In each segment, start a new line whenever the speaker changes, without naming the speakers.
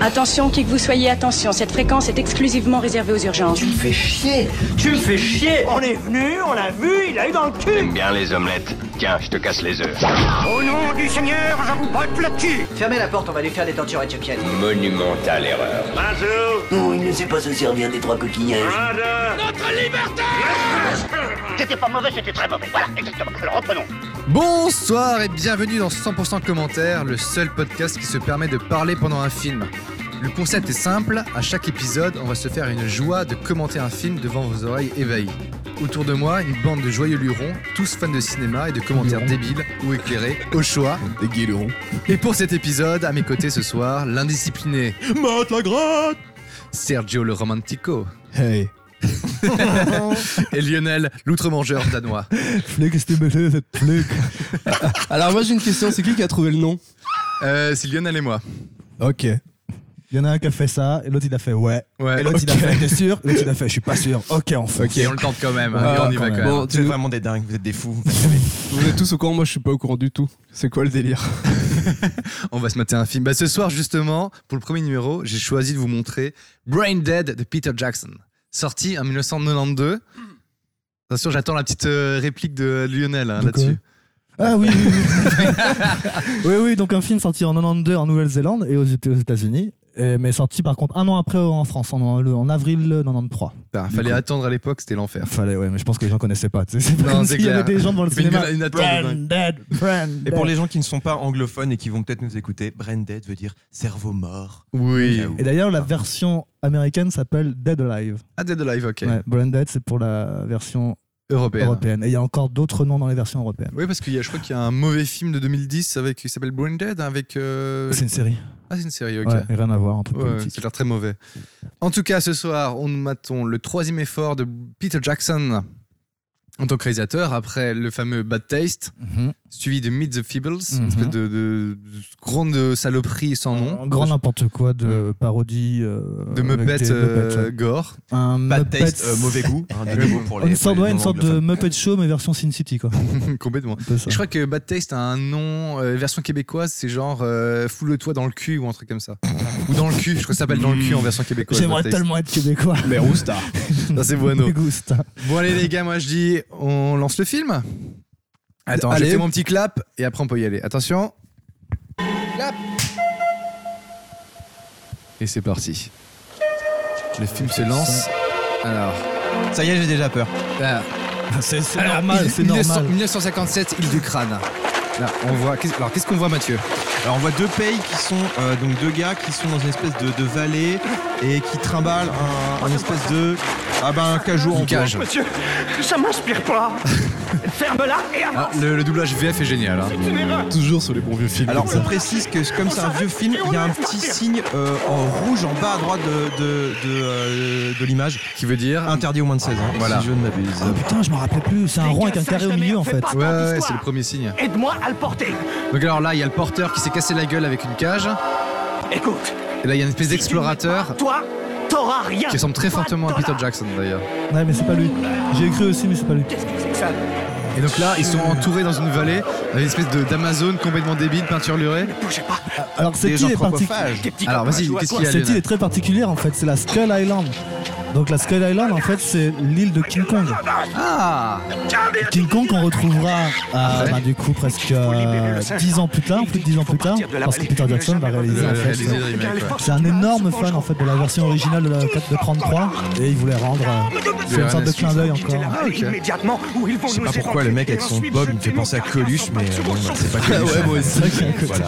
Attention, qui que vous soyez, attention. Cette fréquence est exclusivement réservée aux urgences.
Tu me fais chier Tu me fais chier
On est venu, on l'a vu, il a eu dans le cul
Bien les omelettes. Tiens, je te casse les œufs.
Au nom du Seigneur, je vous botte le cul
Fermez la porte, on va lui faire des tortures éthiopiennes.
Monumentale erreur.
Bonjour
Non, il ne sait pas se servir des trois coquillages.
Notre liberté
C'était pas mauvais, c'était très mauvais. Voilà, exactement. Alors reprenons.
Bonsoir et bienvenue dans 100% Commentaire, le seul podcast qui se permet de parler pendant un film. Le concept est simple, à chaque épisode, on va se faire une joie de commenter un film devant vos oreilles éveillées. Autour de moi, une bande de joyeux lurons, tous fans de cinéma et de commentaires débiles ou éclairés, au choix.
Des guillerons.
Et pour cet épisode, à mes côtés ce soir, l'indiscipliné Sergio le Romantico
Hey.
et Lionel l'outre-mangeur danois.
Alors moi j'ai une question, c'est qui qui a trouvé le nom
Euh, c'est Lionel et moi.
Ok.
Il y en a un qui a fait ça, et l'autre il a fait ouais.
Ouais,
Et l'autre il a
ok.
fait t'es sûr Et L'autre il a fait je suis pas sûr. Ok, on fait.
ok, on le tente quand même, hein,
Ah,
et on y va
quand
quand même.
même.
Bon, tu nous-
des dingues, vous êtes des fous.
vous êtes tous au courant, moi je suis pas au courant du tout. C'est quoi le délire
On va se mater un film. Bah, ce soir, justement, pour le premier numéro, j'ai choisi de vous montrer Brain Dead de Peter Jackson, sorti en 1992. Bien sûr, j'attends la petite euh, réplique de Lionel hein,
De quoi
là-dessus.
Ah oui, oui, oui. oui, oui, donc un film sorti en 92 en Nouvelle-Zélande et aux, Éta- aux États-Unis, et- mais sorti par contre un an après euh, en France, en, le- en avril 93.
Putain, Bah, fallait attendre à l'époque, c'était l'enfer.
Fallait, ouais, mais je pense que les gens connaissaient pas. tu sais, C'est pas
Non,
comme
c'est
s'il y avait
clair.
des gens devant le
Il y avait
cinéma.
Une, hein. une attente de dingue.
Branded, branded.
Et pour les gens qui ne sont pas anglophones et qui vont peut-être nous écouter, Branded veut dire cerveau mort.
Oui.
Au cas où.
Et d'ailleurs, la version américaine s'appelle Dead Alive.
Ah, Dead Alive, ok.
Ouais, Branded, c'est pour la version
Européen.
européenne. Et il y a encore d'autres noms dans les versions européennes.
Oui, parce qu'il y a, je crois qu'il y a un mauvais film de 2010 avec, qui s'appelle Brain Dead. Avec, euh,
C'est une série.
Ah, c'est une série, ok.
Ouais, et rien à voir, un truc
Ouais,
politique.
ça a l'air très mauvais. En tout cas, ce soir, on nous matons le troisième effort de Peter Jackson en tant que réalisateur, après le fameux Bad Taste,
Mhm.
suivi de Meet the Feebles,
Mhm.
une espèce de, de- de grande saloperie sans nom.
Un grand n'importe quoi de parodie. euh,
de
avec
Muppet
des Muppets,
euh,
ouais.
Gore.
Un
Bad
Muppet-
taste, euh, mauvais goût. hein, des mots pour les-
Une
pour
sorte,
les
ouais, une sorte de
non-anglophones.
Muppet Show, mais version Sin City, quoi.
Complètement.
Un peu ça.
Je crois que Bad Taste a un nom, euh, version québécoise, c'est genre euh, Foule-toi dans le cul ou un truc comme ça. ou dans le cul, je crois que ça s'appelle dans le cul en version québécoise.
J'aimerais
Bad Taste.
tellement être québécois.
Mais Rousta
Ça, c'est bueno.
Me gusta.
Bon allez les gars, moi je dis on lance le film. Attends,
Allez.
je fais mon petit clap et après on peut y aller. Attention. Clap. Et c'est parti. Le film se lance. Alors,
Ça y est, j'ai déjà peur. Ah,
là,
C'est c'est
alors,
normal,
il-
c'est
1900
normal.
1957, île du crâne. Là, on voit. qu'est-ce- alors qu'est-ce qu'on voit, Mathieu
Alors on voit deux pays qui sont euh, donc deux gars qui sont dans une espèce de, de vallée et qui trimballent un, un espèce de ah ben un cajou en
Une cage.
Monsieur, ça m'inspire pas Ferme-la et
Alors, Ah, le, le doublage VF est génial. hein.
C'est une erreur
Toujours sur les bons vieux films.
Alors
comme
je
ça.
précise que comme c'est un vieux film, il y a un petit signe euh, en rouge en bas à droite de, de, de, euh, de l'image,
Qui veut dire
interdit aux moins de 16 ans,
Voilà.
si je ne m'abuse.
Ah, putain, je m'en rappelais plus. C'est un rond avec un carré au milieu, en fait.
Ouais, ouais, c'est le premier signe.
Aide-moi à le porter
Donc alors là, il y a le porteur qui s'est cassé la gueule avec une cage.
Écoute,
Et là, il y a une espèce
si tu ne mets pas,
d'explorateur
Toi, t'auras rien
qui ressemble très
Pas de
fortement à Peter
dollars.
Jackson d'ailleurs.
Ouais, mais c'est pas lui. J'ai écrit aussi, mais c'est pas lui.
Qu'est-ce que c'est que ça
Et donc là, ils sont entourés dans une vallée, avec une espèce de- d'Amazone complètement débile, peinture lurée.
Bougez pas
Alors, c'est
Des
qui
gens
est parti
tropophages.
tes petits
Alors
copains
vas-y,
jouent à
qu'est-ce
toi.
qu'il y a
Cette île est
Lionel
très particulière en fait, c'est la Skull Island. Donc la Skull Island en fait c'est l'île de King Kong.
Ah
King Kong qu'on retrouvera euh,
Ouais.
bah, du coup presque euh, 10 ans plus tard, plus de 10 ans plus tard, parce que Peter Jackson va réaliser en
Le-
fait.
les
euh,
remake, ouais.
C'est un énorme fan en fait de la version originale de la 4 de 33 et il voulait rendre euh, c'est une sorte de clin d'œil encore.
Ah, ok.
Immédiatement, ou ils vont
Je sais pas pourquoi le mec avec son bob il me fait penser à Coluche, mais euh, bon, bah, c'est pas
Ah
Coluche.
ouais, moi aussi.
Voilà.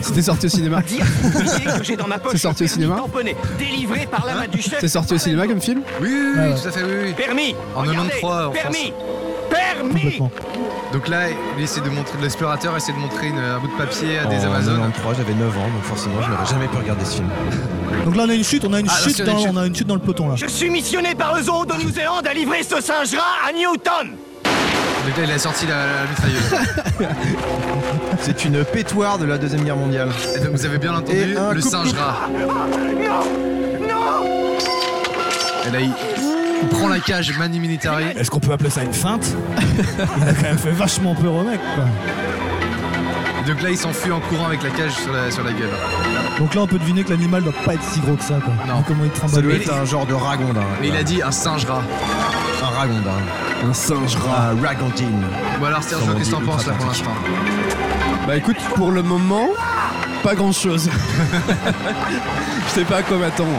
C'était sorti au cinéma.
Dire l'idée que j'ai dans ma poche.
C'est sorti au cinéma
Tamponné, délivré par la main du chef.
C'est sorti au cinéma comme film
Oui, oui, oui,
Ouais.
tout à fait, oui, oui.
Permis.
En
Regardez,
93 en
Permis. Permis.
Complètement.
Donc là, il essaie de montrer, l'explorateur essaie de montrer une- un bout de papier à des
En
Amazones.
93, j'avais 9 ans, donc forcément, je n'aurais jamais pu regarder ce film.
Donc là on a une chute, on a une
Ah, là,
chute
c'est une
dans
chute.
on a une chute dans le peloton là.
Je suis missionné par le zoo de Nouvelle-Zélande à livrer ce singe rat à Newton.
Donc là, il a sorti la, la mitrailleuse.
C'est une pétoire de la Deuxième Guerre mondiale.
Et donc, vous avez bien entendu,
Et un
le
coupe-
singe rat.
Non, non.
Et là, il, il prend la cage Mani Militari.
Est-ce qu'on peut appeler ça une feinte Il a quand même fait vachement peur au mec quoi.
donc là, il s'enfuit en courant avec la cage sur la, sur la gueule.
Donc là, on peut deviner que l'animal doit pas être si gros que ça, quoi.
Non.
Vu comment il tremble.
Ça doit
hein.
être un genre de ragondin.
Mais il a dit un singe rat.
un ragondin.
Un singe rat.
Un ragondine.
Bon alors Sergio,
Sans
qu'est-ce que t'en
doute,
penses là pour
ultra
l'instant
Bah écoute, pour le moment, pas grand chose. Je sais pas à quoi m'attendre.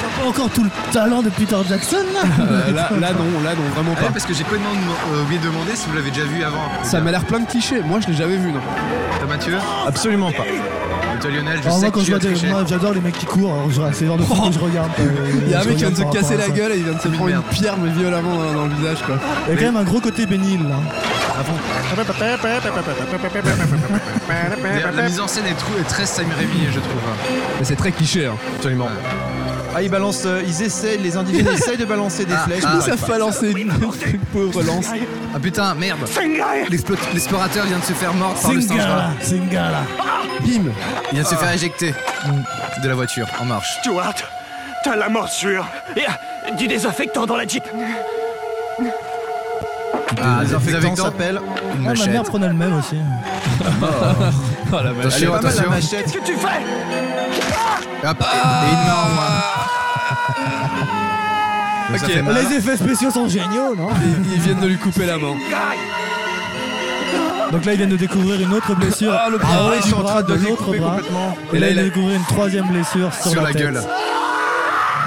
T'as pas encore tout le talent de Peter Jackson, là
Euh, là, là, non, là non, vraiment
Ah ouais,
pas.
parce que j'ai complètement dem- euh, oublié de demander si vous l'avez déjà vu avant.
Ça m'a l'air plein de clichés. Moi, je l'ai jamais vu, non.
Toi Mathieu
Absolument pas.
Toi Lionel, je
Alors
sais
moi,
que
quand
tu
je vois
as
des-
triché.
moi, j'adore les mecs qui courent, alors je- c'est le genre de truc que je regarde.
Oh. Il y a un mec qui vient de se casser la gueule et il vient de se
Une
prendre une
merde.
pierre, mais violemment hein, dans, dans le visage, quoi.
Il y a quand même un gros côté bénil, là.
D'ailleurs, La mise en scène est, trou- est très Sam Raimi, je trouve.
Mais c'est très cliché, hein.
Absolument. Ah, ils balancent, euh, ils essayent, les indigènes essayent de balancer des
Ah,
flèches.
ah,
mais
ça
ça
fait lancer une une pauvre lance.
Ah putain, merde L'explo- L'explorateur vient de se faire mordre par le singe rat.
Singala, Singala.
Bim
Il vient de se faire éjecter de la voiture en marche.
Stuart, t'as la morsure. Et ah, du désinfectant dans la Jeep.
Ah,
Les
désinfectant,
désinfectants s'appellent.
Une
Ah, ma mère
machette.
prenait le même aussi.
Oh la vache.
Elle est
Attention,
pas mal, la
attention.
machette.
Qu'est-ce que tu fais
Hop, et une main en moins. Ah,
Ok,
hein. Ça fait mal.
Les effets spéciaux sont géniaux, non
ils, ils viennent de lui couper la main.
Donc là, ils viennent de découvrir une autre blessure.
Ah, le bras,
Ah ouais,
ils
du
sont en
bras,
train de le
l'autre
découper
bras.
complètement.
Et là,
Et
ils
là, il a-
viennent découvrir une troisième blessure sur,
Sur la
tête.
gueule.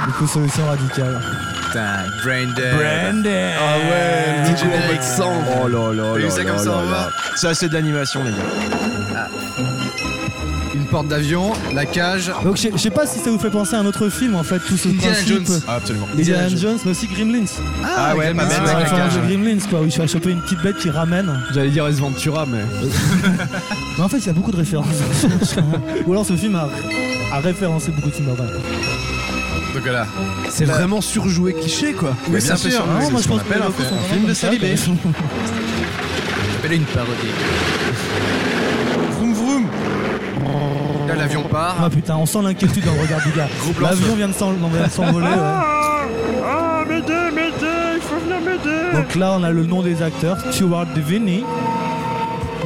Du coup, solution radicale.
Putain, brain dead.
Brandon
Ah ouais,
DJ
le
Alex.
mec sang.
Oh là là
T'as vu
là
ça comme
là
ça,
là
au revoir
là. Ça, c'est de l'animation, les gars.
Une porte d'avion, la cage.
Donc, je sais- je sais pas si ça vous fait penser à un autre film, en fait, tout ce
Indiana
principe.
Jones.
Ah, absolument.
Indiana Jones, mais aussi Gremlins.
Ah,
ouais,
avec
pas
la
mal,
mise
C'est
avec
la
la
référence
cage.
de Gremlins, quoi, où il va choper une petite bête qui ramène.
J'allais dire S Ventura, mais.
Mais en fait, il y a beaucoup de références. Ou alors, ce film a, a référencé beaucoup de films d'horreur.
Donc voilà. Bah,
C'est vraiment surjoué cliché, quoi.
Oui,
Bien sûr,
hein,
non, Ah, moi
c'est
je
ce qu'on
pense que
appelle
les
un
locaux
fait-
sont
un
vraiment
film de
comme ça,
Salibé.
quoi.
appelle une parodie.
Vroom vroom.
Là, l'avion part.
Ah putain, on sent l'inquiétude dans le regard du gars.
Gros plan
L'avion vient de s'en- vient de s'envoler. ouais.
Ah, m'aider, m'aider, il faut venir m'aider.
Donc là, on a le nom des acteurs Stuart Deviney,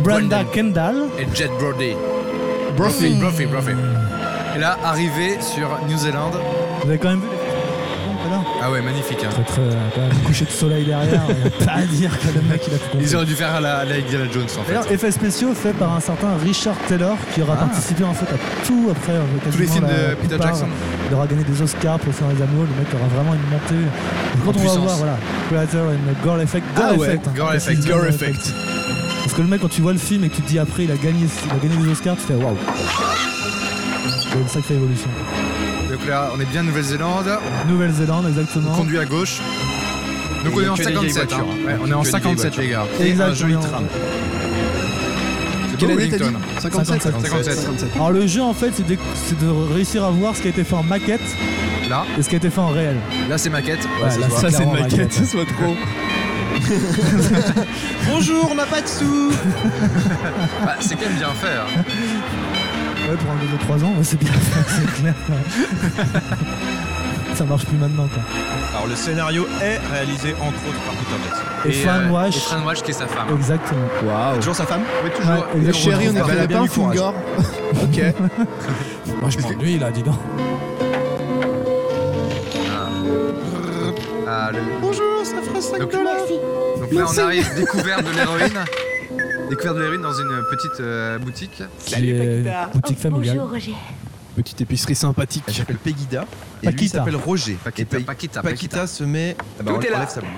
Brenda
Brandon.
Kendall.
Et Jet Brody. Brophy, Brophy, Brophy. Et là, arrivé sur New Zealand.
Vous avez quand même vu les- Voilà.
Ah ouais, magnifique. hein.
Très très euh, quand même, coucher de soleil derrière, il y a pas à dire que le mec il a tout compris.
Ils auraient dû faire à la, à la Indiana Jones en fait.
D'ailleurs, effets spéciaux faits par un certain Richard Taylor qui aura
Ah.
participé en fait à tout après. euh,
Tous les
quasiment
films
la
de Peter
plupart. euh,
Jackson.
Il aura gagné des Oscars pour faire les amours, le mec aura vraiment une montée. Quand on va
puissance.
voir, voilà, Predator and Girl Effect, Girl
Ah ouais,
Effect, hein,
Girl
précise,
Effect, Girl
Parce que le mec, quand tu vois le film et que tu te dis après, il a gagné, il a gagné des Oscars, tu fais waouh. Il y a une sacrée évolution.
Donc là, on est bien en Nouvelle-Zélande.
Ah. Nouvelle-Zélande,
On
exactement.
conduit à gauche. Donc
Il
on
y
est
a
en
que des vieilles
57. hein.
voitures, hein.
Ouais, on
Il y
est
a
en
que des
57 les
vieilles
gars.
Et
Et un
exactement.
joli tram.
Quelle
Beau
année t'as
Wellington.
dit
57.
57.
Alors le jeu en fait c'est de, c'est de réussir à voir ce qui a été fait en maquette
Là,
et ce qui a été fait en réel.
là c'est maquette. Ouais,
Ouais,
ça se
là,
voit.
Ça, c'est une
Clairement,
maquette,
maquette.
ça soit trop.
Bonjour, on n'a pas de sous.
Bah, c'est quand même bien fait. hein.
Ouais pour un gosse de 3 ans ouais, c'est bien c'est clair. Ça marche plus maintenant quoi.
Alors, le scénario est réalisé entre autres par Peter Jackson.
Et, Fran
euh, Et
Wash.
Fran Wash qui est sa femme.
Exactement.
Waouh.
Toujours sa femme
Oui, toujours.
Ouais, et-
Et
Le chéri, on
Ah, bah, elle
est
a bien
pas un
eu courage.
finger. Ok.
Moi je m'ennuie là dis donc.
on- ah, le-
Bonjour, Oh, ça fera 5
Donc- Donc là, on arrive découverte de l'héroïne. Découverte de l'héroïne dans une petite euh, boutique.
Qui est euh, boutique familiale.
Roger.
Petite épicerie sympathique.
Elle s'appelle Pegida. Et lui
Paquita.
il s'appelle Roger. Et
Paquita,
Pe-
Paquita, Paquita.
Paquita se met. Ah bah,
Tout
on
est là.
enlève sa blouse.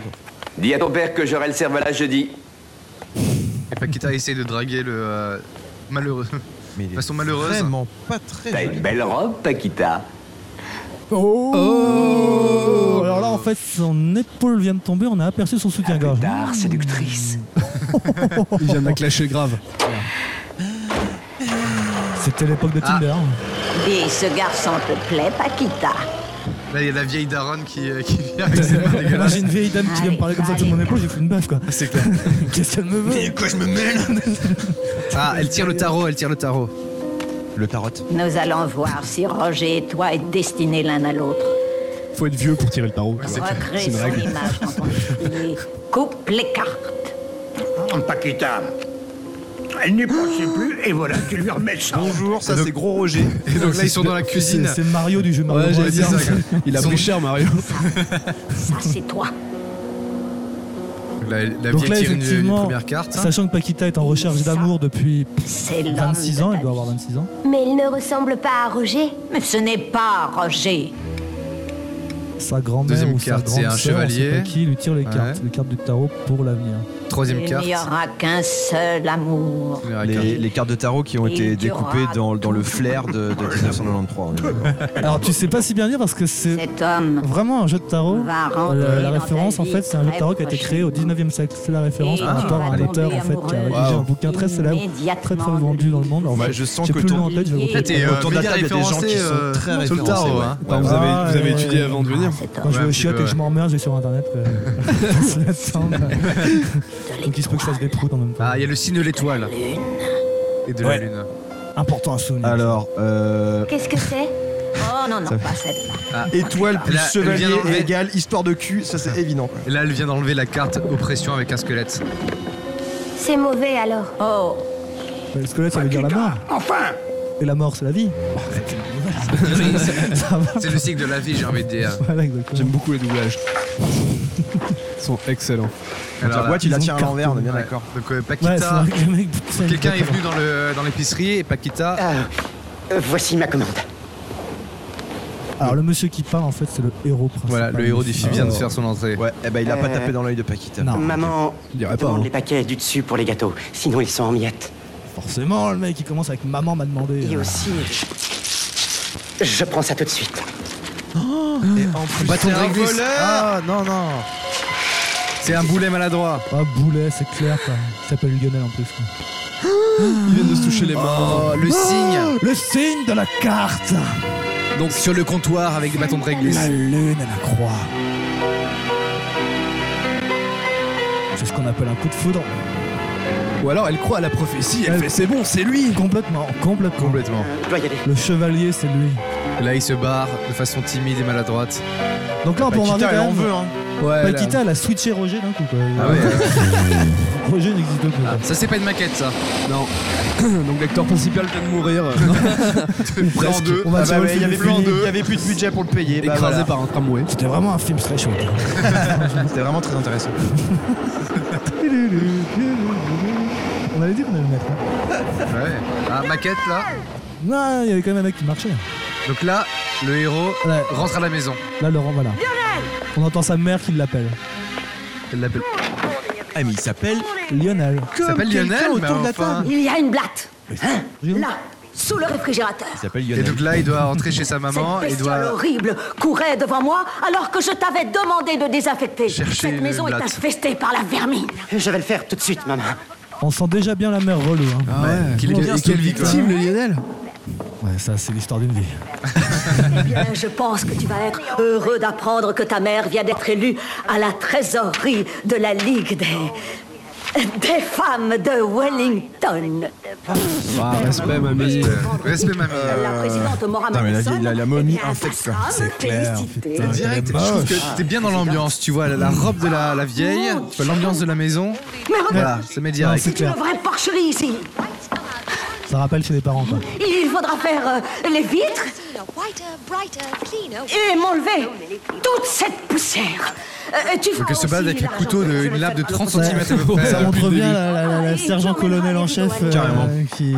Dis à ton père que j'aurai le cerveau là jeudi.
Et Paquita essaye de draguer le euh, malheureux.
Mais il est
Façon malheureuse.
Vraiment pas très.
T'as une belle robe, Paquita.
Oh, Alors là en fait son épaule vient de tomber, on a aperçu son soutien-gorge.
Ah,
Tard, séductrice.
Il vient de la clasher grave.
C'était l'époque de Tinder. hein.
Dis, ce garçon te plaît, Paquita
Là, il y a la vieille daronne qui, euh, qui vient avec ses mains
Moi
dégueulasses.
j'ai une vieille dame qui vient me parler comme ça de mon épaule, j'ai fait une baffe quoi.
C'est clair.
Qu'est-ce qu'elle me veut
quoi je me mêle
Ah, elle tire le tarot, elle tire le tarot.
Le tarot.
Nous allons voir si Roger et toi êtes destinés l'un à l'autre.
Faut être vieux pour tirer le tarot.
Recrée son image dans ton étrier. Coupe les cartes.
Paquita,
elle n'y pensait plus, et voilà, tu lui remets ça.
Bonjour, ça c'est Gros Roger.
Et donc là, ils sont dans la cuisine.
C'est Mario du jeu Mario.
Ouais,
Bros.
j'allais dire ça, quoi.
Il a
Ils sont-
pris cher, Mario.
Ça, c'est toi.
La, la
Donc
vieille
là,
tire une- une,
effectivement,
première carte. hein.
sachant que Paquita est en recherche d'amour depuis
l'homme
26 ans, elle doit avoir 26 ans.
Mais il ne ressemble pas à Roger. Mais ce n'est pas Roger.
Sa grand-mère
Deuxième
ou sa
carte, c'est
grande
un
sœur, on sait
chevalier.
pas qui lui tire les
Ouais.
cartes, les cartes du tarot pour l'avenir.
Troisième
Il n'y aura qu'un seul amour.
Les, les cartes de tarot qui ont
Il
été
durera
découpées dans, dans le flair de, de 1993. on est d'accord.
Alors tu sais pas si bien dire parce que c'est vraiment un jeu de tarot. Euh, La, la référence en fait c'est un jeu de tarot qui a été créé au 19e siècle. C'est la référence
Et
par
tu
rapport à
vas
un auteur en
tomber
fait qui a
amoureux
rédigé un
Wow.
bouquin très célèbre, très très vendu dans le monde. Alors,
Bah, je sens
j'ai
que
plus le
ton-
nom en tête, je vais vous
Là, t'es
proposer.
euh,
Autour de la
méga
table, il y a des gens qui
référéncé
sont
euh,
très
sur le
référencés,
tarot.
ouais.
hein.
Enfin, vous avez, vous avez
Ah, ouais,
étudié
ouais.
avant de
Ah,
venir
Quand je
Ouais,
vais
un
au
petit
chiottes
peu,
et que je m'emmerde, je vais sur internet. euh, quoi. Je laisse tomber. Donc il se peut que je fasse des proutes en même temps.
Ah, il y a le signe de l'étoile. Et de
Ouais.
la lune.
Important à souvenir.
Alors, euh,
Qu'est-ce que c'est Oh non, non, pas celle-là.
étoile plus
Là, elle vient
chevalier
d'enlever-
égale histoire de cul, ça c'est évident.
Et là, elle vient d'enlever la carte oppression avec un squelette.
C'est mauvais alors. Oh,
Le squelette, ça veut dire la mort.
Enfin
Et la mort, c'est la vie. Ça va.
C'est le cycle de la vie, j'ai envie de dire.
Voilà, exactement.
J'aime beaucoup les doublages. Ils sont excellents.
Quand la
là,
boîte, il la
ils ont
tient à l'envers, on est bien
ouais.
d'accord.
Donc, euh,
Ouais, c'est
Paquita.
vrai que le mec.
Quelqu'un est venu dans le- dans l'épicerie et Paquita.
Ah,
Euh, voici ma commande.
Alors le monsieur qui parle en fait c'est le héros principal.
Voilà, le héros du film vient de faire son entrée. Ah,
Ouais, eh ben il a pas
Euh,
tapé dans l'œil de Paquita.
Non.
Maman,
Il dirait pas,
demande
hein.
les paquets du dessus pour les gâteaux, sinon ils sont en miettes.
Forcément, le mec il commence avec maman m'a demandé.
Et aussi.
euh,
Je prends ça tout de suite.
Et en plus,
Bâton
c'est
de
un
réglisse.
voleur
Ah non non. C'est un boulet maladroit.
Ah boulet, c'est clair quoi. Il s'appelle Lionel en plus. quoi.
Ils viennent de se toucher les mains.
Oh, le signe.
Le signe de la carte.
Donc sur le comptoir avec des bâtons de réglisse.
La lune et la croix. C'est ce qu'on appelle un coup de foudre.
Ou alors elle croit à la prophétie, elle
Elle-
fait c'est bon, c'est lui
Complètement, complètement.
Complètement.
Je dois y aller.
Le chevalier c'est lui.
Là, il se barre de façon timide et maladroite.
Donc là on peut en
Paquita,
quand
elle en
même.
veut, hein.
Ouais. là.
Paquita elle a switché Roger d'un coup quoi.
Ah ouais, ouais.
Roger n'existe plus. quoi.
Ça, c'est pas une maquette, ça.
Non. Donc l'acteur principal vient de mourir. euh, non. Ou presque.
deux.
On va
Ah
tirer
bah
le
ouais, il y
fil
avait
du
plus
fil.
il y avait plus de budget pour le payer. Bah
Écrasé
voilà.
par un tramway.
C'était vraiment un film très chaud.
C'était vraiment très intéressant.
On avait dit qu'on allait le mettre. hein.
Ouais. Ah, maquette, là.
Non, il y avait quand même un mec qui marchait.
Donc là, le héros
Ouais.
rentre à la maison.
Là, Laurent, voilà. On entend sa mère qui l'appelle.
Elle l'appelle.
Ah mais il s'appelle
Lionel.
Il s'appelle Lionel, mais
autour de la
enfin.
il y a une blatte. Hein Là, sous le réfrigérateur.
Il s'appelle
Et
Lionel.
donc là, il doit rentrer chez sa maman.
Cette
Il
bestiole
doit.
horrible courait devant moi alors que je t'avais demandé de désinfecter.
Chercher
Cette
une
maison est
blatte.
infestée par la vermine.
Je vais le faire tout de suite, maman.
On sent déjà bien la mère relou. Hein.
Ah Ouais. Qu'il-
Bien,
et
c'est
Quelle vie, quoi.
victime, le Lionel
Ouais, ça, c'est l'histoire d'une vie.
Eh bien, je pense que tu vas être heureux d'apprendre que ta mère vient d'être élue à la trésorerie de la Ligue des. des femmes de Wellington.
Ah, respect, mamie.
Euh, Respect, mamie.
La présidente Mora
putain, mais la
Matheson
vieille- la- la momie
eh bien,
infecte,
ta
quoi.
femme
C'est clair,
félicitée.
putain.
Direct, je trouve que t'es bien dans l'ambiance, tu vois, la, la robe de la, la vieille, tu vois, l'ambiance de la maison.
Mais regarde,
Voilà, ça met
Non,
direct.
c'est
c'est une
clair.
vraie porcherie ici.
Ça rappelle chez les parents, quoi.
Il faudra faire euh, les vitres et m'enlever toute cette poussière. Euh, tu
Donc elle se base avec un couteau d'une lame de 30 cm à peu près. euh,
Ça montre
Depuis le
bien
début.
la, la- la- la sergent-colonel en chef. euh,
Carrément.
qui...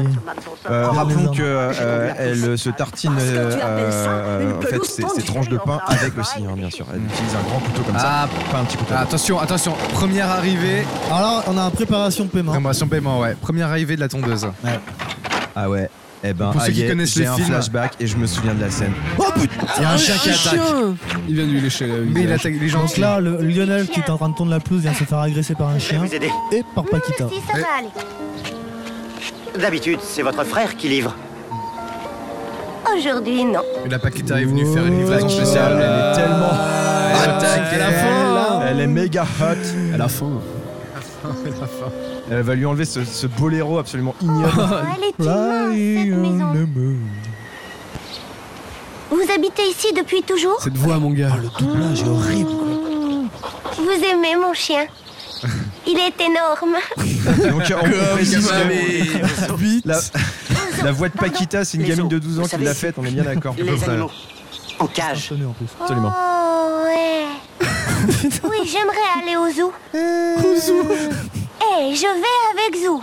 Euh, rappelons
Lionel.
que euh, elle se tartine
Parce que tu
euh,
appelles ça
euh,
une
en fait
pelouse
ses,
tendue.
ses tranches de pain avec aussi hein, bien sûr. Elle utilise un grand couteau comme ça,
Ah,
pas un petit couteau.
Ah, attention, attention, première arrivée.
Alors là, on a un préparation paiement.
Préparation paiement, ouais. Première arrivée de la tondeuse.
Ah ouais. Eh ben,
Pour ceux
ah
qui
yeah,
connaissent
j'ai
le
un
film.
flashback et je me souviens de la scène.
Oh putain
Il y a un chien qui attaque.
Il vient de lui lécher la
Mais il
visage.
attaque les gens.
Donc là, le Lionel qui est en train de tourner la pelouse vient se faire agresser par un chien
vous aider.
et par Paquita.
ça va
Eh.
D'habitude, c'est votre frère qui livre.
Aujourd'hui, non.
Et la Paquita est venue faire une livraison
Je sais,
spéciale. Ah,
elle est tellement.
attaque,
elle,
elle
est- elle est méga hot.
À la fin.
Elle va lui enlever ce, ce boléro absolument ignoble.
Elle est
Flying on the moon.
Vous habitez ici depuis toujours
Cette voix, mon gars.
Doublage est horrible.
Vous aimez mon chien Il est énorme.
Donc, on- on précise
Comme
que- la, la voix de Paquita, c'est une
Les
gamine
os,
de 12 ans
vous
qui
savez,
l'a faite, on est bien d'accord.
les animaux,
en cage. Absolument.
Oh, ouais. oui, j'aimerais aller au zoo. Au zoo Eh, je vais avec zoo.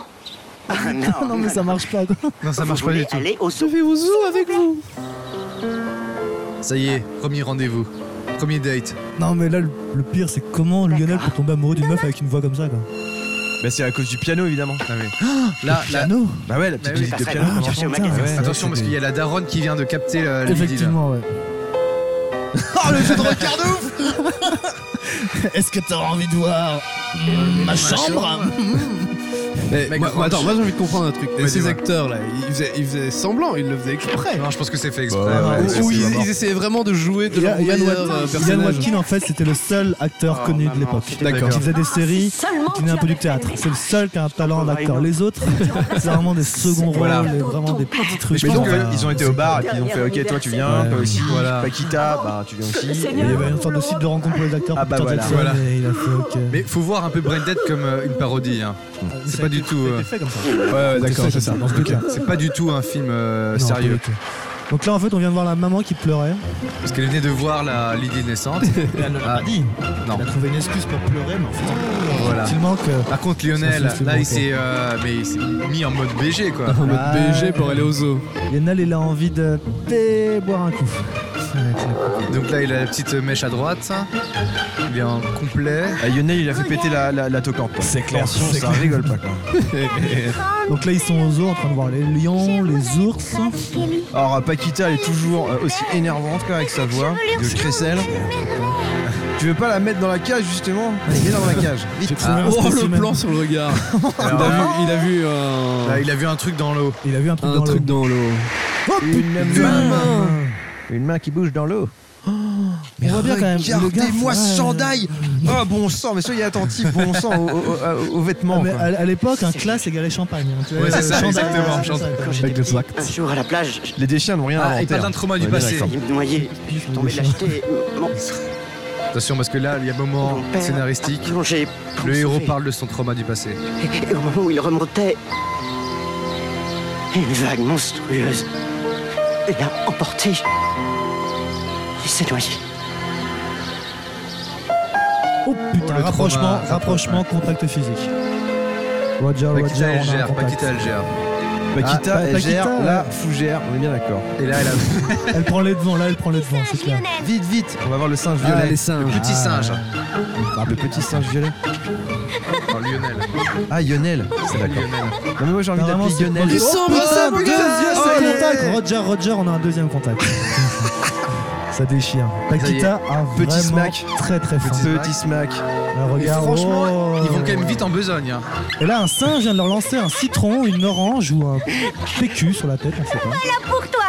Ah,
non, mais ça marche pas. quoi.
Non, ça marche pas du tout.
Je vais au zoo avec vous.
Ça y est, premier rendez-vous. Premier date.
Non, mais là, le, le pire, c'est comment Lionel peut tomber amoureux d'une meuf avec une voix comme ça, quoi.
Bah, c'est à cause du piano, évidemment.
Là,
Le
là.
piano Bah ouais, la petite
Bah oui,
musique de
ça
piano.
serait bien de
qu'on
chercher au
entend.
magasin.
Ouais.
Attention, parce qu'il y a la daronne qui vient de capter euh, le le midi, là.
Effectivement, ouais.
Ah,
Oh, le jeu de regard de ouf
Est-ce que t'auras envie de voir mm, ma chambre
Mais
Mec,
moi-
moi,
attends,
je-
moi j'ai envie de comprendre un truc.
Ouais,
ces
dis-moi.
acteurs là, ils faisaient, ils faisaient semblant, ils le faisaient exprès.
Non, je pense que c'est fait exprès.
Ou-
ouais, c'est-
ou
c'est
ils,
vraiment-
ils essayaient vraiment de jouer de leur
Yann, Yann
meilleur
Wat-
euh,
Yann
personnage.
Watkin, en fait, c'était le seul acteur connu de l'époque.
D'accord.
Qui faisait des séries, qui faisait un peu du théâtre. C'est le seul qui a un talent d'acteur. Les autres, c'est vraiment des seconds
Voilà.
rôles, et vraiment des petits
Mais
trucs.
je pense
euh,
genre,
qu'ils ont été au bar et puis ils ont fait
Dernière
Ok, toi tu viens,
anniversaire.
toi aussi.
Voilà.
Paquita, bah tu viens aussi.
Il y avait une sorte de site de rencontre pour les acteurs.
Ah
pour
bah
Peter
voilà.
Jackson,
Voilà.
et il a fait OK.
Mais faut voir un peu Branded comme euh, une parodie. hein. C'est pas du tout. euh,
fait comme ça.
Ouais, ouais, d'accord,
C'est
c'est
ça,
ça.
dans ce cas.
Ok. C'est pas du tout un film euh,
Non, pas
sérieux.
du tout. Donc là, en fait, on vient de voir la maman qui pleurait.
Parce qu'elle venait de voir la Lydie naissante.
Elle ne l'a
Ah,
pas dit.
Non.
Elle a trouvé une excuse pour pleurer, mais en fait,
Voilà.
effectivement que.
Par contre, Lionel,
Ça, c'est
là,
bon,
il s'est euh, mais il s'est mis en mode BG quoi.
En mode
Ah,
BG pour aller au zoo.
Lionel, il a envie de dé- boire un coup.
Donc là, il a la petite mèche à droite. Il est en complet.
Ah, Lionel, il a fait péter la, la, la toquante. C'est
clair,
Attention,
c'est
ça
clair.
rigole pas quoi.
Donc là, ils sont au zoo en train de voir les lions, les ours.
Alors euh, Paquita elle est toujours euh, aussi énervante quoi, avec sa voix de crécelle. Tu veux pas la mettre dans la cage justement Allez, mets dans la cage. Vite.
Ah, oh le plan sur le regard. il, a vu, il a vu euh, un.
Là, Ah, il a vu un truc dans l'eau.
Il a vu un truc
un
dans
truc
l'eau.
dans l'eau.
Une main. Une main qui bouge dans l'eau.
On voit bien quand même. le gars-
Regardez-moi
ouais.
ce chandail Oh bon sang, mais soyez attentifs, bon sang aux, aux- aux- aux
Ah,
vêtements.
mais
quoi.
à à l'époque, un classe égalait champagne. hein, tu vois,
Ouais, c'est ça,
champagne,
exactement,
ouais, c'est ça,
champagne.
quoi.
Quand j'étais petit,
exact.
un jour à la plage, je-
Les déchets n'ont rien
Ah,
inventé.
il parle d'un
hein.
trauma du
On est bien
passé.
d'accord.
il me noyait, je suis tombé de la jetée, mon
Attention, parce que là, il y a un moment
mon père
scénaristique.
a plongé pour
Le
me
héros
sauver.
parle de son trauma du passé.
Et au moment où il remontait, une vague monstrueuse l'a emporté et s'est noyé.
Oh putain,
Le
rapprochement,
trauma,
rapprochement, contact physique. Roger, Roger,
Paquita,
on a
elle
un
gère.
contact.
Paquita, elle gère.
Paquita,
Ah,
elle
Paquita,
gère
ouais.
la fougère, on est bien d'accord.
Et là, elle a
Elle prend les devants, là, elle prend les devants, c'est clair.
Vite, vite, on va voir le singe violet.
Ah, les singes.
petit singe.
Le petit singe violet.
Oh, Lionel.
Ah, Lionel, c'est d'accord. Non, mais moi j'ai envie
Non, vraiment,
d'appeler
c'est
Lionel.
horrible.
Oh, putain,
Deuxième
putain,
contact. Roger, Roger, on a un deuxième contact. Ça déchire. Paquita a
Petit
vraiment
smack.
très très fin.
Petit smack.
Un regard,
Franchement,
oh.
ils vont quand même vite en besogne. hein.
Et là, un singe vient de leur lancer un citron, une orange ou un PQ sur la tête, on sait pas.
Pour toi.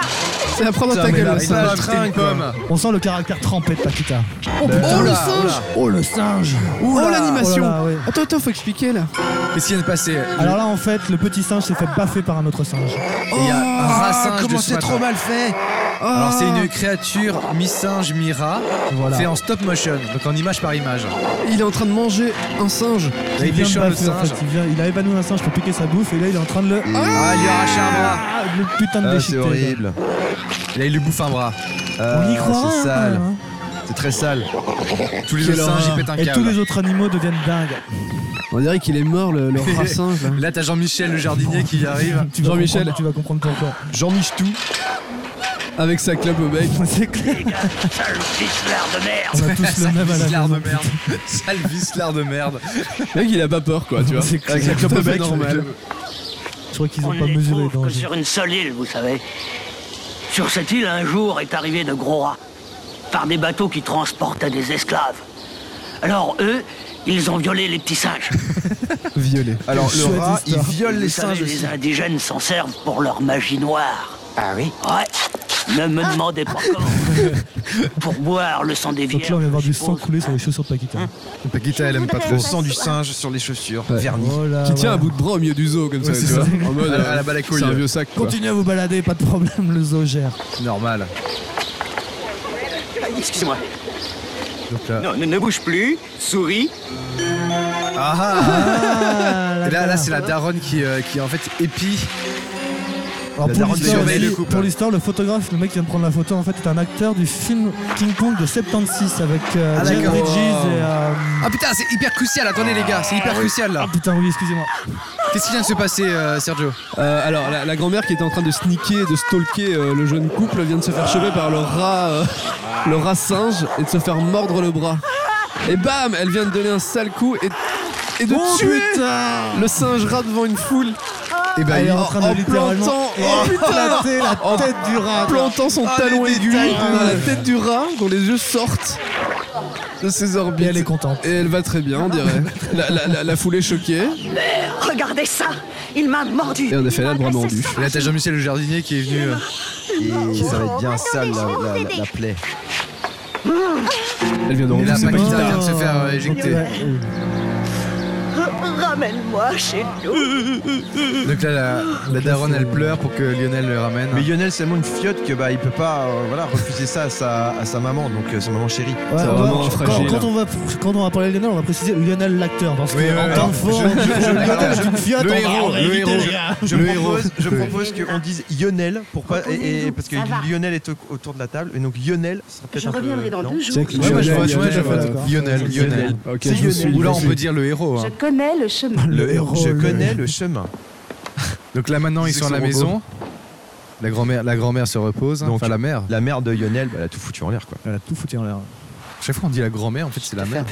C'est la prendre dans
Putain,
ta
mais là,
gueule le
il
C'est pas
singe.
va-
un putain de pomme.
On sent le caractère trempé de Paquita.
Oh,
Oh,
le
là, oh
singe
là.
Oh le singe Oh
là,
l'animation
oh là, oui.
Attends, attends, faut expliquer là.
Qu'est-ce qui vient de passer
Alors là, en fait, le petit singe s'est fait baffer par un autre singe.
Il y a un
Oh,
Oh,
rat singe
comment
de ce
c'est
matin.
trop mal fait
Alors c'est une créature mi-singe, mi-rat,
Voilà.
fait en stop motion, donc en image par image.
Oh, Il est en train de manger un singe.
Là, il
vient de
déchire le
baffer, en
singe.
fait. Il, vient- il a épanoui un singe pour piquer sa bouffe et là, il est en train de le.
Ah, il lui arrache un bras.
Ah, le putain de
Ah,
déchiqueter,
c'est
quoi.
horrible.
Là, il lui bouffe un bras. Euh,
On y
Ah,
croirait.
C'est
hein,
sale.
hein.
C'est très sale.
Tous les autres singes, ils pètent un
Et tous
câble.
les autres animaux deviennent dingues.
On dirait qu'il est mort le, le rat singe
hein.
là.
Là, t'as Jean-Michel le jardinier qui arrive.
Tu vas
Jean-Michel.
comprendre- Tu vas comprendre pourquoi.
Jean Michtou avec sa clope au bec.
C'est clair.
Sale ficelard de merde
On a tous le
Sale
même à la
vicelard de
maison.
merde. Sale vicelard de merde.
Le mec il a pas peur quoi, tu vois.
C'est clair.
Avec sa clope
Tout
au
à fait
bec,
normal.
normal.
Je crois qu'ils
On
ont
ne
pas
les
mesuré les
trouve que
dangers.
sur une seule île, vous savez. Sur cette île, un jour est arrivé de gros rats, par des bateaux qui transportaient des esclaves. Alors, eux, ils ont violé les petits singes.
Violet.
Alors le
chouette
rat, il
histoire.
viole les
Vous savez,
singes aussi.
les indigènes s'en servent pour leur magie noire.
Ah oui
Ouais, ne
Ah.
me demandez pas comment. pour boire le sang des
Donc
vierges.
là, on va voir
je
du sang
suppose.
couler sur les chaussures de Paquita.
Hein.
Paquita, elle aime pas trop.
Le sang du singe sur les chaussures, vernis.
Oh là,
Qui tient
voilà.
un bout de bras au milieu du zoo comme ça,
Ah, Ouais,
tu
c'est
vois.
ça.
En mode
À la- à la
euh,
balacouille.
C'est un vieux sac quoi.
Continuez à vous balader, pas de problème, le zoo gère.
Normal.
Excusez-moi.
Donc là,
Non, ne, ne bouge plus, souris.
Ah, ah, ah. Et là, là c'est la daronne qui, euh, qui en fait épie.
Alors,
la
pour
daronne
l'histoire-
surveille le couple.
pour l'histoire, le photographe, le mec qui vient de prendre la photo, en fait, est un acteur du film King Kong de 76 avec euh,
Ah,
Jeff
d'accord.
Bridges et. euh,
Ah putain, c'est hyper crucial. Attendez, les gars, c'est hyper crucial là.
Ah putain, oui, excusez-moi.
Ah.
Qu'est-ce qui vient de se passer, euh, Sergio
Euh, alors, la, la grand-mère qui était en train de sneaker, de stalker euh, le jeune couple vient de se faire choper par le rat, euh, le rat singe et de se faire mordre le bras. Et bam, elle vient de donner un sale coup et, et de
Oh,
tuer
putain
le singe rat devant une foule. Eh
Et
ben,
bah, il est en train de littéralement
plantant,
éclater
oh, putain,
la
en
tête du rat.
plantant son
Ah,
talon
les
aigu
détails.
dans la tête du rat, dont les yeux sortent de ses orbites. Et elle est
contente.
Et elle va très bien, on dirait. La, la- la- la foule est choquée.
Regardez ça Il m'a mordu
Et en effet, là, le bras mordu.
Et là, t'as Jean-Michel le jardinier qui est venu. euh,
Et ça va être bien sale la, la- la- la plaie.
Elle vient de
Et là,
remonter ses
Paquita
pattes.
vient de se faire euh, éjecter.
Ramène-moi chez nous
Donc là, la, la daronne, elle pleure pour que Lionel le ramène.
Mais Lionel, c'est tellement une fiotte que bah il peut pas euh, voilà, refuser ça à sa, à sa maman, donc euh, sa maman chérie.
Ouais, on va- quand-
hein.
quand, on va, quand on va parler de Lionel, on va préciser Lionel l'acteur. Parce que
Oui, oui,
en
oui.
tant que faux,
Je- je- je-
Lionel
je-
d'une fiotte,
le
on va-
héros,
on va
le
éviter
héros.
le gars.
Je propose, je
Oui.
propose qu'on dise Lionel pour pas et, et- parce que
Ça va.
Lionel est au- autour de la table et donc Lionel ce sera peut-être un peu- non
Ouais, bah, je vois, je vois, je vois. Lionel,
Lionel.
Lionel.
Ok,
C'est
je me suis
Lionel. Ou là, on
laissé.
peut dire le héros. hein.
connais le chemin.
Le héros, je
le-
connais le chemin.
Donc là, maintenant, ils sont à la maison. La grand-mère, la grand-mère se repose. hein.
Donc,
enfin, la mère.
La mère de Lionel, bah, elle a tout foutu en l'air quoi.
Elle a tout foutu en l'air.
Chaque fois, on dit la grand-mère, en fait, c'est la mère.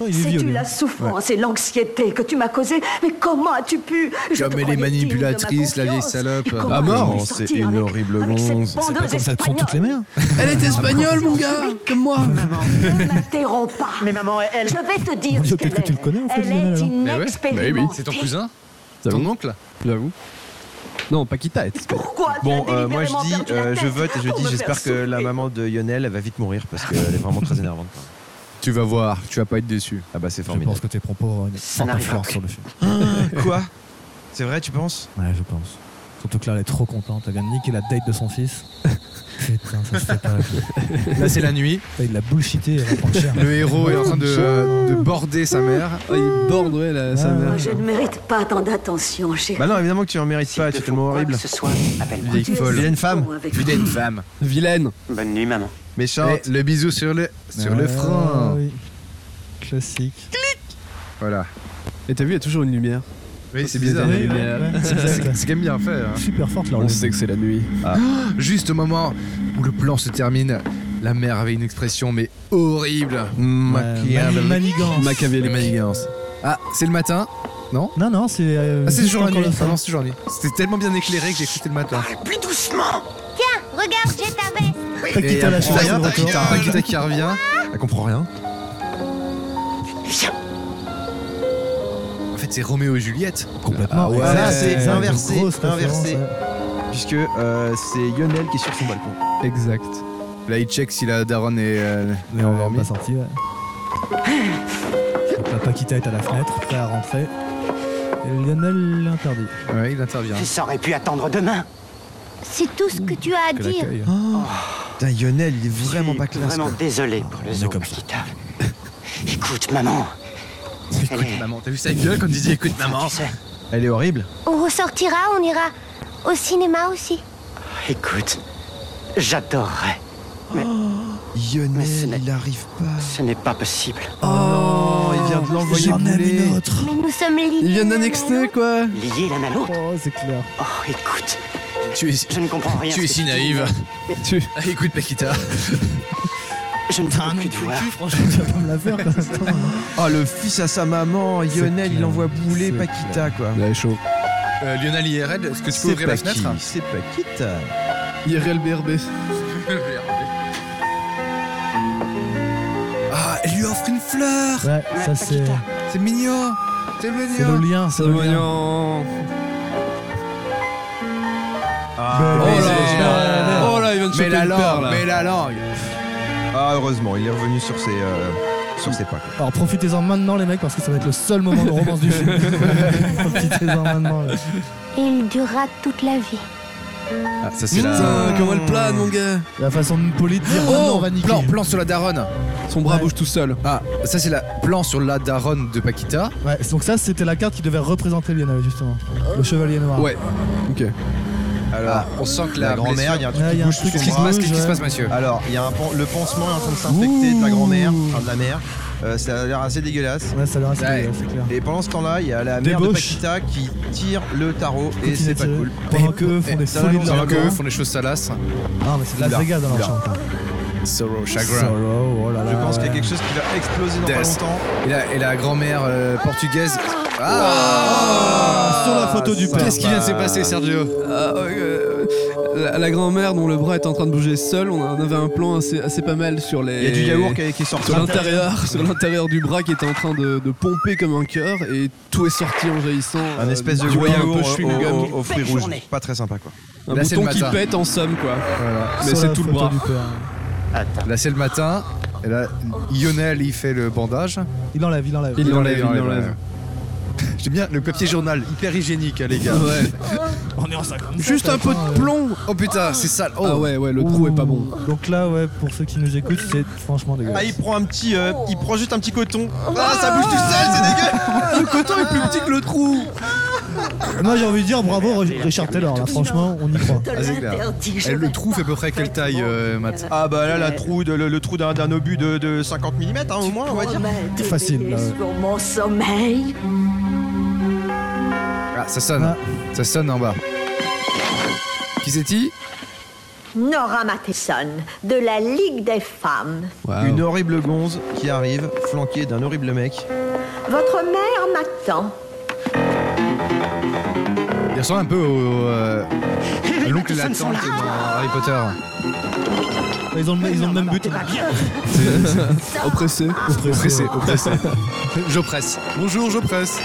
Sais-tu la souffrance et l'anxiété que tu m'as causée Mais comment as-tu pu Je te
Comme elle est
croyais
manipulatrice, la vieille salope.
comment Ah, mort. elle est sortie avec-
horrible
avec cette bande de Espagnols.
mères.
Elle est espagnole, mon gars, comme moi.
T'interromps pas Mais maman, elle... Je vais te dire ce qu'elle
Peut-être que tu le connais en fait,
Elle est
Lionel.
Eh
alors.
inexpérimentée.
bah c'est ton cousin.
Ton oncle J'avoue. Non, Paquita est espagnole.
Pourquoi tu
Bon,
as
euh, moi je
délibérément
dis,
perdu la
euh, je
tête
vote et je
pour
dis,
me
j'espère
faire
que la maman de Lionel, elle va vite mourir parce qu'elle est vraiment très énervante.
Tu vas voir, tu vas pas être déçu.
Ah bah c'est
Je
formidable.
pense que tes propos euh, auront une forte
n'arrive
influence
pas.
sur le film.
Quoi C'est vrai, tu penses
Ouais, je pense. Surtout que là, elle est trop contente. Elle vient de niquer la date de son fils. Putain, ça se fait pas.
Là, c'est la nuit.
Putain, Il l'a bullshité. elle va prendre cher.
Le héros est en train de, euh, de border sa mère.
il borde, ouais, la,
sa mère.
Moi, je ne mérites pas tant d'attention, chérie.
Bah non, évidemment que tu en mérites pas, c'est tellement horrible.
ce soir, appelle-moi.
Vieille folle. Vilaine femme.
Vilaine femme.
Vilaine.
Bonne nuit, maman.
Méchante.
Le bisou sur le, sur le
Ah,
front.
oui. Classique.
Voilà.
Et t'as vu, il y a toujours une lumière.
Oui, c'est bizarre.
Oui, ouais.
C'est- C'est c'est quand même bien fait. hein.
Super forte la
On
roue.
sait que c'est la nuit. Ah.
Juste au moment où le plan se termine, la mère avait une expression mais horrible. Machiavel-
Euh, Manigance.
Machiavélique. Manigance. Ah, c'est le matin Non
Non, non, c'est. euh,
Ah, c'est
juste
toujours la
encore
nuit.
le soir.
Ah non, c'est toujours la nuit. C'était tellement bien éclairé que j'ai cru que c'était le matin.
Plus doucement
Tiens, regarde, j'ai ta veste.
Paquita,
Et elle
la
prend
chanson
rien,
de retour.
Paquita, Paquita qui revient.
Elle comprend rien.
Viens
En fait, c'est Roméo et Juliette.
Complètement.
Ah ouais,
Ah,
c'est
une
inversé,
grosse référence,
inversé.
ouais.
Puisque euh, c'est Lionel qui est sur son balcon.
Exact.
Là, il check si la daronne est, euh, est
On l'a
endormie.
pas sorti, ouais. Donc, la Paquita est à la fenêtre, prêt à rentrer. Et Lionel l'interdit.
Ouais, il intervient.
Ça aurait pu attendre demain.
C'est tout ce que tu as à dire.
Putain, Lionel, il est vraiment pas
Je suis
classe.
Vraiment
quoi.
désolé pour le zoo, Paquita. Écoute, maman. Elle
Écoute
est-
maman, t'as vu sa gueule quand il dit écoute maman
tu sais,
Elle est horrible.
On ressortira, on ira au cinéma aussi.
Écoute, j'adorerais.
Oh, Lionel,
Mais ce n'est-
il arrive pas.
Ce n'est pas possible.
Oh, il vient de l'envoyer bouler.
autre.
Mais nous sommes liés.
Il vient d'annexer, quoi.
Liés l'un à l'autre.
Oh, c'est clair.
Oh, écoute,
Tu es,
je ne comprends rien.
tu
à
es
ce
si
que dis,
naïve.
mais
Tu.
Ah, écoute Paquita.
Je ne
T'as un
peux
nom
plus
de
te voir.
cul, franchement, tu vas pas me la faire. quoi.
Oh, le fils à sa maman. Lionel, il
clair.
envoie
C'est
bouler Paquita, quoi.
Là, elle est chaud.
Euh, Lionel IRL, est-ce que tu peux
C'est
ouvrir la
Paqui-
fenêtre
c'est Paquita.
IRL BRB.
Ah, elle lui offre une fleur
Ouais,
Ah,
ça c'est.
C'est mignon C'est
C'est le
mignon
lien, c'est le lien.
Voyons.
Ah,
Oh
Oh
là
baiser,
là.
là. Oh là, il vient de choper
Mais la
une paire,
langue,
là.
mais la langue
Ah, heureusement, il est revenu sur ses, euh, sur ses pas. quoi.
Alors profitez-en maintenant les mecs parce que ça va être le seul moment de romance du film. profitez-en maintenant. là.
Et il durera toute la vie.
Ah, ça c'est
Putain,
la...
comment elle plane, mon gars
La façon de polie de dire
Oh,
ah non, on va niquer.
plan, plan sur la daronne.
Son bras bouge tout seul.
Ah, ça c'est la plan sur la daronne de Paquita.
Ouais, donc ça c'était la carte qui devait représenter Lionel justement. Le chevalier noir.
Ouais. Ok.
Alors, on sent que Ah. la,
La grand-mère, il y a un truc
Ouais,
qui
il y a un
bouge
truc
sous
Qu'est-ce qui
son
se
bras.
passe, qu'est-ce qui se
ouais.
passe, monsieur
Alors, il y a un pan- le pansement est en train de s'infecter de la grand-mère, enfin de la mère. Euh, ça a l'air assez dégueulasse.
Ouais, ça a l'air assez
Ouais.
dégueulasse, c'est clair.
Et pendant ce temps-là, il y a la mère
Débauche.
de Paquita qui tire le tarot et
Continue à
c'est pas
tirer.
cool.
Pendant qu'eux font des
ça
folies de
l'annonce.
leur
Alors que
mort.
eux Eh, font des choses salaces.
Ah mais c'est de la
Oula,
Vega dans leur
oula.
chant.
Sorrow, chagrin.
Sorrow, oh là là.
Je pense qu'il y a quelque chose qui va exploser dans pas
Death.
longtemps.
Et la, et la grand-mère euh, portugaise. Ah
Sur la photo du père.
Qu'est-ce qui vient de se passer, Sergio
Ah, euh, euh, la, la grand-mère dont le bras est en train de bouger seul, on, a- on avait un plan assez, assez pas mal sur les.
Il y a du yaourt qui est qui est sorti.
sur l'intérieur, sur l'intérieur du bras qui était en train de, de pomper comme un cœur et tout est sorti en jaillissant.
Un
euh,
espèce de oh,
du
gros
bras un
yaourt
peu chewing-gum.
au- au- aux fruits
Belle
rouges.
journée.
Pas très sympa quoi.
Un
Là, c'est le
bouton qui
matin.
pète en somme quoi. Mais
Sur
c'est
la
tout le
photo
bras.
du père.
Attends.
Là, bah, c'est le matin. Et là, Lionel, il fait le bandage.
Il enlève, il enlève.
Il l'enlève,
enlève,
il
enlève.
l'enlève.
J'aime bien le papier journal, hyper hygiénique, hein, les gars.
Ouais.
On est en 50.
Juste
hein.
un peu de plomb.
Oh putain, c'est sale. Oh.
Ah ouais ouais le trou est pas bon.
Donc là ouais pour ceux qui nous écoutent c'est franchement
Ah, il
dégueulasse.
prend un petit. euh, il prend juste un petit coton. Ah, ça bouge tout seul, c'est dégueu
Le coton est plus petit que le trou. Ah,
Moi j'ai envie de dire bravo Re- Richard Taylor là franchement on y croit.
Te
Ah, c'est clair.
l'interdis, je
Eh, le
vais
trou fait à peu près quelle taille, euh, Matt
Ah, bah là, la trou de- le, le trou d'un d'un obus de, de 50 mm, hein, au moins, on va dire.
promettre
Facile,
veiller
là, ouais.
sur mon sommeil.
Ah, ça sonne.
Ah.
Ça sonne en bas. Qui c'est-il
Nora Matheson, de la Ligue des femmes.
Une horrible gonze qui arrive, flanquée d'un horrible mec.
Votre mère m'attend.
Il ressemble un peu au. euh, à l'oncle et la
Matheson
tante
sont
dans Harry Potter.
Ils ont le, ils ont le même but.
Oppressé.
Oppressé, oppressé. je presse. Bonjour, je presse.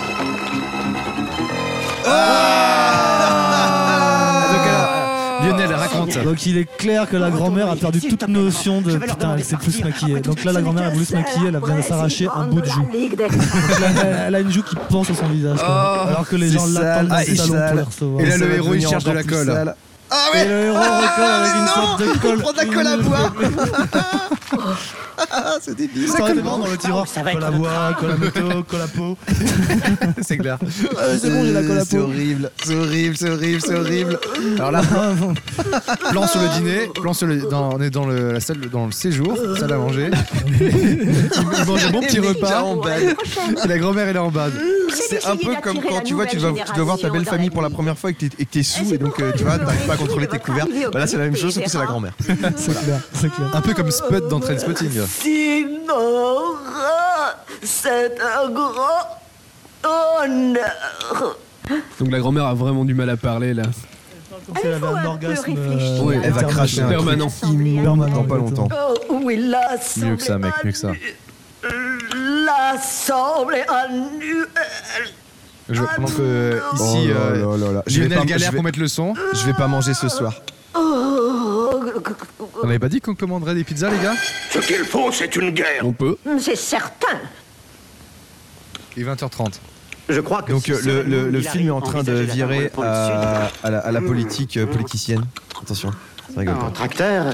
Ah Donc, alors, Lionel, raconte.
Donc il est clair que la grand-mère a perdu toute notion de
Je vais leur
putain,
demander
elle s'est
de
plus
partir.
maquillée.
Après,
Donc là la grand-mère a voulu se maquiller, elle a besoin de s'arracher un bout de joue.
La Ligue des femmes.
Donc là, elle, elle a une joue qui pense sur son visage. quand même.
Oh,
alors que les
c'est
gens l'attendent dans
sale,
le
ah,
salon
c'est
pour les
sale.
recevoir.
Et là,
Ça
le
va
héros, il
devenir
cherche de
encore
la
plus
colle.
sale. Ah
Et
ouais
le héros recolle avec une sorte de colle.
Il prend de la colle à bois Ah, C'est débile
Ça colle dans le tiroir.
Ça va
Colle à
être
bois, colle à métaux, colle à peau.
C'est clair.
Euh, C'est bon, j'ai la colle à
C'est
peau.
horrible, c'est horrible, c'est horrible, c'est horrible.
Alors là, plan sur le dîner, plan sur le, dans- on est dans le- la salle, dans le séjour, salle à manger. Ils mangent un bon petit
Les mecs,
repas.
là, en bas.
Et la grand-mère, elle est en bas.
C'est un peu comme quand tu vois, tu vas, tu vas voir ta belle famille pour la première fois et que t'es- et que t'es sous et donc euh, tu vois, t'arrives pas à contrôler tes couverts. Bah là, c'est la même chose, sauf que c'est la grand-mère.
C'est clair, c'est clair.
Un peu comme Spud dans Trainspotting.
Si Nora, c'est un grand honneur.
Donc la grand-mère a vraiment du mal à parler là.
Comme
euh,
si elle avait
faut
un
un
orgasme.
peu réfléchir.
euh,
Oui,
Elle va
Permanent.
cracher un truc
Permanent.
immonde dans pas longtemps.
Oh, oui, l'assemblée
Mieux que ça, mec, mieux que ça.
annu- L'assemblée annuelle.
Je, pendant que ici,
Ah Oh là
euh,
là là là. Je vais
Lionel
pas-
galère
je vais-
pour mettre le son.
Je vais pas manger ce soir.
Oh,
On avait pas dit qu'on commanderait des pizzas, les gars
Ce qu'il faut, c'est une guerre.
On peut.
Hmm,
c'est certain.
Il est 20h30.
Je crois que
Donc
si
euh, le,
seul
le- le
Hillary
film est en train de
envisageait
virer euh,
d'atteindre pour le
à,
Sud.
à la, à la politique euh, politicienne. Attention, ça rigole
En
pas.
tracteur.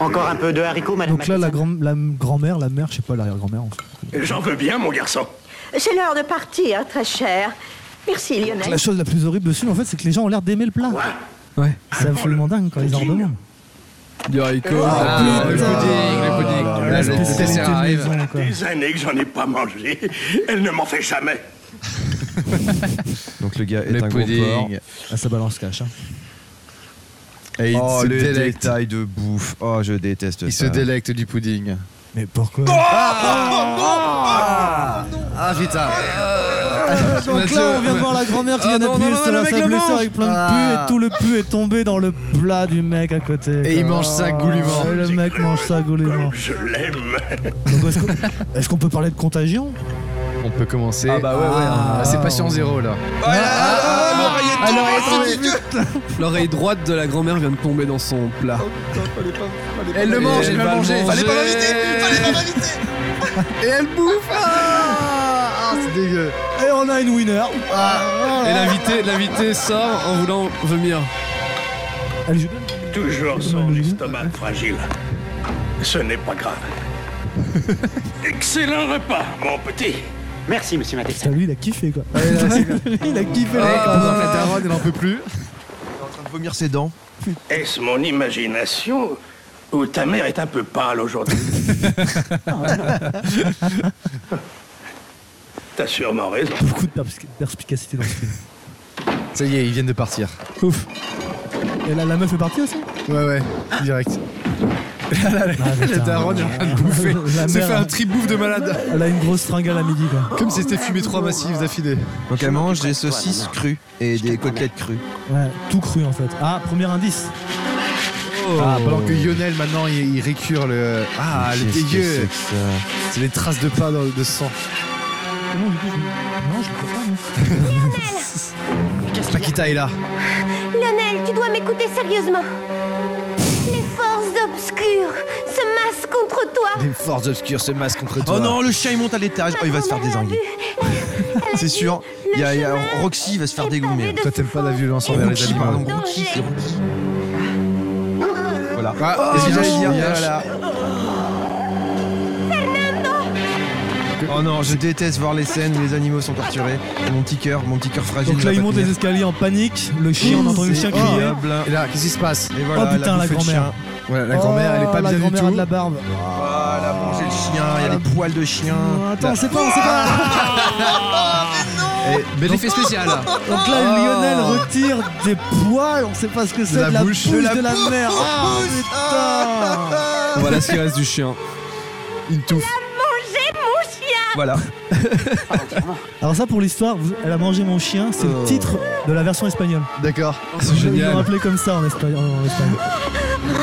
Encore un peu de haricots, madame.
Donc là, la grand- la grand-mère, la mère, je sais pas, l'arrière-grand-mère. en fait.
J'en veux bien, mon garçon.
C'est l'heure de partir, très cher. Merci, Lionel.
La chose la plus horrible de ce film, en fait, c'est que les gens ont l'air d'aimer le plat.
Ouais.
C'est absolument dingue quand ils en redemandent.
Du haricot.
Ah, le pudding,
putain.
le pudding. Là, le
spécialité
dessert
de
arrive.
maison, quoi.
Des années que j'en ai pas mangé. Elle ne m'en fait jamais.
Donc le gars est
Le
un gros porc.
pudding.
Ah, ça balance cash. hein.
Et il
Oh
se
le
délecte.
détail de bouffe. Oh je déteste
Il se
ça.
délecte du pudding.
Mais pourquoi
Ah putain
Donc là, on vient de voir la grand-mère qui vient
Ah non,
d'appuyer
non, non,
sur
le
la
mec le
sa blessure
mange.
avec plein de
Ah.
pu et tout le pu est tombé dans le plat du mec à côté.
Et il mange ça goulûment.
Et le mec mange ça goulûment.
Comme je l'aime.
Donc, Est-ce qu'on est-ce qu'on peut parler de contagion
On peut commencer.
Ah bah ouais, ouais.
Ah, c'est patient zéro là.
Alors attendez.
L'oreille droite de la grand-mère vient de tomber dans son plat.
Elle le
Et
mange,
elle
elle
va
va
le
manger.
manger. Fallait pas m'inviter,
Fallait pas m'inviter Et elle bouffe Ah, ah, c'est dégueu
Et Eh, on a une winner.
Et l'invité, l'invité sort en voulant vomir.
Toujours son estomac fragile. Ce n'est pas grave. Excellent repas, mon petit.
Merci, monsieur Matheson.
Lui, il a kiffé quoi.
Il a kiffé.
Ah,
la daronne, elle en peut plus. Elle est en train de vomir ses dents.
Est-ce mon imagination ou ta mère est un peu pâle aujourd'hui T'as sûrement raison.
Beaucoup de perspi- perspicacité dans ce film.
Ça y est, ils viennent de partir.
Ouf. Et la, la meuf est partie aussi Ah,
Ouais, ouais, direct. la daronne est en train de bouffer.
La
C'est
mère,
fait un
hein.
tribouffe de malade.
Elle a une grosse fringale à midi quoi.
Comme si c'était fumé trois massifs d'affilée.
Donc elle mange des saucisses crues et des côtelettes crues.
Ouais, tout cru en fait. Ah, premier indice.
Oh.
Ah, pendant que Lionel maintenant il, il récure le. Ah, le
Qu'est-ce que c'est
dégueu
que ça
C'est les traces de pas dans- de sang.
Non, du coup, je- non, je crois pas. non.
Paquita est là.
Lionel, tu dois m'écouter sérieusement. Les forces obscures se massent contre toi.
Les forces obscures se massent contre toi.
Oh non, le chien il monte à l'étage. Oh, il va se faire désinguer. Ah, C'est sûr. Il y a, il y a- Roxy il va se faire dégommer.
Toi t'aimes pas la violence envers les
Roxy,
animaux.
pardon, Roxy, c'est Roxy. Voilà.
Ah,
Qu'est-ce que
bien,
j'allais dire
bien.
Voilà. Oh non, je déteste voir les scènes où les animaux sont torturés. Et Mon petit cœur, mon petit cœur fragile.
Donc là, il monte les escaliers en panique. Le chien, on entend le chien
Oh,
crier.
Et là, qu'est-ce qui se passe
Et voilà,
oh putain, la
bouffée de
grand-mère.
chien.
Voilà, la grand-mère, elle est pas
Oh, la
bien du
grand-mère a
tout. Ah.
de la barbe.
Voilà, manger le chien, il y a les poils de chien.
Oh,
Oh, Attends, c'est pas, c'est pas.
Ah. Eh, Mais l'effet spécial.
Donc là, Lionel
Ah.
retire des poils, on sait pas ce que c'est, de la, bouche, de la, mère. Ah
Ah.
putain
Voilà ce qui reste du chien.
Une touffe.
Mangez mon chien
Voilà.
Alors, ça pour l'histoire, vous- elle a mangé mon chien, c'est
Oh.
le titre de la version espagnole.
D'accord.
C'est Ils l'ont appelé comme ça en Espagne. en Espagne.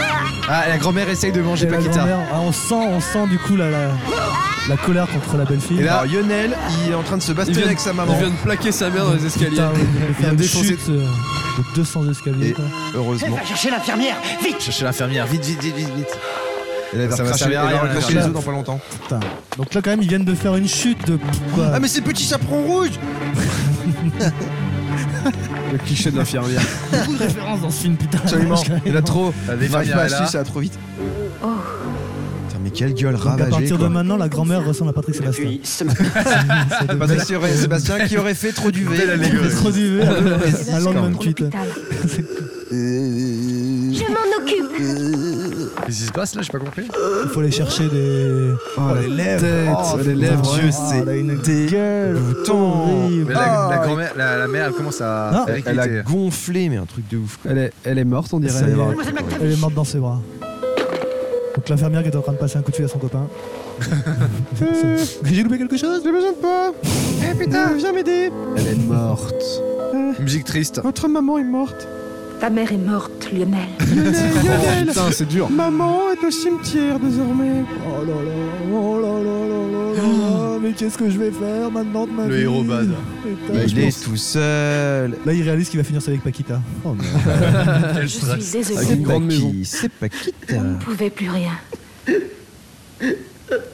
Ah, la grand-mère essaye de manger
Et la
Paquita.
grand-mère- ah, on, sent, on sent du coup la, la, la colère contre la Ah, belle fille.
Et là, alors, Lionel, il est en train de se
Il
bastonner
vient,
avec sa maman.
il vient de plaquer sa mère dans les escaliers.
Putain, il
vient
fait une
défoncer-
chute, euh, de 200 escaliers. quoi.
Heureusement.
Cherchez l'infirmière, vite
Chercher l'infirmière, vite, vite, vite, vite, vite.
Elle va
Ça va
cracher-
servir à
elle va
rien,
cracher
la
les
merde.
œufs dans pas longtemps.
Putain. Donc là quand même ils viennent de faire une chute de quoi
Ah mais c'est petit chaperon rouge
Le cliché de l'infirmière.
beaucoup de références dans ce film putain.
Absolument. Il a trop.
La
Il n'arrive
dernière
pas à
est là.
acheter, ça va trop vite. Putain, mais quelle gueule
Donc à
ravagée.
partir de
Ah, quoi.
maintenant la grand-mère ressemble à Patrick Sébastien.
Puis ce matin,
Patrick Sébastien- eh, Sébastien qui aurait fait trop du V.
C'est trop du
Ah,
à à l'endemain de
Pour
chute.
hein.
l'hôpital. Je m'en occupe.
Qu'est-ce qui se passe là J'ai pas compris.
Il faut aller chercher des.
Oh, les lèvres. Oh, les lèvres. Dieu, c'est
elle a une gueule.
dégoûtant.
horrible.
Mais la,
Ah,
la grand-mère, la, la mère, elle commence à.
Non.
à
Elle, elle a
ricketter.
gonflé, mais un truc de ouf. quoi.
Elle est, elle est morte, on dirait.
Ça y est.
Elle est morte dans ses bras. Donc l'infirmière qui est en train de passer un coup de fil à son copain. J'ai loupé quelque chose J'ai besoin de toi Eh putain, viens m'aider
Elle est morte.
Musique triste.
Votre maman est morte.
Ta mère est morte, Lionel.
Oh, putain, c'est dur.
Maman est au cimetière désormais.
Oh là là, oh là là là là là Mais qu'est-ce que je vais faire maintenant de ma
Le
vie
héros bad.
Putain,
Bah, Il
je
est
pense-
tout seul.
Là, il réalise qu'il va finir ça avec Paquita. Oh, merde.
Je suis
C'est
désolée,
une grande
pas qui,
maison.
C'est pas qui
vous ne pouvez plus rien.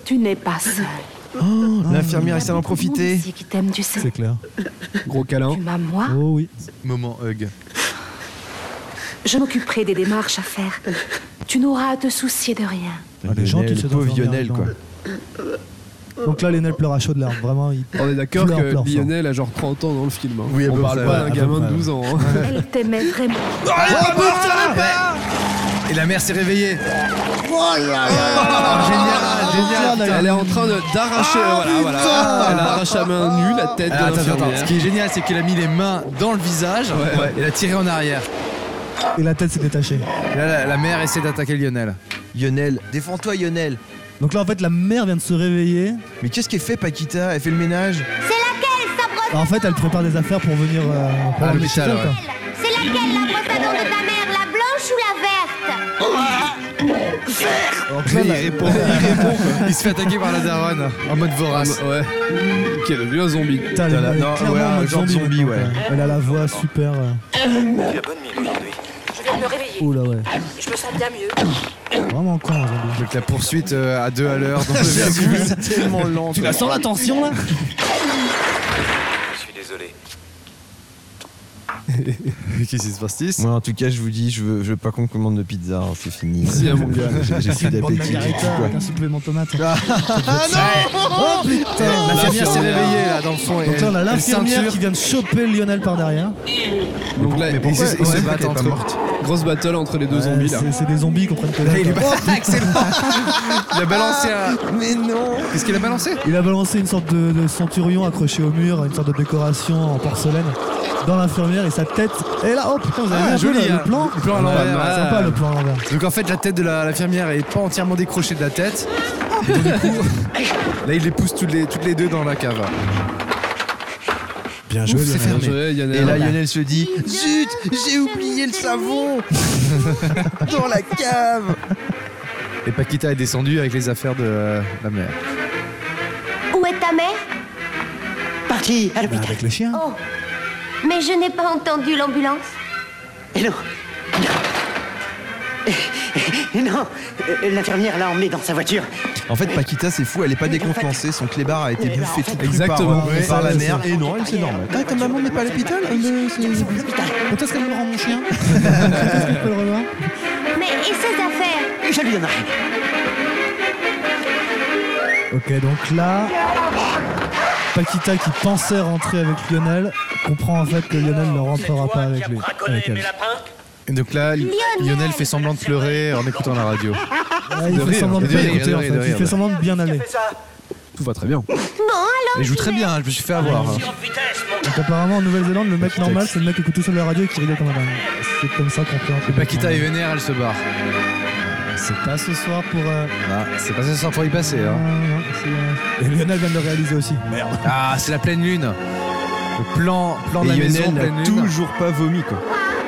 Tu n'es pas seule.
Hein,
L'infirmière essaie d'en profiter.
C'est qui t'aime, tu sais.
C'est clair.
Gros câlin.
Tu m'as moi.
Oh oui.
Moment hug.
Je m'occuperai des démarches à faire. Tu n'auras à te soucier de rien.
Ah, les gens qui
Lionel,
se hein,
pauvre
doivent dormir
Lionel, quoi.
là-dedans. Donc là, Lionel pleure à chaud de larmes. Vraiment, il...
On est d'accord
Pleure,
que
pleure, ça.
Lionel a genre 30 ans dans le film. hein.
Oui, à
on
peu
parle
près,
pas
à
d'un
peu
gamin
près.
de 12 ans. hein.
Elle t'aimait vraiment.
Et la mère s'est réveillée. Oh,
Oh,
Génial,
putain.
Elle est en train de- d'arracher.
Ah,
voilà, voilà. Elle arrache à main nue la tête
Alors, attends,
de
attends,
l'infirmière.
attends. Ce qui est génial, c'est qu'elle a mis les mains dans le visage et elle a tiré en arrière.
Et la tête s'est détachée.
Et là, la, la mère essaie d'attaquer Lionel.
Lionel, défends-toi, Lionel.
Donc là, en fait, la mère vient de se réveiller.
Mais qu'est-ce qu'elle fait, Paquita Elle fait le ménage
C'est laquelle, sa brosse
Alors, en fait, elle prépare des affaires pour venir. euh, pour
À
aller
l'hôpital,
chez elle,
ouais.
quoi.
C'est laquelle, la brosse à dents de ta mère La blanche ou la verte
Donc là,
il
la-
répond, il répond. bah, Il se fait attaquer par la daronne en mode vorace.
Ouais. Quel vieux zombie.
Putain, elle-
Dans la-
elle est
non,
clairement
ouais,
en mode
genre
zombie,
zombie,
maintenant,
ouais.
quoi. Elle a la voix super. euh,
Je vais me réveiller.
Oh là, ouais.
Je me sens bien mieux.
Vraiment con, un zombie.
Donc la poursuite euh, à deux à l'heure dans le
J'avoue,
Vercors.
c'est tellement lent. quoi.
sens la tension là
Je suis désolé.
Qu'est-ce qui se passe
Moi, en tout cas, je vous dis, je veux, je veux pas qu'on commande de pizza, hein, c'est fini.
Si, hein, mon gars.
J'ai- J'ai plus
Une bande
d'appétit. j'ai plus
margarita
quoi.
avec un supplément tomate.
non
Ah, Oh putain
La L'infirmière s'est réveillée, là, dans le fond, et
Donc là, on
elle-
a
elle
l'infirmière
ceinture.
qui vient de choper Lionel par derrière.
Donc là, ils se- ils se
Ouais,
battent
elle est
entre
pas
Grosse battle entre les deux
Ouais,
zombies là.
c'est- C'est des zombies qu'on prenne que
Là, il est
dalle,
pas-
quoi. Oh, putain.
Il a balancé un. Mais non Qu'est-ce qu'il a balancé
Il a balancé une sorte de, de centurion accroché au mur, une sorte de décoration en porcelaine dans l'infirmière et sa tête. Et là, oh putain, vous avez
Ah,
vu un peu
joli,
le,
hein.
le plan
Le plan à l'envers,
Ouais,
ouais.
Sympa le plan à l'envers.
Donc en fait, la tête de la- l'infirmière est pas entièrement décrochée de la tête. Et donc, du coup, là, il les pousse toutes les, toutes les deux dans la cave.
Bien
joué,
c'est
Lionel.
fermé.
Bien joué, Lionel.
Et là, Lionel se dit Zut, j'ai oublié le savon dans la cave.
Et Paquita est descendue avec les affaires de euh, la mère.
Où est ta mère
Parti à l'hôpital.
Avec le chien
Oh Mais je n'ai pas entendu l'ambulance.
Eh
Et non.
eh,
Et non. Euh, L'infirmière l'a emmené dans sa voiture.
En fait, Paquita, c'est fou, elle est pas décontenancée. Son clébard a été bouffé tout cru
Exactement.
par,
Ouais,
par la
ouais,
mère.
c'est-
Et non, elle c'est normal.
euh,
Ah, ta maman n'est pas à l'hôpital
Quand est-ce qu'elle me rend mon chien
Mais et ses affaires
Je lui donnerai.
Ok, donc là, Paquita qui pensait rentrer avec Lionel comprend en fait que Lionel ne rentrera pas avec lui. avec elle.
Et donc là, Bah, Lionel, fait semblant de pleurer en écoutant la radio.
Ah, il
De
fait
rire,
semblant de
de
bien
rire,
écouter
de
en
rire, de
fait. Il
rire,
fait
de-
semblant de bien aller.
Tout va très bien.
Bon alors
Et je joue très bien, hein, je me suis fait avoir. hein.
Donc apparemment en Nouvelle-Zélande, le mec normal, c'est le mec qui écoute tout seul la radio et qui rigole comme un dingue. C'est comme ça qu'on fait un peu.
Paquita est vénère, elle se barre.
C'est pas ce soir pour. euh,
Ah, c'est pas ce soir pour y passer.
euh,
Hein.
non, c'est, euh, Et Lionel vient de le réaliser aussi. Merde.
Ah, c'est la pleine lune. Le plan, plan
Et
de la
Lionel
maison,
n'a
pleine lune.
toujours pas vomi, quoi.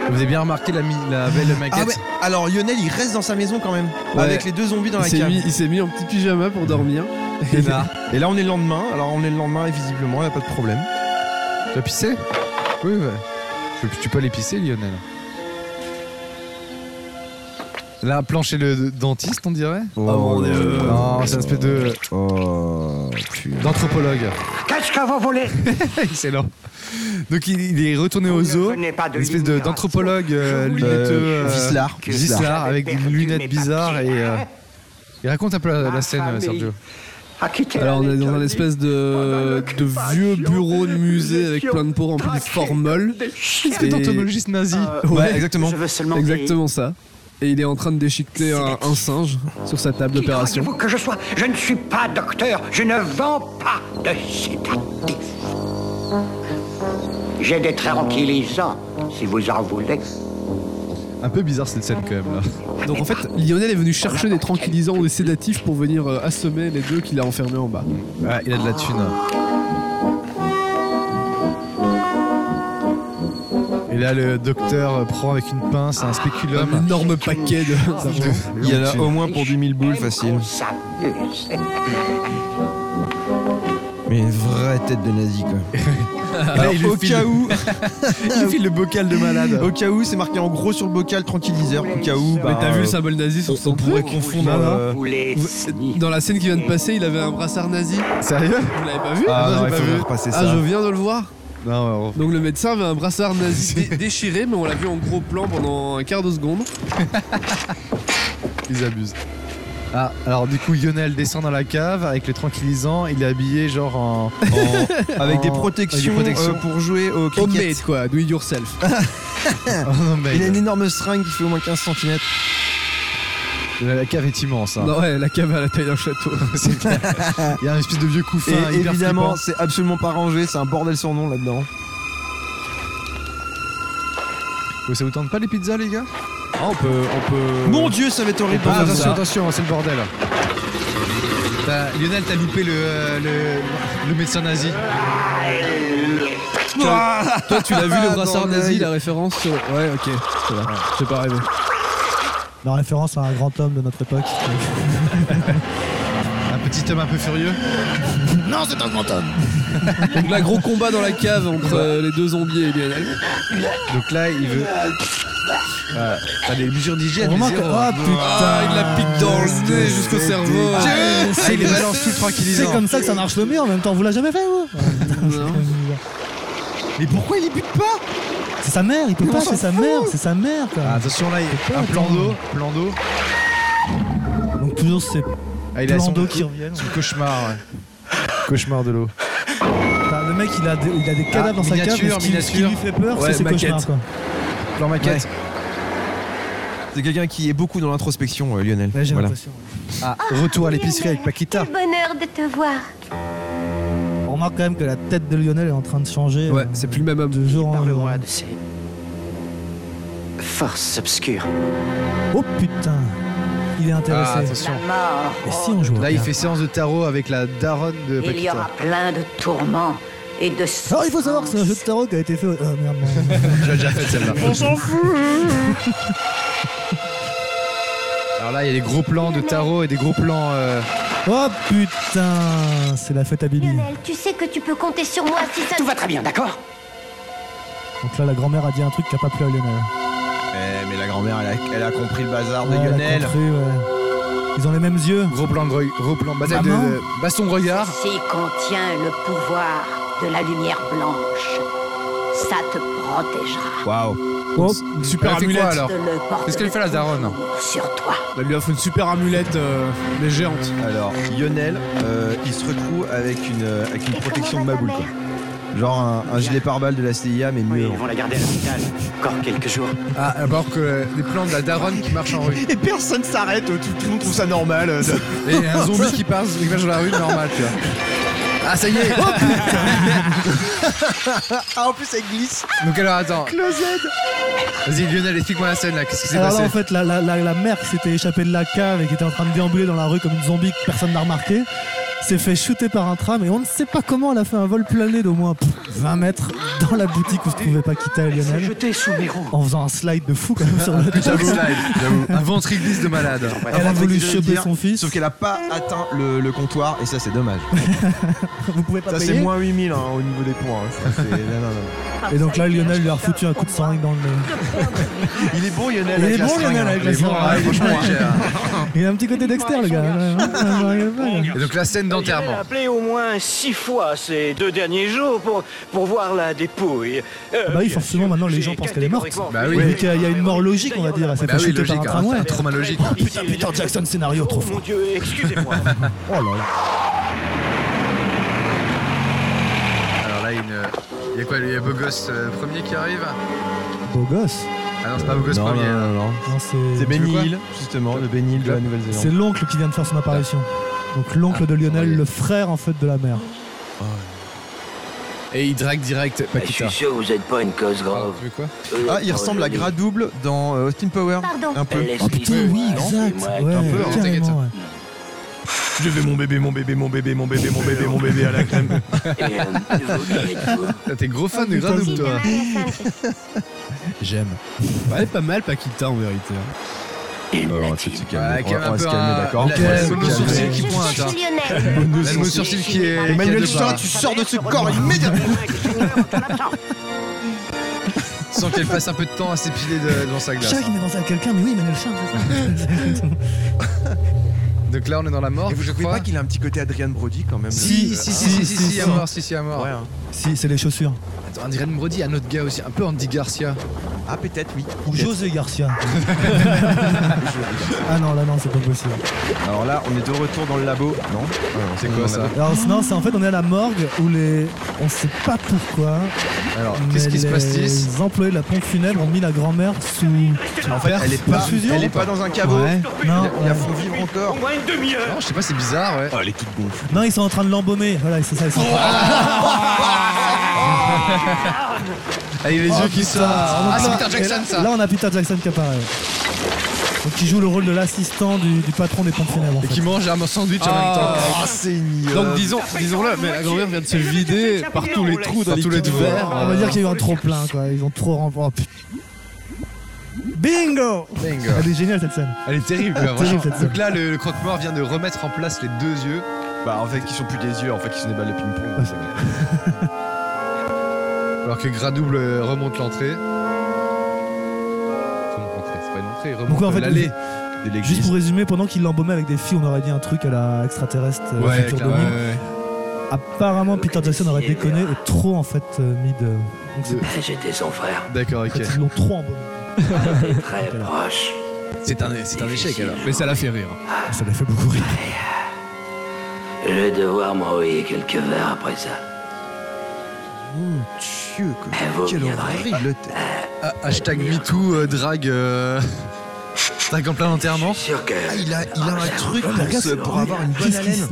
Vous avez bien remarqué la, mi- la belle maquette
Ah ouais, alors Lionel, il reste dans sa maison quand même.
Ouais.
Avec les deux zombies dans
Il
la
s'est
cave.
mis- il s'est mis en petit pyjama pour dormir.
Et là, et là, on est le lendemain. Alors, on est le lendemain et visiblement, il n'y a pas de problème.
Tu as pissé Oui, ouais. Tu peux- Tu peux aller pisser, Lionel. Là, un plan chez le dentiste, on dirait
Ah,
mon Dieu.
Non, c'est un espèce de.
Oh, putain.
d'anthropologue.
Qu'est-ce que vous voulez
Excellent. Donc, il, il est retourné au zoo.
venez pas de
Une espèce de- d'anthropologue euh,
vous le
lunetteux.
dis.
euh,
Vislard.
Vislard, avec des lunettes bizarres et. euh, il raconte un peu la, la scène, euh, Sergio.
Alors on est dans un espèce de, de vieux bureau de musée avec plein de peaux remplis de formoles.
Espèce d'anthologiste nazi.
Ouais, exactement.
Je veux seulement
Exactement ça. Et il est en train de déchiqueter un, un singe sur sa table d'opération.
Vous que je sois, je ne suis pas docteur, je ne vends pas de sédatifs. J'ai des tranquillisants, si vous en voulez.
Un peu bizarre cette scène, quand même. Là.
Donc en fait, Lionel est venu chercher des tranquillisants ou des sédatifs pour venir euh, assommer les deux qu'il a enfermés en bas.
Ouais, il a de la thune. Et là, le docteur prend avec une pince un spéculum.
Un énorme paquet de.
Il y en a au moins pour 10 000 boules facile.
Oh,
Mais une vraie tête de nazi, quoi. Alors,
il lui
au
file-
cas où,
Il file le bocal de malade.
au cas où, c'est marqué en gros sur le bocal tranquilliseur. Au cas où, bah,
Mais t'as vu le symbole nazi sur son
on pourrait
truc
euh, confondre. euh,
Dans la scène qui vient de passer, il avait un brassard nazi.
Sérieux
Vous l'avez pas vu
Ah,
non,
non,
j'ai
il
pas
faudrait
vu.
repasser ça.
Ah, je viens de le voir.
Non,
Donc le médecin avait un brassard nazi dé- déchiré, mais on l'a vu en gros plan pendant un quart de seconde.
ils abusent. Ah, alors du coup, Lionel descend dans la cave avec les tranquillisants. Il est habillé genre en. en-
avec des
en-
protections,
avec des protections.
euh, pour jouer au cricket.
Homemade quoi, do it yourself.
Oh, non, mais
Il a une énorme seringue qui fait au moins 15 cm.
la, la cave est immense. hein.
Non ouais, la cave à la taille d'un château.
C'est clair. Il y a un espèce de vieux couffin.
Et
hyper
évidemment,
flippant.
c'est absolument pas rangé, c'est un bordel sans nom là-dedans.
Ça vous tente pas les pizzas, les gars
Ah, on peut, on peut.
Mon dieu, ça va être horrible.
Ah,
dans un
attention,
jardin.
attention, c'est le bordel. T'as- Lionel, t'as loupé le, euh, le, le médecin nazi.
Toi, tu l'as vu
Ah,
le brassard
Dans
nazi,
l'œil.
la référence sur- Ouais, ok. Ça va. J'ai pas rêvé.
La référence à un grand homme de notre époque.
Un petit homme un peu furieux.
Donc là, gros combat dans la cave entre euh, les deux zombies et Lionel.
Donc là, il veut. Voilà. T'as des mesures d'hygiène.
On
mais
remarque-
zéro.
Ah,
Ah, il la pique dans le nez jusqu'au cerveau.
Ah, il les balance tout
C'est
tranquillisant.
comme ça que ça marche le mieux en même temps, vous l'avez jamais fait vous
Non.
Mais pourquoi il y bute pas
C'est sa mère, il peut
Mais on
pas,
s'en
c'est sa
fout.
mère, c'est sa mère. quoi.
Ah, attention là, il y a un plan d'eau, plan d'eau.
Donc toujours ces
Ah, il a
plans
son-
d'eau qui reviennent.
Son cauchemar, ouais. Cauchemar de l'eau.
Putain, Bah, Le mec, il a des, il a des cadavres dans sa cave. mais
miniature,
ce qui- ce qui
miniature.
lui fait peur,
Ouais,
c'est ses
maquette.
cauchemars. quoi.
Plan maquette.
Ouais. C'est quelqu'un qui est beaucoup dans l'introspection, euh, Lionel.
j'ai
Voilà.
l'impression. Ah, retour à l'épicerie avec Paquita.
Bonheur de te voir.
On remarque quand même que la tête de Lionel est en train de changer. Ouais,
c'est plus le même homme.
De jour en jour.
de ces forces obscures.
Oh putain, il est intéressé.
Ah, attention.
mort.
Et si on joue au
Là, il
père
fait séance de tarot avec la daronne de
Il y aura
Paquita.
plein de tourments et de
Alors Ah, il faut savoir que c'est un jeu de tarot qui a été fait. au- Ah, merde, non.
J'ai déjà fait celle-là.
fout
Alors là, il y a des gros plans de tarot et des gros plans. euh,
Oh putain, c'est la fête à Billy.
Lionel, tu sais que tu peux compter sur moi si ça... Tout va très bien, d'accord
Donc là, la grand-mère a dit un truc qui a pas plu à Lionel.
Eh, mais la grand-mère, elle a, elle a compris le bazar de
Ouais, elle a
Lionel.
compris, ouais. Ils ont les mêmes yeux.
Gros plan de. Gros plan. Bataille de.
Maman.
de- Baston de regard.
Ceci contient le pouvoir de la lumière blanche. Ça te protégera.
Waouh.
Oh,
une
super
Elle a fait quoi,
amulette.
alors Qu'est-ce qu'elle fait la daronne
Sur toi.
Elle lui offre une super amulette, euh, mais géante.
Alors, Lionel, euh, il se retrouve avec une, euh, avec une protection de maboule. quoi. Genre un, un gilet pare-balles de la CIA, mais mieux.
Ils vont la garder à l'hôpital encore quelques jours.
Ah, alors que des plans de la daronne qui marche en rue.
Et personne s'arrête, tout, tout le monde trouve ça normal. euh, de-
Et il y a un zombie qui passe, qui marche dans la rue, normal, tu vois. Ah, ça y est Oh putain
Ah, en plus, elle glisse.
Donc alors, attends.
Closed.
Vas-y, Lionel, explique-moi la scène là. Qu'est-ce qui s'est
Alors
passé
là, en fait, la, la, la, la mère qui s'était échappée de la cave et qui était en train de déambuler dans la rue comme une zombie que personne n'a remarqué, s'est fait shooter par un tram et on ne sait pas comment elle a fait un vol plané d'au moins pff, 20 mètres dans la boutique où se trouvait Paquita et Lionel. sous mes roues. En faisant un slide de fou quand même sur la
Putain, le slide, j'avoue. Un ventre glisse de malade.
Elle a
Enfin,
voulu
c'est ce que je veux
choper
dire,
son fils.
Sauf qu'elle a pas atteint le, le comptoir, et ça, c'est dommage.
Vous pouvez pas
Ça, c'est
payer.
moins 8000 hein, au niveau des points. hein. Ça, c'est- non, non, non.
Et donc là, Lionel lui a foutu un coup de seringue dans le nez.
Il est bon, Lionel.
Il
avec
est
la
bon,
seringue,
Lionel,
hein.
avec la seringue. Il a un petit côté Dexter, le gars. hein. Ah,
Et donc la scène
J'ai
Bah
d'enterrement.
appelé au moins six fois ces deux derniers jours pour, pour voir la dépouille. Euh,
Ah bah oui,
bien
forcément, maintenant les gens pensent qu'elle est morte.
Bah oui.
Vu qu'il y a une mort logique, on va dire. Elle s'est
Bah
fait
oui,
shooter par un
logique, hein,
tramway.
c'est trauma logique.
Oh putain, Peter Jackson scénario, trop fort.
Mon Dieu, excusez-moi.
Oh là là.
Alors là, il y a une- il y a quoi Il y a Beau Gosse euh, premier qui arrive
Beau gosse.
Ah non, c'est pas Beau Gosse
Non,
premier.
non, non, non.
Non, c'est-
C'est
Tu veux
Benny
quoi
Hill, justement, le Benny Hill de la Nouvelle-Zélande.
C'est l'oncle qui vient de faire son apparition. Donc l'oncle de
Ah,
Lionel, le frère en fait de la mère.
Et il drague direct Paquita.
sûr que vous n'êtes pas une cause grave.
Ah, il ressemble à Gradouble dans euh, Austin Power.
Pardon.
Un peu.
Oh putain,
oui,
Ah,
exact. Ouais,
peu, hein,
carrément, ouais.
Je vais mon bébé, mon bébé, mon bébé, mon bébé, mon bébé, mon bébé à la crème.
Ah, T'es gros fan de
Putain,
Gradouble,
si,
toi.
Maria Sanchez.
J'aime. Bah, elle est pas mal, Paquita, en vérité.
Alors, Bah, on va se calmer,
hein. Ouais,
on
calme
va- on
un
va se
peu,
calmer,
hein.
d'accord
Là,
On va
le
se
bonus
calmer.
sourcil qui pointe.
Je
hein.
suis Lionel.
Là, le mot sourcil qui est.
Emmanuel
qui a deux
Chara,
barres.
tu sors de ce corps immédiatement
Sans qu'elle passe un peu de temps à s'épiler de- devant sa glace. hein.
Chat qui met dans ça à quelqu'un, mais oui, Manuel Chat, c'est ça.
Donc là, on est dans la mort,
Et vous
je
ne
crois.
pas qu'il a un petit côté Adrien Brody quand même
Si, si,
le- Ah,
si, si, si,
si,
si, à
si.
mort, si, si, à mort.
ouais, hein.
Si, c'est les chaussures.
Attends, Andy Brody, un autre gars aussi, un peu Andy Garcia.
Ah, peut-être, oui.
Ou José Garcia. ah non, là non, c'est pas possible.
Alors là, on est de retour dans le labo. Non
C'est quoi ça
Alors sinon, c'est en fait, on est à la morgue où les. On sait pas pourquoi.
Alors,
mais
qu'est-ce qui se passe-t-il
Les employés de la pompe funèbre ont mis la grand-mère sous.
En fait, elle est pas,
fusion
elle est pas dans un caveau.
Ouais. Non, euh,
Ils la
ouais.
font vivre encore.
Au moins une demi-heure.
Non, je sais pas, c'est bizarre, ouais.
Oh, elle est toute gonflée.
Non, ils sont en train de l'embaumer. Voilà, c'est ça. Ils sont...
Ah, il y a les
Oh,
yeux qui
putain.
sortent. Ah,
Donc
c'est
là-
Peter
et
Jackson,
là-
ça.
Là, on a Peter Jackson qui apparaît. Donc, qui joue le rôle de l'assistant du, du patron des pompes funèbres. En
Et
fait.
qui mange un sandwich en même
Ah.
temps.
Ah, c'est ignoble.
Donc, disons, disons-le, mais la grand-mère vient de se vider par tous les trous dans
Par tous les trous.
verre.
On va dire qu'il y a eu
euh,
un trop plein, quoi. Ils ont trop rempli. Oh, putain. Bingo
Bingo.
Elle est géniale cette scène.
Elle est terrible, quoi,
Terrible,
franchement.
cette scène.
Donc là, le, le croque-mort vient de remettre en place les deux yeux.
Bah, en fait, ils sont plus des yeux, en fait, ils sont des balles de ping-pong. c'est clair.
Alors que Gradouble euh, remonte l'entrée. Remonte l'entrée, c'est pas une entrée, il remonte
Donc, en fait,
l'allée.
Des
Juste
légumes.
pour résumer, pendant qu'il l'embaumait avec des filles, on aurait dit un truc à la extraterrestre. euh,
Ouais,
futur
clairement.
2000. Apparemment, Peter Jackson aurait déconné et trop en fait euh, mis de. Donc c'est-
J'étais son frère.
D'accord, ok.
Ils l'ont trop embaumé.
Très proche.
C'est un, c'est un échec alors. Mais ça l'a fait rire.
Ça l'a fait beaucoup rire.
Je vais devoir m'envoyer quelques verres après ça.
Mon Dieu, que-
vous
quelle
viendrez.
horrible tête.
Ah, hashtag MeToo euh, drague. euh, drague en plein enterrement.
Ah, il a, il a un truc pour, se- pour avoir une bonne haleine.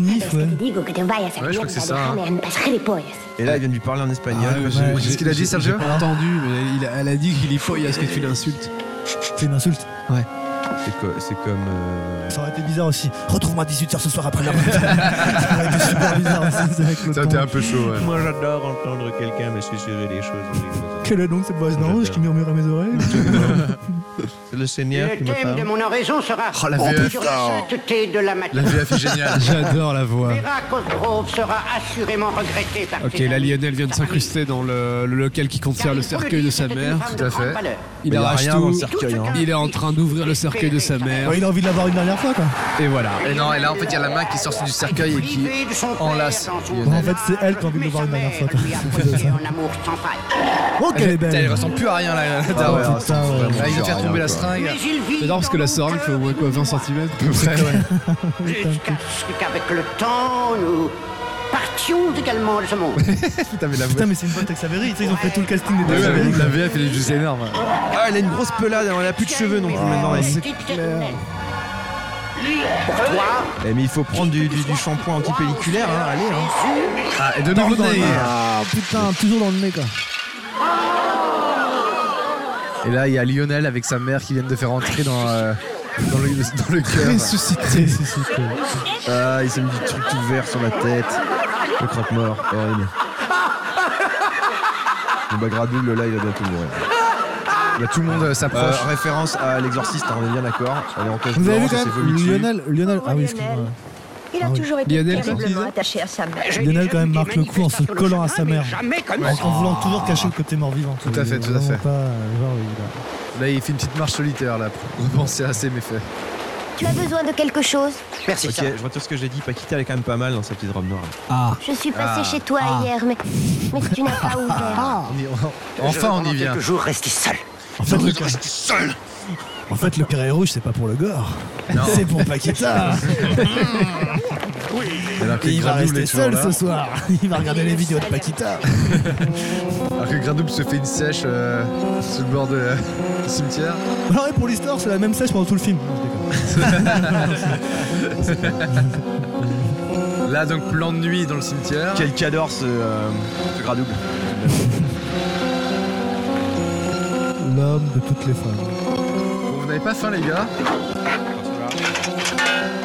Digo que te vayas a
Ouais, je crois que c'est ça.
dejarme en paz gilipollas.
Et là, il vient de lui parler en espagnol.
ouais, j'ai- Qu'est-ce qu'il a dit, Sergio
J'ai pas entendu, mais il a- elle a dit qu'il est faux à ce que tu l'insultes.
C'est une insulte.
Ouais.
C'est co- C'est comme. euh,
Ça aurait été bizarre aussi. Retrouve-moi à 18h ce soir après la retraite. Ça aurait été super bizarre aussi. c'est avec le
Ça,
ton.
t'es un peu chaud, ouais.
Moi, j'adore entendre quelqu'un me susurrer des choses. rigoleuses.
Quelle est donc cette voix d'ange qui murmure à mes oreilles
C'est le Seigneur qui
Le
me
thème de
parle.
mon oraison sera
Oh, la VF.
sur la sainteté de la
La
matière.
VF est géniale.
J'adore la voix.
Veracruz Grove sera assurément regretté par
Ok,
ses
là
amis.
Lionel vient de s'incruster dans le, le local qui contient le cercueil de sa mère.
Tout à fait.
Il
Mais y a
arrache
rien dans
tout.
le cercueil, hein.
Il est en train d'ouvrir le cercueil de sa mère.
Ouais, Il a envie de l'avoir une dernière fois quoi.
Et voilà.
Et non, et là en fait il y a la main qui sort du cercueil et qui
Privé de son père
enlace
dans son
Bon, en
Lionel.
fait, c'est elle qui a envie de le voir une dernière fois quoi. C'est ça.
en amour sans faille.
Oh, qu'elle est belle.
Putain, il ressemble plus à rien là. la daronne.
Ah ouais, putain, ouais.
Là, il vient de faire
Rien,
tomber la
quoi.
seringue.
Mais il vit
J'adore parce que la
dans mon
seringue fait au
cœur
moins quoi 20 cm
Jusqu'à ce qu'avec le temps, nous partions également de ce monde.
Putain, mais la
Putain,
voix.
mais c'est une bonne Tex-Avery, tu sais, ils ont fait tout le casting des
Ah ouais,
Tex-Avery.
mais La VF elle est juste énorme.
Ah, elle a une grosse pelade, elle a plus de cheveux non plus maintenant. elle.
c'est clair.
Pour toi,
Eh, mais il faut prendre du, du, du shampoing anti-pelliculaire, hein, allez. Hein.
Ah, et de nouveau dans le nez.
Ah putain, toujours dans le nez quoi.
Et là il y a Lionel avec sa mère qui viennent de faire entrer dans, euh, dans le, dans le cœur.
Ressuscité.
Ah, il s'est mis du truc tout vert sur la tête. Le croque-mort, horrible. Bon bah Gradoul, là, il va bientôt mourir.
Là, tout le monde euh,
Euh,
s'approche.
référence à l'exorciste, hein, on est bien d'accord. Elle est en cage
Vous avez vu
blanche,
quand
elle s'est
même
vomi dessus.
Lionel, Lionel, ah oui, excuse-moi.
Ah
Il a toujours été
Lionel, qu'est-ce qu'il
terriblement
disait
attaché à sa mère.
Lionel quand même marque le coup en se collant à sa mère.
Jamais comme
En, en voulant toujours cacher le côté mort-vivant.
Ah. Tout à fait, tout à fait.
Pas, euh, genre, il a-
Là il fait une petite marche solitaire là pour repenser à ses méfaits.
Tu as besoin de quelque chose
merci.
Ok, je retire ce que j'ai dit. Paquita, elle est quand même pas mal dans sa petite robe noire.
Je suis
Ah.
passée chez toi hier, mais, mais tu n'as pas
Ah,
ouvert.
On y- on- Enfin on y vient.
toujours rester seul.
En fait, le... En fait, le carré rouge, c'est pas pour le gore. C'est pour Paquita.
Alors que
Et il va
Gradoul
rester
est toujours
seul
là.
ce soir. Il va regarder les vidéos de Paquita.
Alors que Gradoul se fait une sèche euh, sur le bord de, euh, du cimetière.
Alors, ouais, pour l'histoire, c'est la même sèche pendant tout le film. Non, je
Là donc plan de nuit dans le cimetière.
Quel cador ce, euh, ce Gradoul.
déconne. L'homme de toutes les femmes.
Bon, vous n'avez pas faim les gars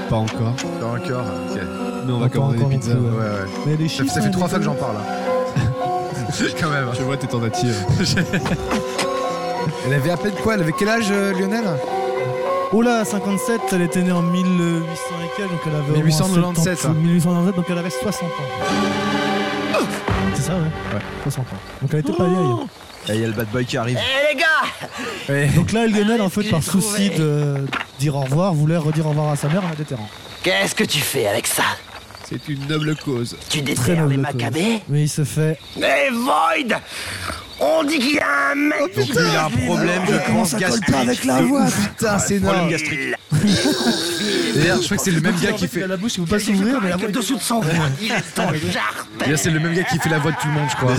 Pas encore.
Pas encore. Ok.
Mais on va
Pas
commander des
encore non
pizzas.
plus, ouais.
Ouais ouais.
Mais les
Ça,
chiffres.
ça fait
hein,
trois
les
fois que
gars.
j'en parle. hein. Quand même. hein.
Je vois tes tentatives.
Elle avait à peine quoi Elle avait quel âge euh, Lionel
Oh là, 57, elle était née en 1800 et quelques, donc elle avait au moins
1897,
70,
hein.
1897, donc elle avait 60 ans.
Ah
C'est ça, ouais Ouais. 60 ans. Donc elle était pas
Oh
vieille.
Eh,
Et il y a le bad boy qui arrive.
Eh les gars
Donc là, Lionel, en fait, par souci de dire au revoir, voulait redire au revoir à sa mère en la déterrant.
Qu'est-ce que tu fais avec ça
C'est une noble cause.
Tu
Très
déterres
noble.
les
cause.
macabées
Mais il se fait.
Eh,
Mais Void On dit qu'il y a un mec
Donc lui, il a un problème, je pense, gastrique.
la voix
Putain, c'est
Problème
énorme.
gastrique.
D'ailleurs, je crois que c'est le même gars qui
Il a
fait.
la bouche qui veut pas s'ouvrir, mais la voix.
dessous de son ventre, il est en jarre.
D'ailleurs, c'est le même gars qui fait la voix de tout le monde, je crois.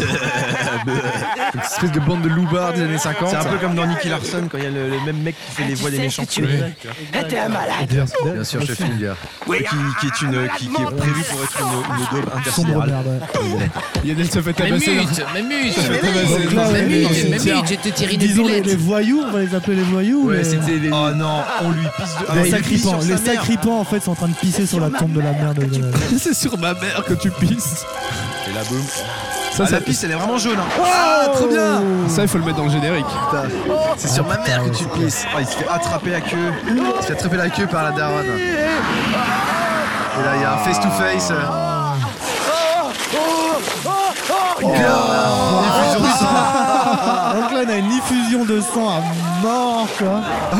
Une espèce de bande de loubards des années 50.
C'est un peu comme dans Nicky Larson quand il y a le, le même mec qui fait les voix des méchants.
Eh,
T'es un malade.
Bien sûr, chef Finger.
Et qui, qui est une, qui, qui est prévu pour être une, une daube
Sombre
intersidérale.
merde. ouais.
Lionel se fait tabasser. dans- se fait tabasser
Donc
dans
là,
le
ouais,
cimetière.
mais-
j'étais tiré des
Disons les, les
boulettes.
voyous, on va les appeler les voyous. euh,
Ouais,
les-
c'était des.
Oh non, on lui pisse de. Ah,
les
il lui pisse
sacripants,
sur sa
les
mère.
sacripants en fait sont en train de pisser sur la tombe de la mère de Lionel.
C'est sur ma mère que tu pisses.
Et là, boum.
Ça,
Ah,
ça
la pisse, elle est vraiment jaune. Hein.
Ah, trop bien
Ça, il faut le mettre dans le générique.
C'est sur ma mère que tu pisses.
Ah, il se fait attraper la queue.
Il s'est attrapé la queue par la daronne. Et Oh, là, il y a un face-to-face. euh.
Oh, Effusion de sang. Donc là, on Ah, a une effusion de sang à mort, quoi.
oh,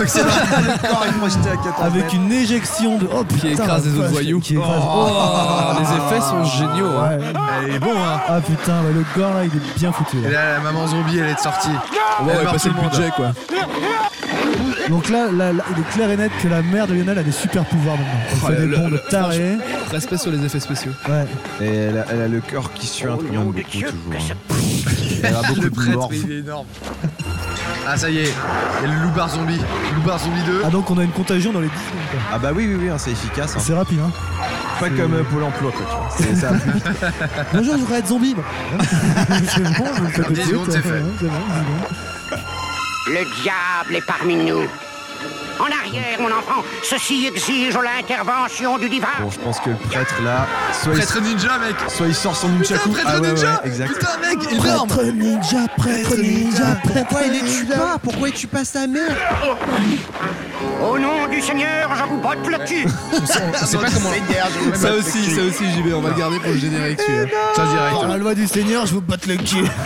Avec une éjection de. Oh, putain,
Qui écrase
la
les autres
vache,
voyous.
qui écrase-
Oh, les effets sont géniaux. hein.
Il est bon, hein. Ah putain, ouais, le gore là, il est bien foutu. là.
Et là, la maman zombie, elle est sortie.
Ouais,
Elle
ouais,
meurt
passer
tout
le
monde.
budget, quoi.
Donc là, là, là, il est clair et net que la mère de Lionel a des super pouvoirs maintenant. Elle
Oh,
fait
le-
des bombes
le-
tarées.
Respect sur les effets spéciaux.
Ouais.
Et elle a, elle a le cœur qui suit
Oh,
un triangle beaucoup, toujours. hein. Elle a beaucoup
le
de
prêtre,
morts.
il est énorme. Ah, ça y est, il y a le loupard zombie. Loupard zombie 2.
Ah donc on a une contagion dans les 10 secondes, quoi.
Ah bah oui, oui, oui, hein, c'est efficace. hein.
C'est rapide, hein.
Pas comme euh, Pôle emploi, quoi, tu vois. C'est ça.
Bonjour, je voudrais être zombie. moi. c'est bon, je le fais tout de
10
suite.
secondes, c'est fait.
Ouais, c'est bon, c'est
Le diable est parmi nous. En arrière, mon enfant, ceci exige l'intervention du divin.
Bon, je pense que le prêtre là, soit
Prêtre ninja, mec.
il, soit il sort son nunchaku.
Putain, prêtre
ah, ouais,
ninja.
ouais, exact.
Putain, mec,
bon.
énorme.
Prêtre ninja, prêtre ninja, prêtre ninja.
Pourquoi il tue pas sa mère
Au nom du Seigneur, je vous botte le cul.
Je sais Ah, pas comment.
Ça aussi, ça aussi, JB, on va le garder pour le générique, celui-là.
Ça direct.
Par Ah, la loi du Seigneur, je vous botte le cul.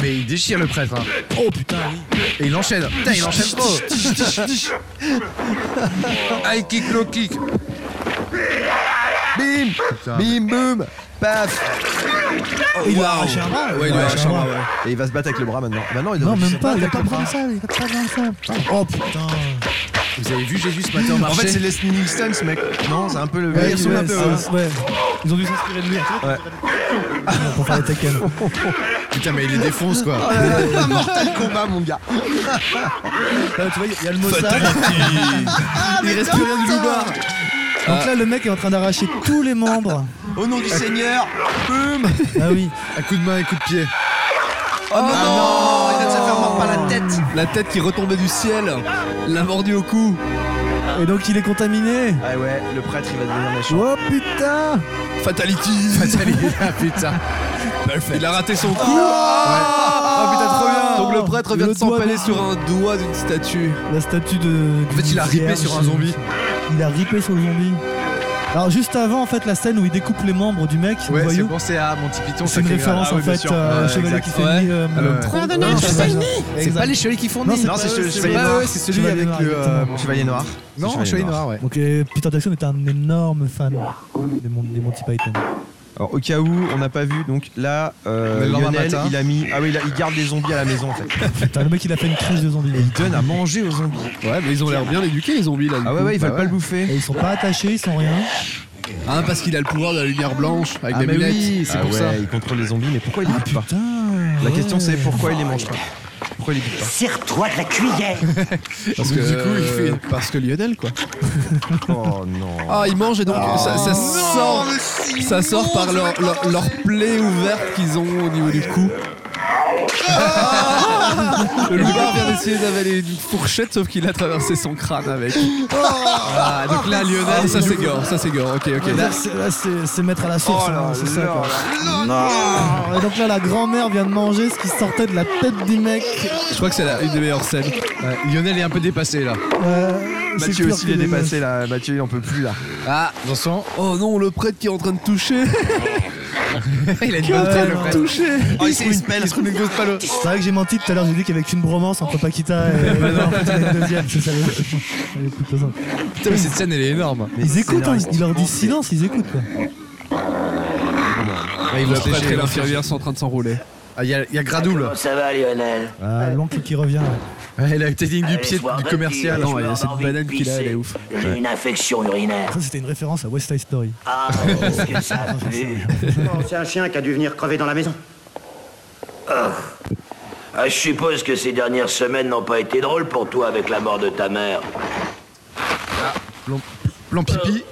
Mais il déchire le prêtre. Hein.
Oh putain, oui.
Et il enchaîne. Putain, il enchaîne trop. High kick, low kick.
Bim
Putain,
Bim, boum Paf
Il a arraché un bras.
Ouais, il
a
a
arraché
un
un bras.
Et il va se battre avec le bras maintenant. Bah non, il
Non,
devrait
même
se
pas,
battre
il va
avec
pas
le bras.
prendre ça, il va pas prendre ça. Oh putain.
Vous avez vu Jésus ce matin au
En fait,
marché
c'est les Sneaking Stones, mec. Non, c'est un peu le.
Ouais,
il ressemble un
ouais,
peu, ouais.
c'est- ouais.
hein.
Ils ont dû s'inspirer de lui. hein.
Ouais.
Ah, Pour faire les Tekken.
Putain, mais il les défonce quoi.
Mortal Kombat, mon gars.
Là, tu vois, il y a le Mossad.
Ah,
il reste plus rien du loupard. Donc là, le mec est en train d'arracher tous les membres.
Au nom du Seigneur, boum
Ah oui.
Un coup de main, un coup de pied.
Oh, il vient de se faire mordre par la tête.
Ah La tête qui retombait du ciel, l'a mordu au cou.
Et donc, il est contaminé.
Ah ouais, le prêtre, il va devenir méchant.
Oh putain
Fatality Bah,
Fatality. Ah, putain.
Bah,
Il a raté son coup. Ah putain, trop bien. Donc le prêtre vient
Le
de s'empaler
doigt de-
sur un doigt d'une statue.
La statue de.
En fait, il a ripé sur un zombie.
Il a ripé sur le zombie. Alors, juste avant, en fait, la scène où il découpe les membres du mec, le
Ouais, c'est
voyou.
pensé à mon petit python.
C'est une
sacré Graal.
référence
Ah oui,
en
bien
fait
sûr.
euh,
Ouais,
Chevalier
exact.
qui fait
Ouais.
ni, euh,
Ah ouais.
Trou-
Pardonnez,
non,
je
c'est pas-
C'est
Exact.
pas les chevaliers qui font
Non,
nid.
c'est
Non,
pas
c'est
eux,
ce-
c'est
chevalier
pas
noir.
eux,
c'est celui avec
noir,
le. euh,
exactement.
Mon chevalier noir.
Non, chevalier noir, ouais.
Donc euh, Peter Jackson était un énorme fan des, Mon- des Monty Python.
Alors, au cas où on n'a pas vu, donc là,
Le
euh,
lendemain
Lionel,
matin.
il a mis. Ah oui, il, a- il garde les zombies à la maison en fait.
Putain, le mec il a fait une crise de zombies.
Il donne à manger aux zombies.
Ouais, mais ils ont l'air bien éduqués les zombies là. du
Ah ouais,
coup.
ouais, ils
Bah
veulent pas le bouffer.
Et ils sont pas attachés, ils sont rien.
Hein, parce qu'il a le pouvoir de la lumière blanche avec
Ah,
des
mais
lunettes.
oui, c'est
Ah
pour
ouais.
ça. Ah, Il contrôle les zombies, mais pourquoi il les bute pas
Putain.
La question c'est pourquoi il les mange pas Pourquoi il les bute pas
Tire-toi de la cuillère.
Parce que, du coup, il fait... parce que Lionel quoi.
Oh non.
Ah, ils mangent et donc ça, ça sort, ça sort par leur, leur, leur plaie ouverte qu'ils ont au niveau du cou.
Ah
le loupard vient d'essayer d'avaler une fourchette sauf qu'il a traversé son crâne avec. Oh. Ah, donc là Lionel, ça c'est gore, ça c'est gore, ok ok.
Là, c'est- là, c'est c'est mettre à la source,
Eh ben, Oh
hein,
là
c'est ça
là
quoi.
là.
Et donc là, la grand-mère vient de manger ce qui sortait de la tête du mec.
Je crois que c'est la- une des meilleures scènes.
Ouais, Lionel est un peu dépassé là.
Euh, c'est
Mathieu
pire
aussi
que
il est
les-
dépassé là, Mathieu il en peut plus là.
Ah
Vincent,
Oh non, le prêtre qui est en train de toucher
il a une bonne tête, le prêtre.
Toucher
Oh, il se trouve une pelle.
C'est vrai que j'ai menti tout à l'heure, j'ai dit qu'il y avait qu'une bromance entre Paquita et non, en fait, il y en a une deuxième, c'est ça. le- Elle est plutôt
Putain, mais cette scène elle est énorme.
Ils écoutent, hein,
scénariste,
il leur dit
pense,
silence, ils écoutent quoi.
Le prêtre et l'infirmière sont en train de s'enrouler.
Ah, il y, a- il y a Gradouble.
Ça va, Lionel
Ah, L'oncle qui revient.
Ouais, la technique du
Allez,
pied
se voir
du
d'un
commercial.
petit,
Non,
je
il y a
vais
cette
avoir envie de
banane qu'il a, elle est
pisser.
ouf.
J'ai une infection urinaire.
Ça, c'était une référence à West Side Story.
Ah, est-ce que ça pue
C'est un chien qui a dû venir crever dans la maison.
Ah, je suppose que ces dernières semaines n'ont pas été drôles pour toi avec la mort de ta mère.
Plan, plan pipi.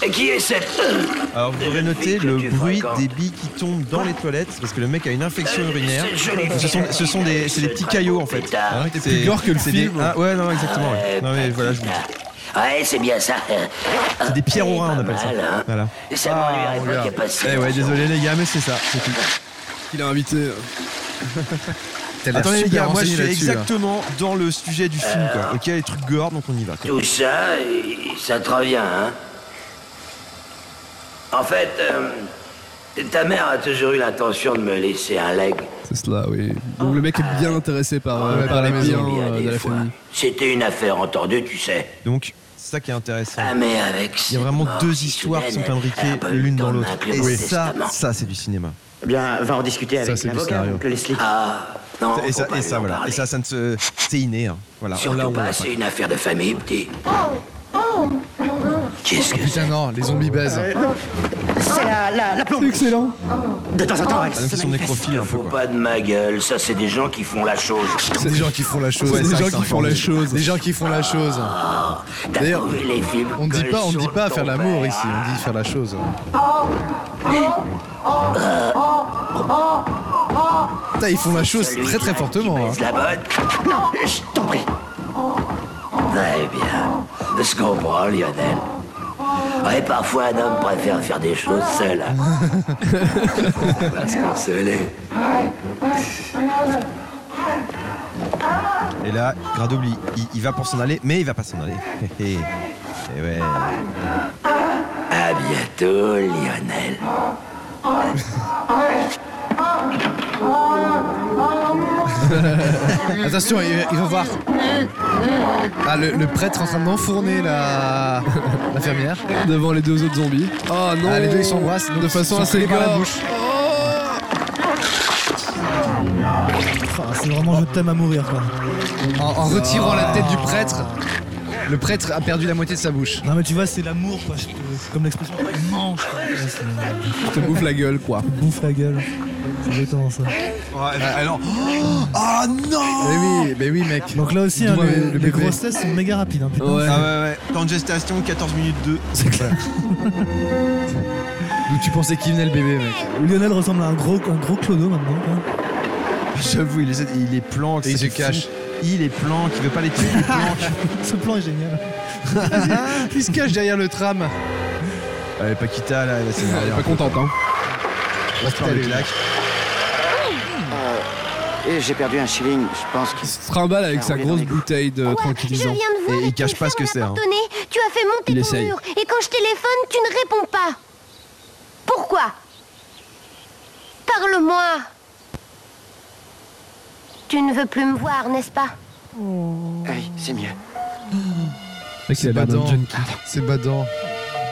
Et qui est cette
Euh,
Alors vous pourrez noter
que
le
tu
bruit
fréquentes.
des billes qui tombent dans les toilettes parce que le mec a une infection urinaire.
cette jolie
Ce sont,
fille.
ce sont des, c'est des petits
Ce
caillots
très
en fait.
beau pétard.
Ah ouais, c'est
plus gore que le
c'est des-
film.
ah, ouais non exactement. ouais. Non mais voilà je vous dis.
Ah,
Ouais, c'est bien ça.
C'est des pierres au rein, on
Pas
appelle ça.
mal, hein.
Voilà. Ah,
Ça m'ennuierait pas qu'il y ait pas de
Eh ouais,
sélection.
désolé les gars, mais c'est ça, c'est tout.
Il a invité.
T'as l'air
Attendez, les
super
gars, moi je
renseigné
suis
là-dessus, là.
exactement dans le sujet du film, quoi. Ok, les trucs gore, donc on y va. quoi.
Tout ça, et ça te revient, hein En fait, euh, ta mère a toujours eu l'intention de me laisser un leg.
C'est cela, oui. Donc le mec est bien intéressé par, euh,
Ouais,
par les
par la
biens
maison.
euh, de la famille.
C'était une affaire entendue, tu sais.
Donc, c'est ça qui est intéressant.
Ah, mais avec
Il y a
cette
vraiment
mort
deux
qui
histoires qui sont
soudaine, elle
imbriquées
a pas eu
l'une
le temps
dans
de
l'autre.
m'inclure
Et
au
ça,
testament.
ça c'est du cinéma.
Eh bien, va en discuter avec
c'est du
l'avocat,
scénario.
oncle Leslie.
Ah, non.
Et ça,
faut pas
et
lui
ça
en
voilà.
parler.
Et ça, ça ne se, c'est inné. hein. Voilà.
Surtout
Là, on
pas,
l'a
c'est une affaire de famille, petit.
Oh putain, non, les zombies baisent.
C'est la, la, la plombe.
Excellent.
De temps en temps, elle se manifeste.
nécrophile,
Faut pas de ma gueule, ça c'est des gens qui font la chose.
C'est des gens qui font la chose.
Ouais,
des
ça,
gens
c'est
qui font la
informel.
chose. Des gens qui font la chose.
T'as trouvé les films
On dit
que
pas, on
sur
dit pas
ton
faire l'amour ici, on dit faire la chose. Putain, ils font la chose
Celui
très
qui a-
très
qui
Oh.
fortement. hein.
baise la botte Non, je t'en prie. Très bien. Je comprends, Lionel. Ouais, parfois un homme préfère faire des choses seul. On va se consoler.
Et là, Gradobli, il, il va pour s'en aller, mais il va pas s'en aller. Et, ouais.
À bientôt, Lionel.
Attention, il, il va voir. Ah, le, le prêtre est en train d'enfourner la l'infirmière.
Devant les deux autres zombies. Oh non
Ah, les deux ils s'embrassent donc
De
ils
façon
sont
assez
collés par la
gore.
bouche.
Ah, C'est vraiment je t'aime à mourir quoi.
En, en retirant la tête du prêtre, le prêtre a perdu la moitié de sa bouche.
Non mais tu vois c'est l'amour quoi, je te- c'est comme l'expression il mange. quoi. Ouais, c'est-
Je te bouffe la gueule, quoi.
Bouffe la gueule. C'est exactement ça.
alors. Oh non
Ah. Mais oui, mais oui mec.
Donc là aussi hein,
Dis-moi,
les,
le
les
bébé.
grossesses sont méga rapides hein, putain.
Ah ouais, ouais. Temps de gestation, 14 minutes 2.
C'est clair.
D'où tu pensais qu'il venait le bébé mec
Lionel ressemble à un gros, un gros clodo maintenant. quoi.
J'avoue, il, les aide- il est planque.
Et il
c'est
se
fou.
cache.
Il est planque, il veut pas les tuer, il est planque.
Ce plan est génial.
il se cache derrière le tram.
Allez, Paquita, là, elle va s'énerver.
Elle est pas contente, hein.
Elle va se faire le claque.
Et j'ai perdu un shilling, je pense que...
Il se trimballe avec sa grosse bouteille de
Je viens
tranquillisant.
de voir
Et il
avec
cache
une
pas ce que
femme
c'est, hein.
abandonnée. Tu as fait monter
Il
ton
essaye.
mur et quand je téléphone, tu ne réponds pas. Pourquoi Parle-moi. Tu ne veux plus me voir, n'est-ce pas
Ah
Oui, c'est mieux.
C'est badant.
Ah,
C'est badant.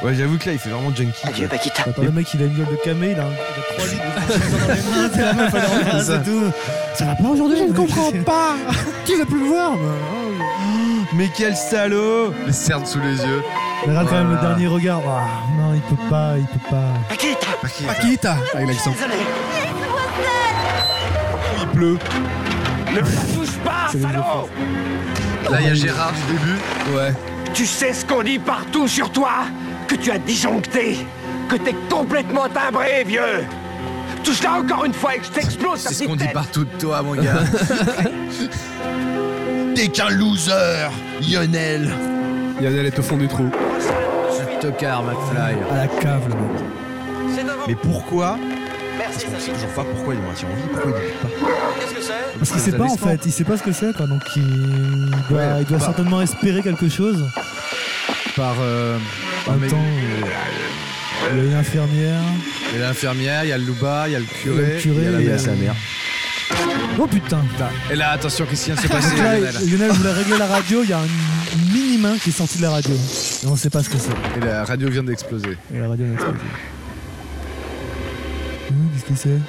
Ouais, j'avoue que là, il fait vraiment junkie.
Adieu, Paquita.
Attends, le mec il a une gueule de camé, il a, un- il a 3 litres de franchise dans les mains, t'es la meuf, elle est en face et tout. Ça va pas aujourd'hui, je ne comprends pas. Qui veut plus me voir moi
Mais quel salaud
Les cernes sous les yeux.
Mais Regarde quand même le
Voilà.
dernier regard. Ah, non, il peut pas, il peut pas.
Paquita
Paquita Avec l'accent.
Désolé.
Il pleut.
Ne la touche pas, salaud
Là
Oh,
il y a Gérard du début.
Ouais.
Tu sais ce qu'on dit partout sur toi Que tu as disjoncté Que t'es complètement timbré, vieux Touche-la encore une fois et que je t'explose ta
C'est ce
petite
qu'on dit
tête
partout de toi mon gars.
T'es qu'un loser, Lionel.
Lionel est au fond du trou.
Tocard McFly.
À la cave le mec.
C'est devant.
Mais pourquoi
Merci,
Je sais
Sachi.
toujours pas pourquoi il est moitié en vie, pourquoi il est pas.
Qu'est-ce que c'est
Parce qu'il sait pas en fait, il sait pas ce que c'est quoi, donc il doit,
Ouais,
il doit
bah.
certainement espérer quelque chose.
Par euh, par le mec-
Attends, euh, il y a une infirmière.
Il y a l'infirmière, il y a le louba, il y a le
Il y a
curé,
le curé,
il y a la
il y a
mère.
sa mère. Oh putain
Et là, attention, qu'est-ce qui vient de se
Donc
passer,
là,
Ah, Lionel
Lionel voulait régler la radio, il y a un mini main qui est sorti de la radio. Et on sait pas ce que c'est.
Et la radio vient d'exploser.
Et la radio n'a pas explosé. Hum, Qu'est-ce que c'est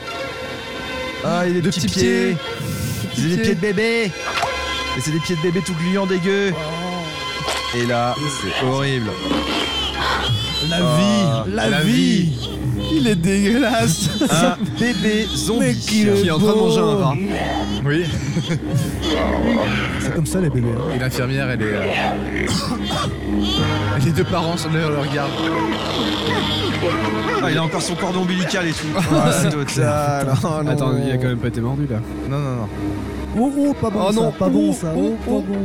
Ah, il a des
Deux
petits
petits
pieds.
pieds.
Il a des pieds de bébé. Et c'est des pieds de bébé tout gluants dégueu. Et là, c'est horrible.
La
Ah,
vie
la
Il est dégueulasse
Un bébé
Mais
zombie.
qu'il est
Qui est en train de manger un rat.
Oui.
C'est comme ça les bébés. hein.
Et l'infirmière, elle est. euh, Les deux parents sont derrière le regard.
Ah, il a encore son cordon ombilical et tout. Ah, c'est total. Oh, non.
Attends, il a quand même pas été mordu là.
Non, non, non.
Oh, oh, pas bon
Oh
ça,
non,
pas bon
oh,
ça.
oh,
pas
oh.
bon.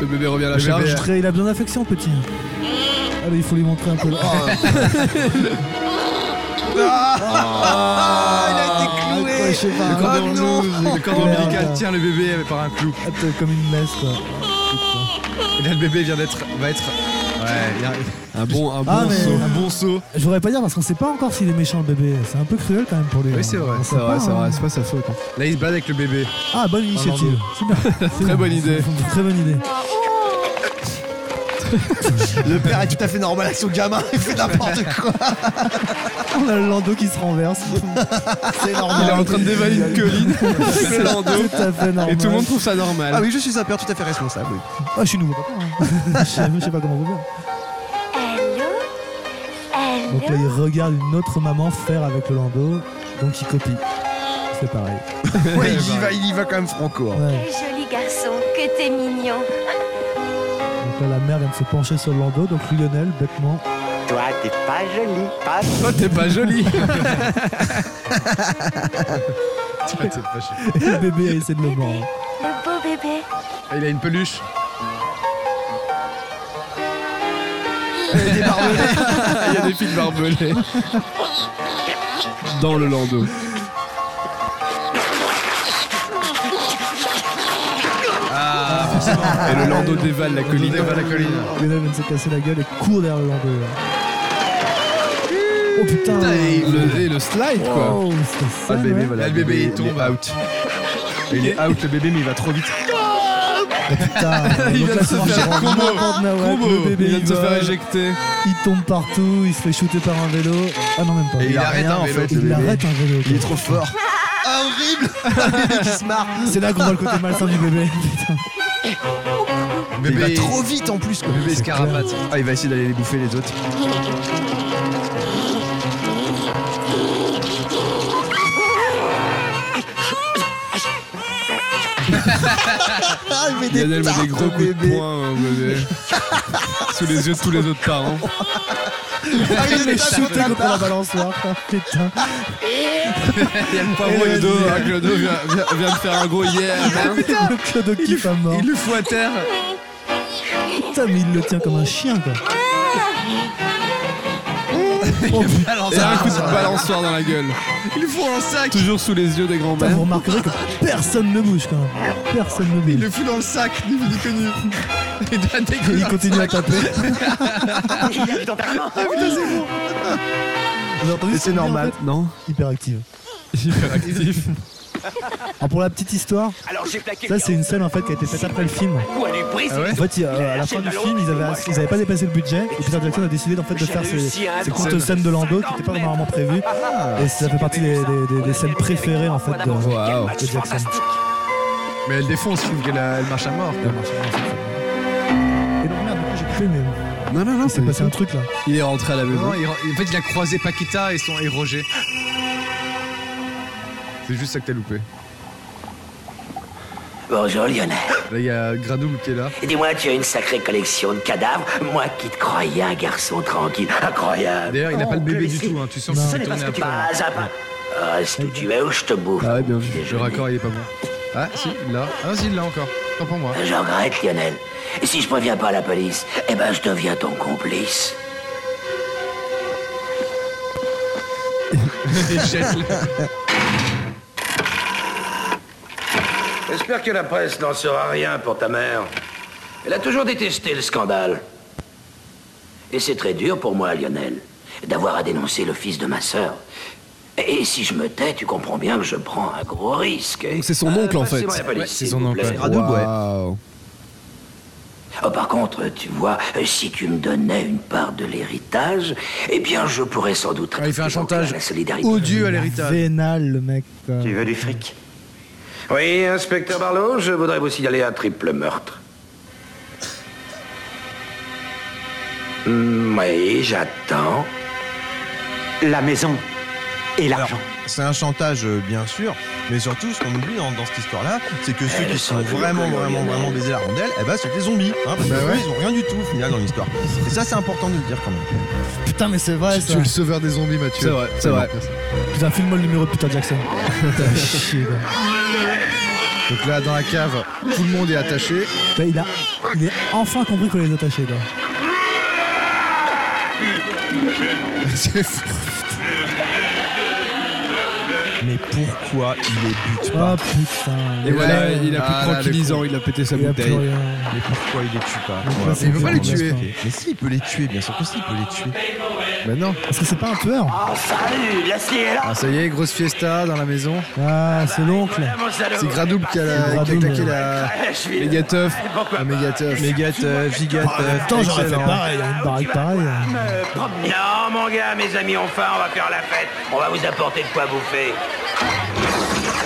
Le bébé revient à la
Le
charge.
bébé,
Très- Ah, il a besoin d'affection petit. Allez, il faut lui montrer un peu. le-
Ah, il a été
Ah,
cloué.
sais pas.
Le cordon
Ah, non.
rouge, le cordon
Oh
Merde.
ombilical tient le bébé euh, par un clou.
Comme une messe, quoi.
Et là, le bébé vient d'être. va être. Ouais, il y a-
un bon, un
Ah, mais-
Un bon saut.
Je voudrais pas dire parce qu'on sait pas encore s'il est méchant le bébé. C'est un peu cruel quand même pour lui.
Oui, c'est vrai,
On
c'est
sait
vrai,
pas,
c'est
hein.
vrai, c'est pas sa faute. hein. Là, il se balade avec le bébé.
Ah, bonne initiative.
Très bonne idée.
Très bonne idée.
Le père est tout à fait normal avec son gamin, il fait n'importe quoi.
On a le landau qui se renverse.
C'est normal.
Il est en train de dévaler une colline.
C'est
Le landau. Tout à fait normal. Et tout le monde trouve
ça normal.
Ah oui, je suis un père tout à fait responsable. oui.
Ah, je suis nouveau papa. hein. Je sais- je sais pas comment vous dire.
Hello
Donc là, il regarde une autre maman faire avec le landau. Donc il copie. C'est pareil.
Ouais, il y va, il y va quand même franco. hein.
Ouais.
Quel joli garçon, que t'es mignon.
Donc là, la mère vient de se pencher sur le landau. Donc Lionel, bêtement.
Toi, t'es pas joli, pas
Toi, t'es pas joli.
le bébé a essayé de le mordre.
Le beau bébé.
Ah, Il a une peluche.
Il est barbelé.
Il y a des fils barbelés. Dans le landau.
Ah, forcément.
Et le landau dévale la colline.
la colline.
Lionel vient de se casser la gueule et court derrière le landau. Oh putain.
Et le, et le slide, quoi.
Wow, c'était ça, Oh. ouais.
Là, le bébé, il
Ah,
tombe.
out. Il est out le bébé mais il va trop vite.
Putain, donc
Il vient
là,
de
c'est
se
un
faire
genre
combo.
n'importe Nawak,
Combo.
le bébé,
Il vient de se
va,
faire éjecter.
Il tombe partout, il se fait shooter par un vélo. Ah non, même pas.
Et il arrête
rien,
un vélo,
en fait.
le
Il
bébé.
arrête un vélo.
Il est trop fort. Ah, horrible Le bébé qui se marre.
C'est là qu'on voit le côté malsain du bébé. Putain.
Mais il va
Bébé-
trop vite en plus. Quoi.
Bébé
escarabate.
Ah, il va essayer d'aller les bouffer les autres.
Ah, il met des
Lionel met
tartes
des
au
gros coups de
bébé.
poing hein, au bébé. Sous les yeux de tous les autres parents.
Ah, il
Les
est shooté
chauds-
contre la balançoire. Ah, Putain.
Il y a le poivron et le dos. hein, que le dos vient, vient- vient de faire un gros hein. hier.
Le clodo qui va mort.
Il le fout à terre.
Putain, mais il le tient comme un chien, quoi. Oh, putain.
Et un coup de balançoire dans la gueule.
Il le fout en sac.
Toujours sous les yeux des
Putain,
Hein
grands-mères.
vous remarquerez que personne ne bouge, quand même. Personne ne bouge.
Il le fout dans le sac, ni vu ni connu. Il doit
Et il continue à taper.
Ah putain, c'est bon.
Vous avez entendu
Et
ce
c'est
qu'on dit, en
normal.
fait
Non
Hyperactive.
Hyperactif.
Alors pour la petite histoire,
Alors, j'ai plaqué
ça c'est une scène en fait qui a été faite après le film.
Ou elle est brisée.
Ah ouais en fait, il- euh, à la fin du film, ils avaient, ils avaient pas dépassé le budget et Peter Jackson a décidé en fait de faire ces, ces courtes scènes de Lando qui n'étaient pas normalement prévues. Et ça fait partie des, des- des- des scènes préférées en fait de, de Jackson.
Mais elle défonce, je trouve qu'elle a- elle marche à mort.
Et non, merde, du coup, j'ai coupé, mais.
Non, non, non,
il s'est passé un truc là.
Il est rentré à la maison.
Non, il- en fait, il a croisé Paquita et son et Roger. C'est juste ça que t'as loupé.
Bonjour Lionel.
Là, il y a Gradoum qui est là.
Dis-moi, tu as une sacrée collection de cadavres. Moi qui te croyais un garçon tranquille. Incroyable.
D'ailleurs, il n'a pas le bébé du
Oncle,
tout, hein. tu sens
Non.
que
Ce
c'est
n'est pas
tourné
ce que tu
après.
passes à pas. Reste où tu es ou je te bouffe.
Ah ouais, bien vu.
Le raccord, il est pas bon. Ah, si, il l'a. Ah, si, il l'a encore. Tant pour moi.
Je regrette, Lionel. Et si je préviens pas la police, eh ben je deviens ton complice.
J'espère que la presse n'en sera rien pour ta mère.
Elle a toujours détesté le scandale. Et c'est très dur pour moi, Lionel, d'avoir à dénoncer le fils de ma sœur. Et si je me tais, tu comprends bien que je prends un gros risque. Euh,
Donc c'est son oncle en fait.
passez-moi la police, s'il vous plaît.
Waouh.
Oh, par contre, tu vois, euh, si tu me donnais une part de l'héritage, eh bien, je pourrais sans doute.
Ah,
il fait un chantage
la solidarité.
odieux à l'héritage.
Vénal, le mec. euh. quoi.
Tu veux du fric Oui, inspecteur Barlow, je voudrais vous signaler un triple meurtre.
Hmm, oui, j'attends.
La maison et l'argent.
C'est un chantage, euh, bien sûr, mais surtout, ce qu'on oublie hein, dans, dans cette histoire-là, c'est
Eh,
que ceux
Elle
qui
sera
sont
de
vraiment,
l'autre
vraiment,
Lionel.
vraiment baisés la rondelle, eh ben, sont des zombies, hein, parce que
Bah
eux,
ouais.
ils ont rien du tout, au final, dans l'histoire. Et ça, c'est important de le dire quand même.
Putain, mais c'est vrai
Tu
ça.
es le sauveur des zombies, Mathieu.
C'est vrai, c'est vrai.
Putain, filme-moi le numéro de Peter Jackson. Putain, chier, quoi.
Donc là, dans la cave, tout le monde est attaché.
Putain, il a, il a enfin compris qu'on les attachait là.
C'est fou.
Mais pourquoi il les bute
Ah
pas
putain.
Et voilà, il a
Ah,
plus de
là, le
tranquillisant,
con.
il a pété sa
Il a
bouteille.
plus rien.
Mais pourquoi il les tue pas
Mais
Voilà.
ça, Il peut pas les c'est tuer.
Mais si, il peut les tuer, bien sûr que si, il peut les tuer.
Bah non.
Parce que c'est pas un tueur.
Oh,
Salut, la scie est là
Ah, ça y est, grosse fiesta dans la maison.
Ah, c'est
bah,
l'oncle.
C'est Gradouble qui a, la- qui a
euh,
claqué la.
Méga teuf. Ah,
La Eh, méga teuf.
Méga teuf, Ah, giga teuf. excellent.
Ah,
une baraque pareille.
hein Euh,
Non, mon gars, mes amis, enfin, on va faire la fête.
On va vous apporter de quoi bouffer.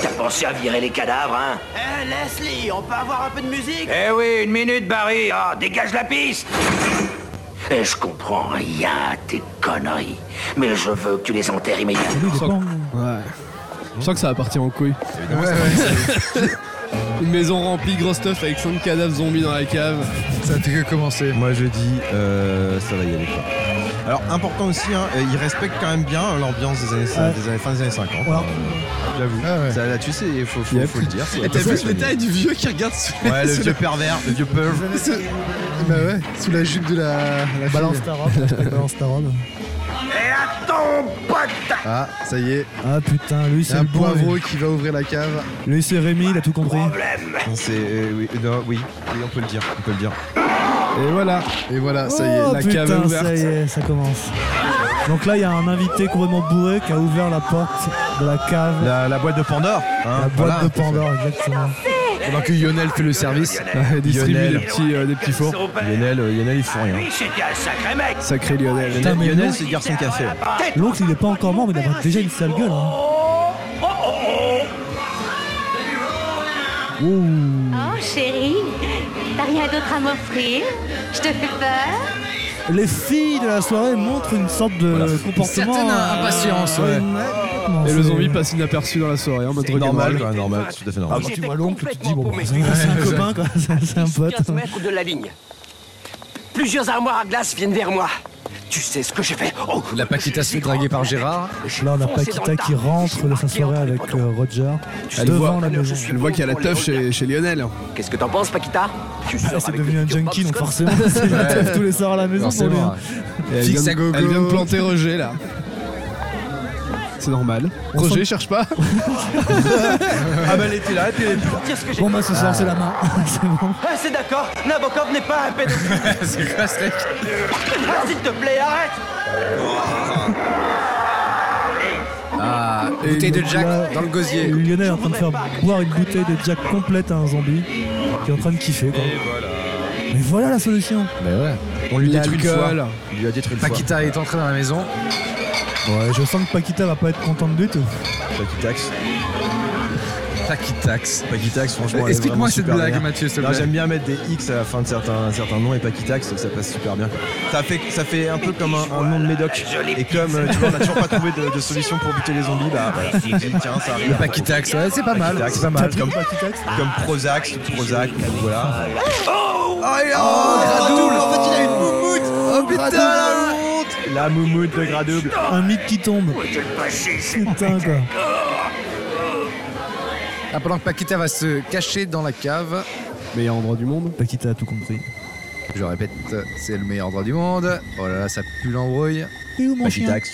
T'as pensé à virer les cadavres, hein
Eh, Leslie, on peut avoir un peu de musique
Eh oui, une minute, Barry. Ah, dégage la piste. Et je comprends rien à tes conneries, mais je veux que tu les enterres immédiatement.
Ouais. Je sens que ça va partir en couille.
Évidemment, ça va.
Une maison remplie de gros stuff avec 5 cadavres zombies dans la cave.
Ça fait que commencer.
Moi je dis, euh, ça va y aller. quoi. Alors important aussi, hein, euh, il respecte quand même bien l'ambiance des années,
Ouais.
des années- fin des années 50.
Alors-
Euh, J'avoue.
Ah,
Ça, Là-dessus, c'est- il faut, faut, faut le dire. c'est-
Et t'as vu
c'est-
le détail
du vieux qui regarde sous
Ouais, le vieux pervers, le vieux peuple.
Sous- Bah ouais, sous la jupe de la. la
Balance
fille.
ta robe. Balance ta robe.
Ton pote
Ah, ça y est.
Ah putain, lui c'est
Un
le bon,
poivreau
lui.
qui va ouvrir la cave.
Lui c'est Rémi, il a tout compris.
Oh,
C'est euh, oui, non, oui, oui, on peut le dire, on peut le dire.
Et voilà.
Et voilà, ça y est.
Oh,
la
putain,
cave est ouverte.
Ça y est, ça commence. Donc là, il y a un invité complètement bourré qui a ouvert la porte de la cave.
La, la boîte de Pandore. hein,
La boîte
voilà.
de Pandore, exactement.
Pendant que Lionel fait le service,
il distribue
Lionel.
des petits, euh, des petits fours.
Lionel, euh, Lionel, il faut rien.
C'était un sacré mec
Sacré Lionel.
Lionel,
mais
Lionel,
non.
c'est le garçon café. là.
L'oncle, il est pas encore mort, mais il a déjà une sale gueule. hein. Ouh.
Oh, chérie, t'as rien d'autre à m'offrir Je te fais peur
Les filles de la soirée montrent une sorte de comportement.
Certaines
euh,
impatience, ouais.
Non,
Et le
c'est-
zombie passe inaperçu dans la soirée en mode
C'est
regarde.
normal, quoi, normal, tout à fait
Ah,
normal.
tu vois l'oncle, tu te dis, bon, bah, c'est un copain, quoi. c'est- C'est un pote.
15 mètres de la ligne. Plusieurs armoires à glace viennent vers moi. Tu sais ce que j'ai fait Oh
La Paquita se fait draguer par Gérard.
Là, on a Paquita qui rentre de sa soirée avec euh, Roger
Elle
devant
voit,
la maison.
elle voit qu'il y a la teuf chez, chez Lionel.
Qu'est-ce que t'en penses, Paquita Tu
Ah, c'est devenu un junkie, donc forcément, c'est la teuf tous les soirs à la maison pour lui.
Forcément.
hein.
Et Elle
Fixe
vient,
à
de-
gogo.
elle vient de planter Roger là. C'est normal.
On
Roger,
sent-
cherche pas.
Ah bah elle était là, elle était là.
Dire ce que j'ai
Bon, bah, ce soir, c'est la main. c'est bon.
Ah, c'est d'accord, Nabokov n'est pas un pédophile.
C'est quoi ce mec
Ah, S'il te plaît, arrête
Ah, bouteille de Jack dans le
Et
gosier.
Lionel est en train de faire boire une bouteille de Jack complète à un zombie qui est en train de kiffer, quoi. Mais voilà la solution.
Mais ouais.
On lui détruit le foie.
L'alcool.
Il lui a détruit le foie.
Paquita est entrée dans la maison.
Ouais, je sens que Paquita va pas être contente du tout.
Paquitax.
Paquitax.
Paquitax, franchement. elle est
Explique-moi
vraiment
cette
super
blague,
bien.
Mathieu, s'il te
Non,
plaît.
J'aime bien mettre des X à la fin de certains, certains noms et Paquitax, ça passe super bien. Ça fait, ça fait un peu comme un, un nom de médoc. Et comme euh, tu vois, on n'a toujours pas trouvé de, de solution pour buter les zombies, bah voilà. on dit, Tiens, ça arrive.
Le Paquitax, ouais, c'est pas mal.
Paquitax.
C'est pas mal.
Comme,
Paquitax
comme Prozac, Prozac, voilà. Oh,
Double, en fait, Oh, il a une moumoute. Oh putain, la honte.
La moumoute de Gradouble.
Un mythe qui tombe. Putain, quoi.
Ah, pendant que Paquita va se cacher dans la cave.
Meilleur endroit du monde.
Paquita a tout compris.
Je répète, c'est le meilleur endroit du monde. Oh là là, ça pue l'embrouille.
Et où mon chien
Paquitax.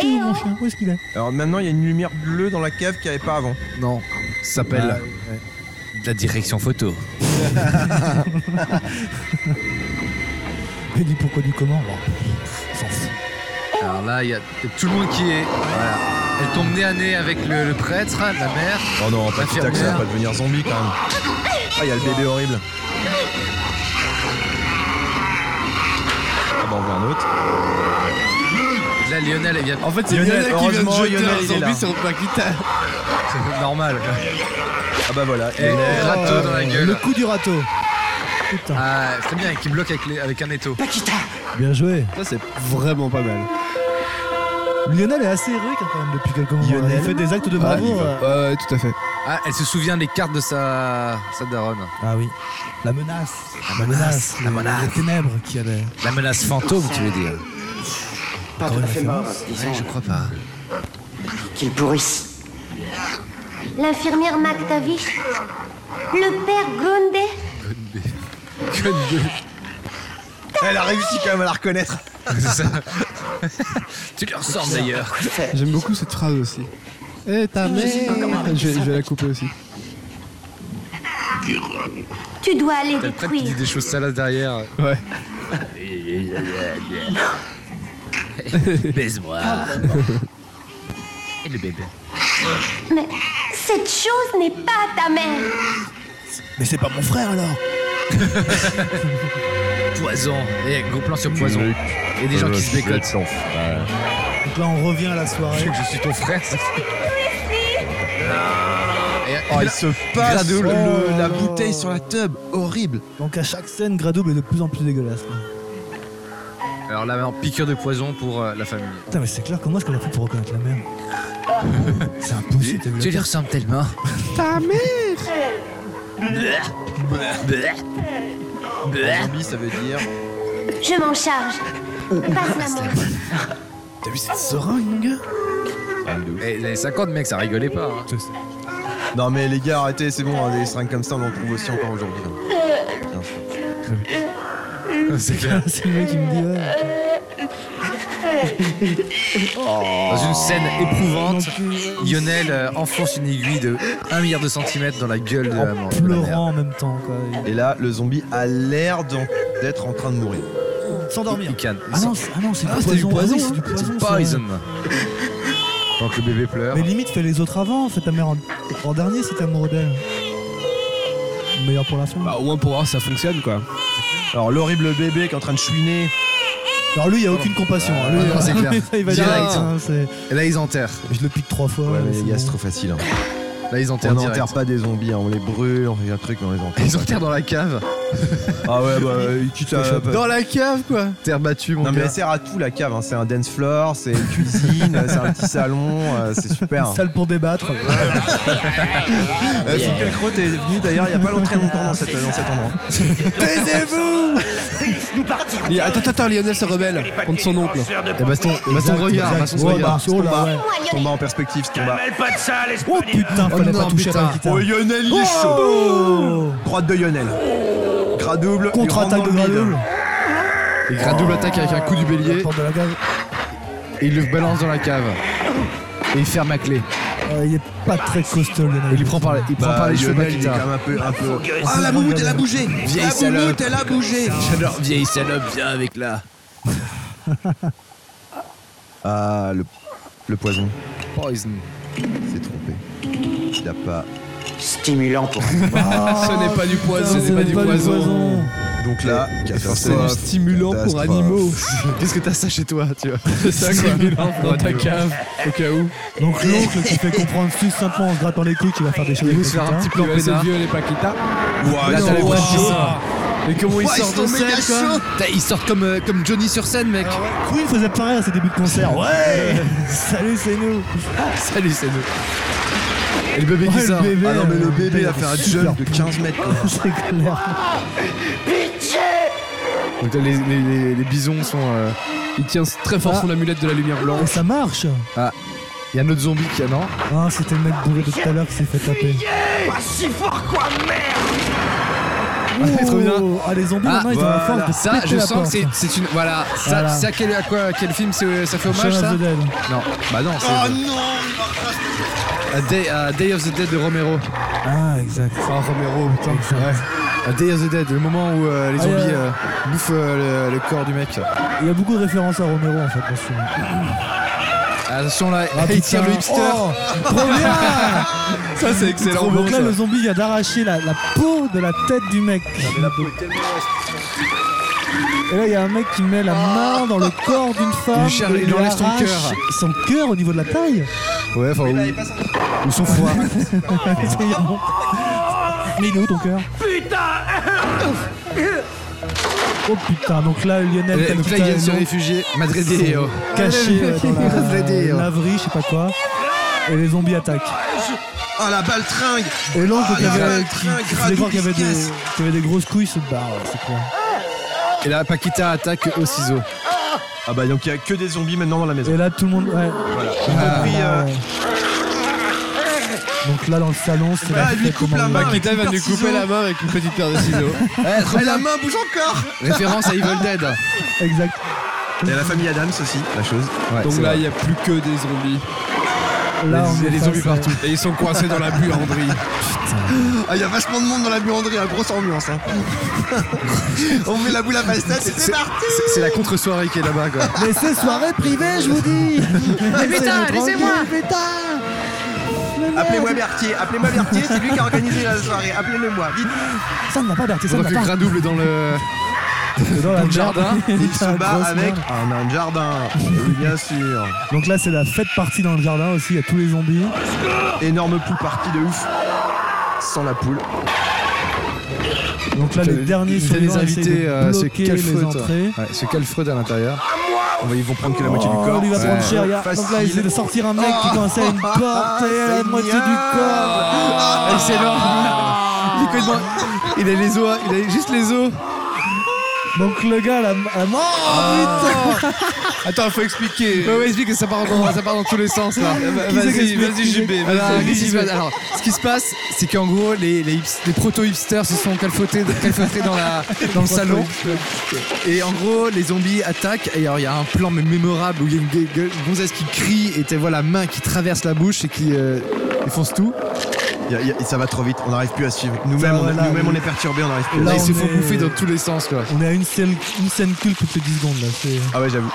Et où mon chien Où est-ce qu'il est
Alors maintenant, il y a une lumière bleue dans la cave qu'il n'y avait pas avant.
Non, ça s'appelle
Ah,
de la direction photo.
Il dit pourquoi du comment bon. On s'en fout.
Alors là, il y a tout le monde qui est. Voilà. Elle tombe nez à nez avec le, le prêtre, la mère.
Oh non, Paquitax, ça va
Infirmière.
pas devenir zombie quand même. Ah, il y a le bébé horrible. Ah bah on voit un autre.
Là, Lionel, elle vient.
En fait, c'est
Lionel,
Lionel, qui vient de
heureusement,
jeter
Lionel, il est
un
là.
zombie sur Paquita.
C'est normal. quoi.
Ah bah voilà.
Et
Lionel.
râteau dans la
Euh, Le
gueule.
coup du râteau. Putain,
Ah, très bien, qui bloque avec, les- avec un étau.
bien joué.
Ça, c'est vraiment pas mal.
Lionel est assez héroïque hein, quand même depuis quelques moments.
Lionel.
Il fait des actes de bravoure.
Ouais,
euh.
ouais, tout à fait.
Ah, elle se souvient des cartes de sa, sa daronne.
Ah oui. La menace. La menace. La menace. Les ténèbres qui avaient.
La menace fantôme, tu veux dire
Pas tout à fait mort, disons
Je crois pas.
qu'ils pourrissent.
L'infirmière MacTavish Le père Gondé
Elle a réussi quand même à la reconnaître.
tu lui ressembles d'ailleurs.
J'aime beaucoup cette phrase aussi.
Et ta mère. Je, vais- je vais la couper aussi.
Tu dois aller
T'as le prêtre qui dit
détruire.
des choses salaces derrière. Ouais.
Baise-moi. Et le bébé.
Mais cette chose n'est pas ta mère.
Mais c'est pas mon frère alors
Poison. Et gros plan sur poison. Et des gens qui se décotent.
Donc là, on revient à la soirée.
Je suis ton frère. euh,
Oh, il se passe
Gradouble.
le-
Oh
la
là
bouteille
là.
sur la tub. Horrible.
Donc à chaque scène, Gradouble est de plus en plus dégueulasse. quoi.
Alors là, en piqûre de poison pour euh, la famille.
Putain, mais c'est clair, comment est-ce qu'on a fait pour reconnaître la mère C'est impossible.
Tu lui ressembles tellement.
Ta mère
Zombie, ça veut dire.
euh,
Je m'en charge. Passe-la moi.
T'as vu cette seringue, mon gars Ah, Mais Eh, les 50 mecs, ça rigolait pas. hein.
Non, mais les gars, arrêtez, c'est bon, hein, des seringues comme ça, on en trouve aussi encore aujourd'hui. hein.
C'est clair.
C'est le mec qui me dit. ouais.
Dans une scène éprouvante, Lionel euh, enfonce une aiguille de 1 milliard de centimètres dans la gueule de la mort.
Pleurant en même temps, quoi.
Et là, le zombie a l'air d'en- d'être en train de mourir.
S'endormir.
Il canne.
Ah non, c'est- ah non, c'est
Ah,
du
c'était du
poison. Ah oui,
poison,
c'est du
hein.
poison.
C'est
c'est vrai.
poison.
Quand le bébé pleure.
Mais limite, fais les autres avant, fais ta mère en, en dernier si t'es amoureux d'elle. Meilleur pour la fin.
Bah, au moins pour voir ça fonctionne, quoi. Alors, l'horrible bébé qui est en train de chouiner.
Alors, lui, il n'y a aucune compassion. hein. Lui,
Ah, non, c'est clair.
il va
Direct.
direct. hein, c'est-
Et là, ils enterrent.
Je le pique trois fois.
Ouais, mais
c'est
les gars,
bon.
c'est trop facile. hein.
Là, ils
On
enterrent direct.
n'enterre pas des zombies, hein, on les brûle, on fait un truc, mais on les enterre.
Ils enterrent dans la cave.
Ah ouais, bah, quitte à.
Dans
la
cave, quoi. Terre battue, mon
Non, mais
gars.
elle sert à tout la cave, hein. c'est un dance floor, c'est une cuisine, c'est un petit salon, euh, c'est super.
Salle pour débattre. Ah
Euh, Sous quel crotte est venu d'ailleurs il n'y a pas longtemps longtemps dans, cette- dans cet endroit.
Taisez-vous Et Attends, attends, attends, Lionel se rebelle contre son oncle.
Et baston, baston de regard, baston de regard.
bah.
Oh là, ouais.
Tomba en perspective ce combat.
Pas de ça, les
Oh putain, fallait
non,
pas toucher
putain.
à Paquita.
Oh, Lionel, il est
Oh
chaud. Droite de Lionel. Gras double. il
Contre-attaque
rentre
de
dans le
Gradouble.
vide.
Et Grad double attaque avec un coup du bélier.
Porte de la cave.
Et il le balance dans la cave. Et il ferme la clé.
Euh, il est pas très costaud, Lionel.
Il lui prend par, les- il prend
Bah,
par les cheveux
Lionel, il est
Paquita.
quand même un peu. Un peu...
Ah, la moumoute, elle a bougé
Vieille
La
salope.
moumoute, elle a bougé
J'adore, vieille salope, viens avec là.
Ah, le, le poison.
Poison.
C'est trompé. Il a pas. Ah,
Stimulant pour
Ce n'est pas du poison, ce n'est pas du poison.
Donc là,
C'est du
catastrophe.
stimulant pour
Catastrophe.
animaux.
Qu'est-ce que t'as ça chez toi, tu vois
C'est ça, quoi.
Stimulant pour
Dans ta
animaux.
cave, au cas où.
Donc l'oncle qui fait comprendre succinctement en se grattant les couilles qu'il va faire des choses.
Il va
avec
se faire
Paquita.
un petit plan
Il va essayer de
pénard.
violer Paquita.
Ouah,
Là,
non,
t'as les bras qui
ouah.
sortent. Mais comment ils
Ouais, ils
sortent de
sont méga
scène, quoi
chauds.
Putain, Ils sortent comme, euh, comme Johnny sur scène, mec.
Oui, il faisait pareil à ses débuts de concert. Ouais Salut, c'est nous
Salut, c'est nous. Et le bébé
Ouais,
qui
le
sort.
bébé,
Ah non, mais le
euh,
bébé, il a
putain,
fait un
il est super
jump de 15 mètres. quoi.
Oh.
C'est clair.
Donc là, les, les- les- les bisons sont. euh,
Il tient très fort
Ah.
son amulette de la lumière
Et
blanche.
ça marche
Ah, il y a un autre zombie qui a non
Ah, c'était le mec bourré de tout à l'heure qui s'est fait taper.
Pas si fort quoi, merde
c'est trop bien.
Oh, Ah, les zombies,
Ah,
maintenant, ils ont la force de
Ça,
péter
je
la
sens que
porte.
c'est- c'est une. Voilà. Ça,
Voilà.
ça, quel, à quoi, quel film c'est- ça fait
Shaun
hommage
of
ça
the Dead.
Non, bah non, c'est.
Oh non
A Day, A Day of the Dead de Romero.
Ah, exact.
Ah, Romero, putain. Ouais. A Day of the Dead, le moment où euh, les
Ah,
zombies
ouais.
euh, bouffent euh, le, le corps du mec.
Il y a beaucoup de références à Romero en fait. dans ce film.
Attention là,
Ah,
Ah, il
putain.
tire le hipster.
Oh, trop bien
Ah Ça, c'est excellent.
Donc là, le zombie vient d'arracher la, la peau de la tête du mec. Et là, il y a un mec qui met la main dans le corps d'une
Il
femme.
lui cherche-
et
il lui enlève son
arrache
cœur. Ah.
Son cœur au niveau de la taille.
Ouais, enfin, ou, ou son foie.
Mais il est où ton cœur Putain Oh putain, donc là, Lionel
Et donc là,
Paquita
ils viennent
et
se
non
réfugier. Madrid et oh.
caché euh, dans la,
Madrid et oh.
laverie, je sais pas quoi. Et les zombies attaquent.
Ah, la baltringue
Et l'oncle qui
la
avait,
balle,
qui,
crin,
qui
crin,
faisait croire qu'il y avait des,
efficace.
qu'il y avait des grosses couilles se barre, ouais, c'est clair.
Et là, Paquita attaque au ciseau.
Ah bah donc il y a que des zombies maintenant dans la maison.
Et là, tout le monde. Ouais.
Ah, oui, euh,
Donc là, dans le salon, c'est
Bah,
Ah,
la
elle lui
fête
coupe
comment
la
on
main.
dit.
Paquita
Avec une
va lui
paire de
couper
ciseaux.
la main avec une petite paire de ciseaux.
Ouais, trop
Mais la
bien.
main bouge encore
Référence à Evil Dead.
Exact.
Il y a la famille Adams aussi, la chose.
Ouais,
Donc
c'est
là,
vrai.
il n'y a plus que des zombies.
Là,
Les-
on
il y a
est
des
face
zombies
à-
partout.
Et ils sont coincés dans la buanderie.
Ah, il y a vachement de monde dans la buanderie, hein, grosse ambiance. Hein. On met la boule à patate et c'est parti
C'est- C'est la contre-soirée qui est là-bas, quoi.
Mais c'est soirée privée, je vous dis
Mais putain,
Laissez-nous
laissez-moi.
tranquille, putain
Appelez-moi Berthier, appelez-moi Berthier, c'est lui qui a organisé la soirée, appelez-le-moi, vite
Ça ne va pas, Berthier, ça
On
ne
aurait
va
fait
pas
grain
double dans le. Hein
Dans la
le
Hein
jardin,
merde.
il se bat
Grosse
avec
merde.
un nain de jardin. Oui, bien sûr.
Donc là, c'est la fête partie dans le jardin aussi, il y a tous les zombies.
Énorme poule partie de ouf. Sans la poule.
Donc là, les derniers
sont les
survivants essayent
invités,
de
euh, c'est
bloquer les
Calfreud.
entrées.
Ouais, c'est Calfreud à l'intérieur.
On va- Ils vont prendre que la moitié
Oh,
du corps.
il va prendre
Ouais. Oh.
cher, il y a- Donc là, il essaie de sortir un mec qui coince à une porte
Ah,
et à la moitié du corps.
Excellent. Ah,
Ah.
Il est complètement- Il a les os, hein. il a juste les os.
Donc le gars, la, la
Ah.
Oh,
putain
Attends, faut expliquer. Ouais, ouais, explique que ça part, dans, ça part dans tous les sens là.
Qui c'est qui
Vas-y,
explique
vas-y,
Qui c'est
JB.
qui
vas-y.
explique
Qu'est-ce qui se
Vas-y,
passe Alors, ce qui se passe, c'est qu'en gros, les, les, hips- les proto-hipsters se sont calfeutrés, calfeutrés dans, la, dans le salon. Et en gros, les zombies attaquent. Et alors, il y a un plan mais mémorable où il y a une gue- gue- gonzesse qui crie et tu vois la main qui traverse la bouche et qui euh, défonce tout.
Il y a- il y a- ça va trop vite, on n'arrive plus à suivre. Nous-mêmes,
Ça,
on, est-
là,
nous-mêmes,
oui.
on est perturbés, on n'arrive plus.
Là,
à
Ils se
suivre.
font on est- bouffer dans
tous les sens quoi.
On est à une scène, une scène culte toutes les 10 secondes là. c'est-
Ah ouais, j'avoue.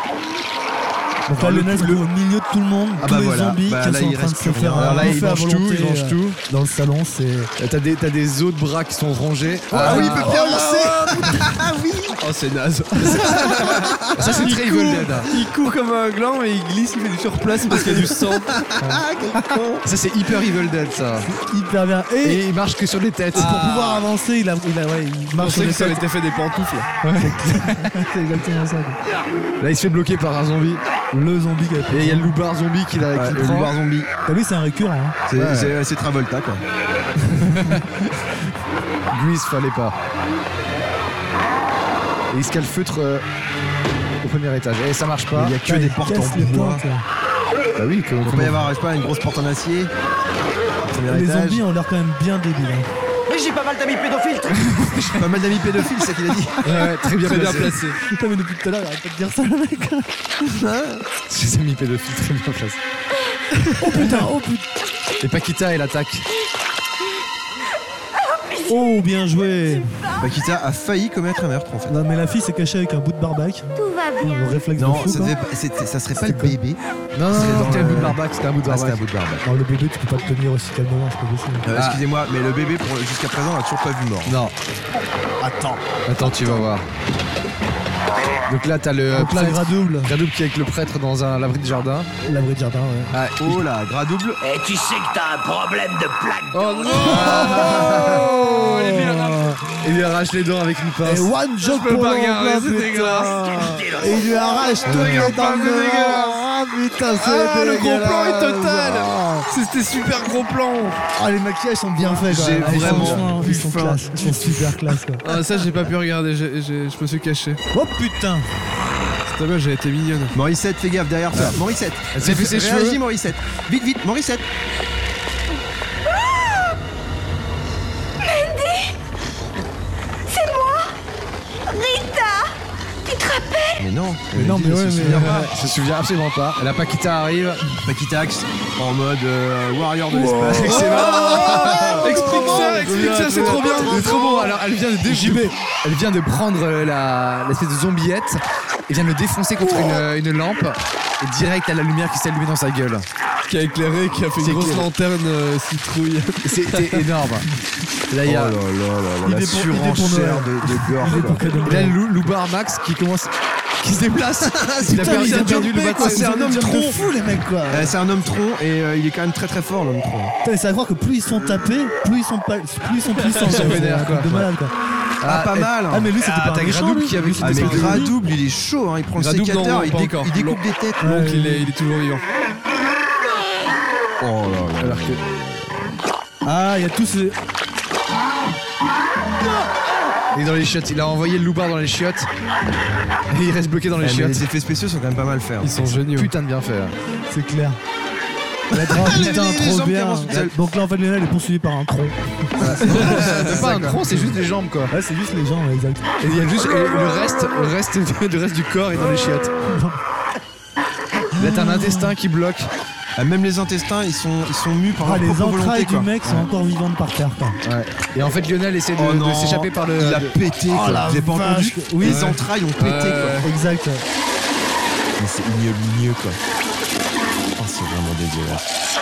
Donc là, le naze court au milieu de tout le monde,
Ah
tous
bah
les
voilà.
zombies
Bah
qui
là,
sont en
il
train de
reste
se
plus rien.
faire
Alors là,
euh,
ils
bouffer à
mangent tout,
volonté,
ils mangent
euh,
tout.
Dans le salon, c'est.
Euh, T'as des, t'as des os de bras qui sont rangés.
Ah oui, il peut bien lancer Ah oui
Oh, c'est naze. Ça, c'est très Evil Dead. hein.
Ah. Il court comme un gland et il glisse, il fait du surplace parce qu'il y a du sang.
Ah, quel con
Ça, c'est hyper Evil Dead, ça.
Hyper bien. Et,
Et il marche que sur les têtes.
Eh,
Ah.
pour
Ah.
pouvoir avancer, il, a, il, a- ouais, il marche sur les têtes.
fait des pantoufles.
C'est exactement ça. quoi.
Là, il se fait bloquer par un zombie.
Le zombie qui a
Et il y a le loupard zombie qui l'a.
Ouais,
qui
le
prend.
loupard zombie.
T'as vu, c'est un récurrent. hein.
C'est,
Ouais.
c'est- c'est Travolta, quoi.
Lui, il se fallait pas. Et il se calfeutre euh, au premier étage. Et ça marche pas.
Il y a
Ah,
que des portes en bois.
Bah oui, comment-
Il peut pas y avoir, je sais pas, une grosse porte en acier. Premier
Les
étage.
zombies ont l'air quand même bien débiles. hein.
Mais j'ai pas mal d'amis pédophiles.
Pas mal d'amis pédophiles, c'est ça qu'il a dit.
Ouais, ouais, très bien
Très bien
placé.
placé.
Putain, mais depuis tout à l'heure, il arrête pas de dire ça, le mec.
Ses amis pédophiles, très bien placé.
Oh putain, oh putain.
Et Paquita, elle attaque.
Oh, bien joué.
Paquita a failli commettre un meurtre, en fait.
Non, mais la fille s'est cachée avec un bout de barbac.
Tout va bien.
Le réflexe de
Non,
fou,
ça,
quoi.
devait pas- c'était- ça serait pas le
C'était quoi
bébé.
Non, non,
Ça serait
non,
dans
c'était un
le-
bout de barbaque, c'était un bout de
Ah, c'était un
barbaque.
bout de barbe.
Non, le bébé, tu peux pas te tenir aussi calmement, c'est pas possible.
Euh, Excusez-moi, mais le bébé, pour- jusqu'à présent, on l'a toujours pas vu mort.
Non,
Attends.
attends, tu vas voir. Donc là, t'as le.
Donc là,
prêtre-
Gradouble.
Gradouble qui est avec le prêtre dans un l'abri de jardin.
L'abri de jardin, ouais.
Ah, il-
Oh là, gras double.
Et tu sais que t'as un problème de plaque.
Oh non Oh.
Oh. il lui arrache les dents avec une pince.
Et one job
peux
pour
pas
le
regarder,
remplacer,
c'est
putain.
dégueulasse.
Ah. Et il lui arrache tout
Ah,
les dents
putain,
de
c'est
devant.
dégueulasse.
Ah putain, c'est
Ah, le gros plan est
dégueulasse.
total
Ah.
C'était super gros plan
Ah, les maquillages sont bien faits quand
J'ai
même. Ah, ils sont-
vraiment
franchement, ils
eu
sont
faim.
classe. Ils sont super classe quoi.
Ah, ça j'ai pas pu regarder, j'ai- j'ai- je me suis caché.
Oh putain
Cette meuf j'ai été mignonne.
Morissette, fais gaffe derrière toi. Morissette.
Ah. Elle s'est fait ses
Réagis,
cheveux.
Morissette. Vite, vite, Morissette.
C'est moi Rita Tu te rappelles
Mais non.
Mais non,
elle
mais
se
ouais, mais.
souvient pas.
Je me souviens absolument pas. La Paquita arrive.
Paquitax en mode euh, warrior de l'espace.
Explique ça, explique ça, c'est trop bien
C'est trop bon. Alors, elle vient de déjouer. Elle vient de prendre euh, la l'espèce de zombiette. Elle vient de le défoncer contre une, une lampe. Et direct à la lumière qui s'est allumée dans sa gueule.
Qui a éclairé, qui a fait
C'est
une grosse
clair.
lanterne euh, citrouille.
C'était énorme. Là, il y a.
Oh là là là là, la
Idée pour- idée pour
surenchère
Noël.
de, de gorge. quoi.
Et Là, Lou- Loubar Max qui commence. qui se déplace. il a
Putain,
perdu,
il
il
a
a perdu le
jumpé,
bâton.
quoi. C'est un homme
trop
tronc.
fou les mecs quoi.
Euh, c'est un homme tronc et euh, il est quand même très très fort l'homme tronc.
Putain, mais c'est à croire que plus ils sont tapés, plus ils sont pas, plus ils sont puissants.
Ils sont
quoi. C'est
vénères,
un
quoi.
truc De malade quoi.
Ah, pas
et-
mal. hein.
Ah mais lui c'était
Ah,
pas
t'as
un méchant,
Gradouble
lui.
qui avait-
Lui,
Ah,
c'était
mais
pas un zombie.
Gradouble il est chaud, hein. il prend le
Gradouble, non,
sécateur,
non,
il,
pas
dé-
encore.
il découpe des têtes.
Donc il est, il est toujours vivant.
Oh là là.
Alors que.
Ah il y a tous ces...
Il est dans les chiottes. Il a envoyé le Loubar dans les chiottes. Et il reste bloqué dans
Eh,
les
mais
chiottes.
les effets spéciaux sont quand même pas mal faits. hein.
Ils sont géniaux.
Putain de bien faire.
C'est clair. La drogue, putain,
les- les
trop
jambes qui
bien.
avancent toutes seules.
Donc là, en fait, Lionel est poursuivi par un tronc.
C'est pas un tronc, c'est juste les jambes quoi.
Ouais, c'est juste les gens, ouais, exact.
Et il y a juste et le reste, le reste, le reste du corps est dans les chiottes. Là t'as un intestin qui bloque.
Ah, même les intestins, ils sont, ils sont mus par
Ah,
leur
les
propre volonté.
entrailles du
quoi.
mec sont encore vivantes par terre. Quoi.
Et en fait, Lionel essaie de,
Oh
de
non,
s'échapper par le. Oh,
il a
de-
pété, quoi.
Ah,
la
Vous avez pas
vache,
entendu
quoi.
Oui. Les entrailles ont pété, quoi.
Exact.
Mais c'est ignoble, ignoble, quoi. Oh, c'est vraiment dégueulasse.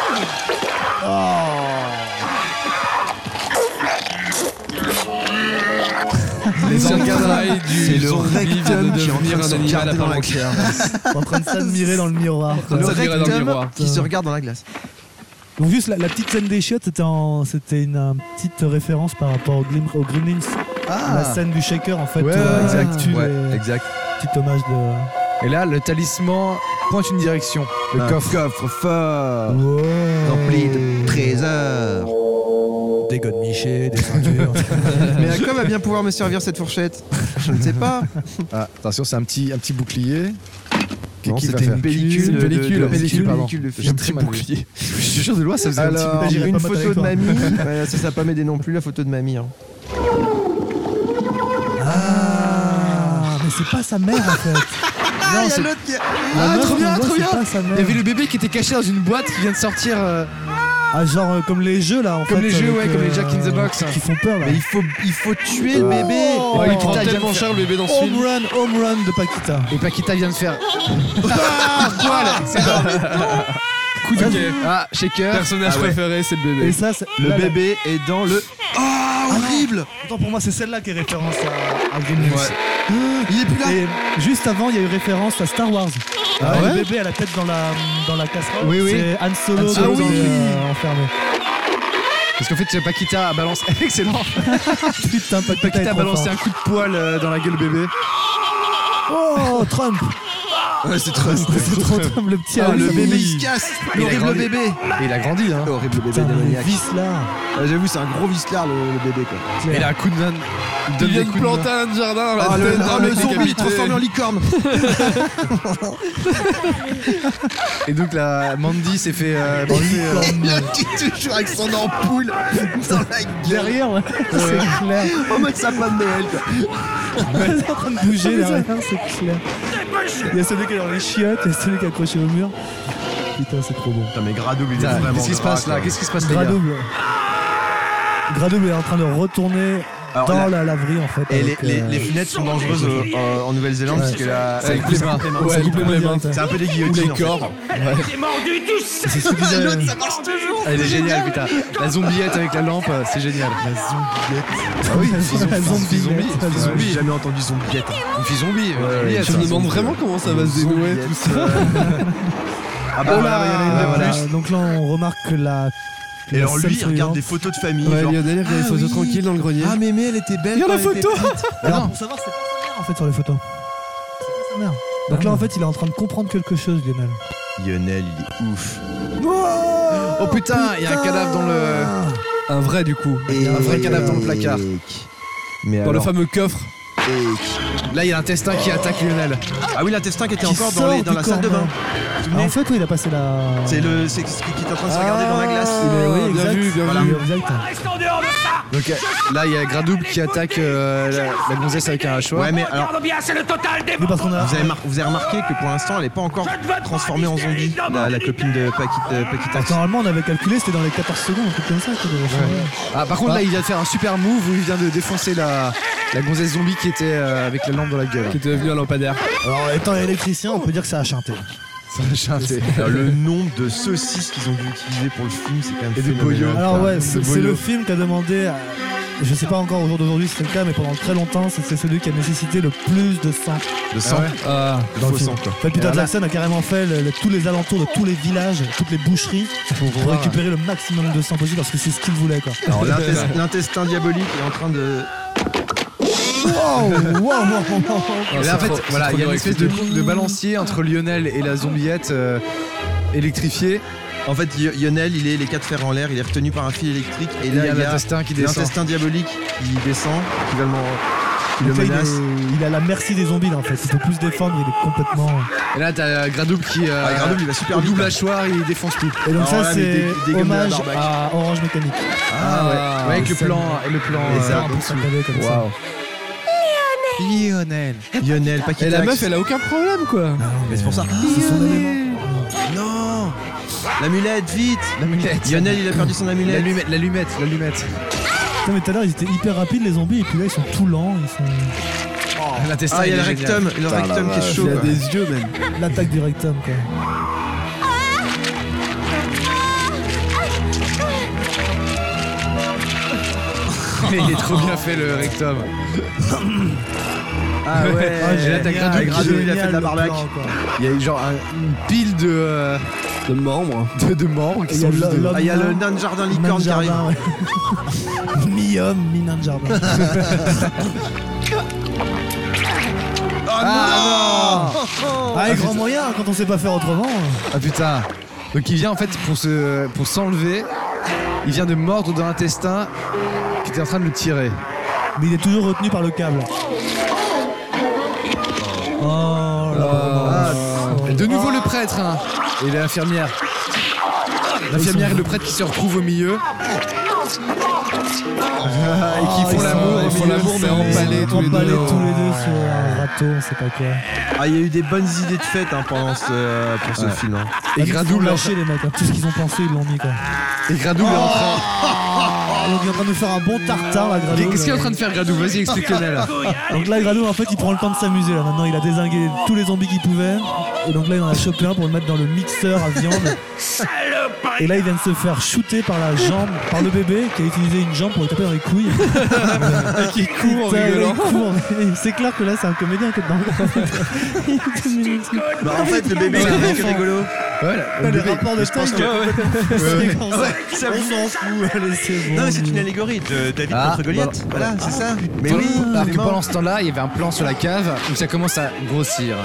Les entrailles du
C'est le
zombie
rectum
de
qui est en train
devenir
de
un
se
animal
regarder
à
dans
part
la
entière.
glace.
En train de s'admirer dans le miroir. quoi.
Le
s'admirer dans le
rectum
miroir.
qui se regarde dans la glace.
Donc juste la, la petite scène des chiottes, c'était en- c'était une, euh, petite référence par rapport au, Glim- au Gremlins.
Ah.
La euh, scène du shaker en fait.
Ouais,
où,
exact,
il tue
ouais,
les-
exact.
Petit hommage de.
Et là, le talisman pointe une direction. Le
Un
coffre.
Ah. fort rempli de trésors.
Des godes michés, des ceintures.
Mais à quoi va bien pouvoir me servir cette fourchette Je ne sais pas.
Ah, attention, c'est un petit, un petit bouclier. Qu'est-
Non,
qui va
c'était
faire
une pellicule
C'est une
de- de-
pellicule,
de-
pellicule,
pellicule,
pardon.
pellicule de film.
J'ai très mal lu. Je te jure de loi, ça faisait un
Alors,
petit peu-
une
J'irai pas
photo
m'attaquer,
de
toi.
mamie, ouais, ça, ça a pas m'aider non plus, la photo de mamie. hein.
Ah, mais c'est pas sa mère en fait.
Ah, il y a
c'est-
l'autre qui a-
La
Ah,
meuf,
trop bien,
on voit,
trop
c'est
bien
pas sa mère.
Il y avait le bébé qui était caché dans une boîte qui vient de sortir. euh,
Ah, genre euh, comme les jeux là en
Comme
fait,
les jeux,
avec,
ouais, comme les
euh,
Jack in the Box.
Qui font peur là.
Mais il faut, il faut tuer le
Ah.
bébé.
Oh,
Ouais,
il prend
putain,
tellement
vient de
cher,
faire-
le bébé, dans
Oh,
ce film. home run de Paquita.
Et Paquita vient de faire. Ah, voilà, c'est bon.
Coup de gueule.
Ah, shaker.
Personnage
Ah ouais.
préféré, c'est le bébé.
Et ça, c'est-
Le
là, là-
bébé est dans le. Ah, horrible
Attends, pour moi, c'est celle-là qui est référence à, à Gremlins.
Ouais. Il est plus là.
Et juste avant, il y a eu référence à Star Wars.
Ah
Euh,
ouais
le bébé à la tête dans la, dans la casserole.
Oui, oui.
C'est Han Solo,
Han Solo
dans
dans
le-
le-
euh, enfermé.
Parce qu'en fait, Paquita a balancé. Excellent.
Putain, Paquita, est
Paquita a
trop
balancé
fort.
un coup de poil euh, dans la gueule bébé.
Oh, Trump
Ouais, c'est trop.
C'est trop Trump, le petit
Ah,
Ali.
le bébé il se casse
Il a
L'horrible
grandi.
bébé
Et il a grandi, hein.
L'horrible bébé
Putain, le
démoniaque.
vice là.
Ah, J'avoue, c'est un gros viscard le, le bébé quoi.
Et il a un coup de main.
Il
donne
vient
des
de
coups de main.
planter un jardin, la
Ah, le,
tête
ah,
d'un
le
mec
zombie
décapité.
transformé en licorne
Et donc la Mandy s'est fait.
Ah,
euh,
dans
balancer, euh,
le- Il a dit toujours avec son ampoule dans la gueule.
Derrière, ouais. c'est clair.
en mode sapin de Noël quoi.
Elle est en train de bouger derrière, c'est clair. Il y a celui qui est dans les chiottes, il y a celui qui est accroché au mur. Putain, c'est trop bon.
Putain, mais Gradou lui
Putain, Qu'est-ce qui se passe là Qu'est-ce qui se passe les gars
Gradouble. Gradouble est en train de retourner
Alors,
dans
la-
la... laverie en fait.
Et les,
avec,
les,
euh,
les fenêtres sont dangereuses euh, euh, en Nouvelle-Zélande
Ouais.
parce que là.
Ça coupe les mains. Ouais, ça coupe les mains.
C'est un peu des
Ou les
guillotines. en fait.
corps.
J'ai mordu du sang
euh,
C'est ce que disait-
L'autre, ça marche toujours.
Elle est géniale, putain. La zombiette avec la lampe, euh, c'est génial. La zombiette. Ah oui, une fille zombie.
La zombie.
Une fille zombie.
La
Ouais,
zombie.
Ah, J'ai jamais entendu zombiette.
Une fille zombie.
Ouais,
une
ouais,
zombiette.
Je me demande vraiment comment ça va se dénouer tout ça.
Ah bah
oh
voilà,
là,
regardez,
voilà.
voilà.
Donc là, on remarque que la. que
Et
la
alors lui,
scène
il
suivante-
regarde des photos de famille.
Ouais,
genre,
Lionel, il y a des
Ah
photos
oui.
tranquilles dans le grenier.
Ah mais mais elle était belle.
Regarde
quand
la
elle était
photo
petite.
Alors,
non.
pour savoir, c'est pas sa mère, en fait sur les photos. C'est pas sa mère. Donc là, en fait, il est en train de comprendre quelque chose, Lionel.
Lionel, il est ouf.
Oh putain, il y a un cadavre dans le.
Un vrai du coup.
Et
un vrai cadavre dans le placard.
Mais
Dans le
alors-
fameux coffre.
Là, il y a l'intestin qui attaque Lionel.
Ah oui, l'intestin qui était
Qui
encore dans,
sort
les- dans
du
la salle de
corps,
bain.
hein.
Vous vous
Ah,
souvenez
en fait, oui, il a passé la.
C'est le, c'est ce qui est en train de se regarder
Ah,
dans la glace.
Mais oui,
bien
exact.
vu, bien
Voilà,
vu.
exact.
Reste en dehors de ça
Donc euh, là, il y a Gradouble qui attaque euh, la, la gonzesse avec un hachoir.
Ouais, mais alors,
Regarde bien, c'est le total des
Oui, parce qu'on a.
vous avez, mar- vous avez remarqué que pour l'instant, elle n'est pas encore transformée en zombie, la, la copine de Paquita. euh, Paquita.
Normalement, on avait calculé, c'était dans les 14 secondes, un truc comme ça. quoi, de-
Ah, par contre, là, il vient de faire un super move où il vient de défoncer la, la gonzesse zombie qui était euh, avec la lampe dans la gueule.
Qui était devenu un lampadaire.
Alors, étant électricien, on peut dire que ça a chanté.
Ça a chanté.
Alors, le nombre de saucisses qu'ils ont dû utiliser pour le film, c'est quand même
Et de
phénoménal.
boyaux.
Alors, ouais,
c'est
c'est
beau,
c'est
là.
le film qui a demandé. à- Je sais pas encore au jour d'aujourd'hui si c'est le cas, mais pendant très longtemps, c'est c'est celui qui a nécessité le plus de sang.
De sang,
Ah,
de
Dans le
faux sang,
film.
quoi.
Enfin, Peter
alors là-
Jackson a carrément fait le- le- tous les alentours de tous les villages, toutes les boucheries pour,
voir.
récupérer le maximum de sang possible parce que c'est ce qu'il voulait quoi.
Alors, l'intest- l'intestin diabolique est en train de.
Wow, wow, wow, wow.
Et là, en fait, voilà, il y a une espèce de,
de
de balancier entre Lionel et la zombiette euh, électrifiée.
En fait, Yo- Lionel, il est les quatre fers en l'air, il est retenu par un fil électrique, et
Et là,
là,
il y a l'intestin qui descend.
l'intestin diabolique qui descend, qui va le, men- qui le
Donc là, il,
menace.
est, il est à la merci des zombies là, en fait. Il peut plus se défendre, il est complètement.
Et là, t'as Gradouble qui. euh,
Ah, Gradouble, il va super
au
vite,
double
là.
hachoir, il défonce tout.
Et donc
Alors là,
ça
mais
c'est
des- des gommes de la
hommage
barbac.
à Orange Mécanique.
Ah, ouais. Ouais, avec le
ça,
plan. Et le plan.
Et ça,
euh,
un peu saccadé comme ça.
Waouh. Lionel.
Lionel, Paquita.
Et la meuf, elle a aucun problème quoi.
Mais c'est pour ça.
C'est son élément.
Non L'amulette, vite
L'amulette.
Lionel, il a perdu son amulette.
L'allumette, l'allumette, l'allumette.
Putain, mais tout à l'heure, ils étaient hyper rapides, les zombies, et puis là, ils sont tout lents. Ils sont...
L'intestin,
Ah, il y a
il
le
est génial.
rectum, le
Putain,
rectum
la
qui est
vache.
chaud.
Il a
quoi.
des yeux, même.
L'attaque du rectum, quoi.
Mais il est trop bien fait le rectum.
Ah ouais,
j'ai l'attaque
génial,
gradu- gradu-
gradu- Ah, il a fait de la barbac.
Il y a eu genre un- une pile de. euh,
de membres.
De, membres qui
Et il y
sont
a
juste.
l'homme-
de-
l'homme
Ah, il y a le
nain.
nain de jardin licorne qui arrive.
Nain de jardin, ouais. Mi-homme, mi-nain de jardin.
Ah non
Ah,
Ah,
et grand
putain.
moyen, quand on sait pas faire autrement.
Ah putain Donc il vient en fait pour se pour s'enlever. Il vient de mordre dans l'intestin qui était en train de le tirer.
Mais il est toujours retenu par le câble. Oh là
Ah, de
Oh.
nouveau le prêtre hein, et l'infirmière. L'infirmière et le prêtre qui se retrouvent au milieu. Ah, et qui font l'amour, ils font l'amour mais empalés tous les
Emballés
deux. hein.
tous les deux sur un râteau, on sait pas quoi.
Ah, il y a eu des bonnes idées de fête hein, pendant ce, euh, pour ce
Ouais.
film. hein.
Et
Ils
Gradou
ont
là,
lâché les mecs, hein. tout ce qu'ils ont pensé, ils l'ont mis quoi.
et Gradou
Oh,
là, en train- Ah,
Donc il est en train de nous faire un bon tartare là, Gradou.
Qu'est-ce qu'il est en
là.
train de faire Gradou Vas-y explique-le là.
Donc là, Gradou, en fait, il prend le temps de s'amuser là. Maintenant, il a désingué tous les zombies qu'il pouvait. Et donc là, il en a chopé un pour le mettre dans le mixeur à viande. Et là, il vient de se faire shooter par la jambe, par le bébé qui a utilisé une jambe pour lui taper dans les couilles.
Et qui court en
Putain,
rigolant.
il court. Mais C'est clair que là, c'est un comédien qui est dedans. Il était minuscule.
Bah, en fait, le bébé, il est que rigolo.
Voilà,
Ouais,
le
le
bébé.
rapport de
Je pense
tête,
que-
ouais,
Ouais,
ouais.
ouais. Ça
On
vous-
s'en fout, allez, c'est bon.
Non, mais c'est une allégorie de David
Ah,
contre Goliath.
bah,
Voilà,
bah,
c'est ça. Mais
Mais
oui,
alors
les
que
mains.
pendant ce temps-là, il y avait un plan sur la cave où ça commence à grossir.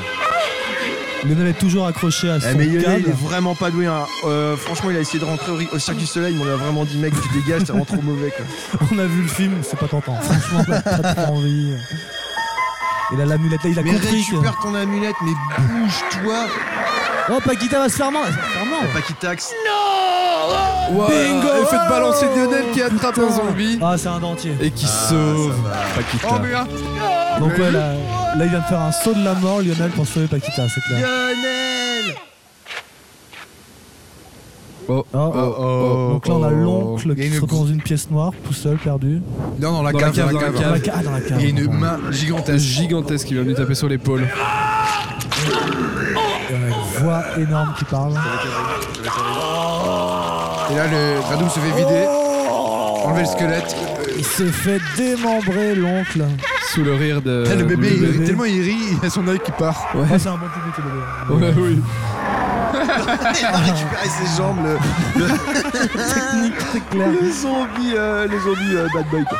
Lionel est toujours accroché à son
Eh, mais Lionel, il est
câble.
vraiment pas doué. hein. Euh, franchement, il a essayé de rentrer au, ri- au Cirque du Soleil, mais on lui a vraiment dit, mec, tu dégages, t'es vraiment trop mauvais. Quoi.
On a vu le film, c'est pas tentant. Franchement, on a pas trop envie. Et là, l'amulette, là, il a
Mais
compris que...
récupère ton amulette, mais bouge-toi.
Oh, Paquita va se faire mal.
Pas qu'il taxe.
Wow,
Bingo
Euh, Et faites balancer Lionel qui attrape un zombie
Ah, c'est un dentier.
et qui sauve
Oh
Paquita.
merde
Donc, ouais, là, là, il vient de faire un saut de la mort, Lionel, pour sauver Paquita, c'est clair.
Lionel
Oh,
Oh, oh, oh. Donc là, on a l'oncle
Il y a
qui se
une
retrouve dans une pièce noire, tout seul, perdu.
Non, dans la
Dans la
cave,
cave,
dans la
dans
cave.
Dans la ca- ah, dans la cave.
Il y a une main gigantesque.
Gigantesque, il va lui taper sur l'épaule.
Il y a une voix énorme qui parle.
Et là, le Gradou se fait vider,
Oh.
enlever le squelette.
Il s'est fait démembrer, l'oncle.
Sous le rire de.
Ah, le bébé,
du
il-
bébé.
tellement il rit, il a son œil qui part.
Ouais.
Ah, c'est un bon public, le bébé.
Ouais, oui.
Il a récupéré ses jambes, le,
Technique, c'est clair.
le zombie, euh, le zombie euh, bad boy. quoi.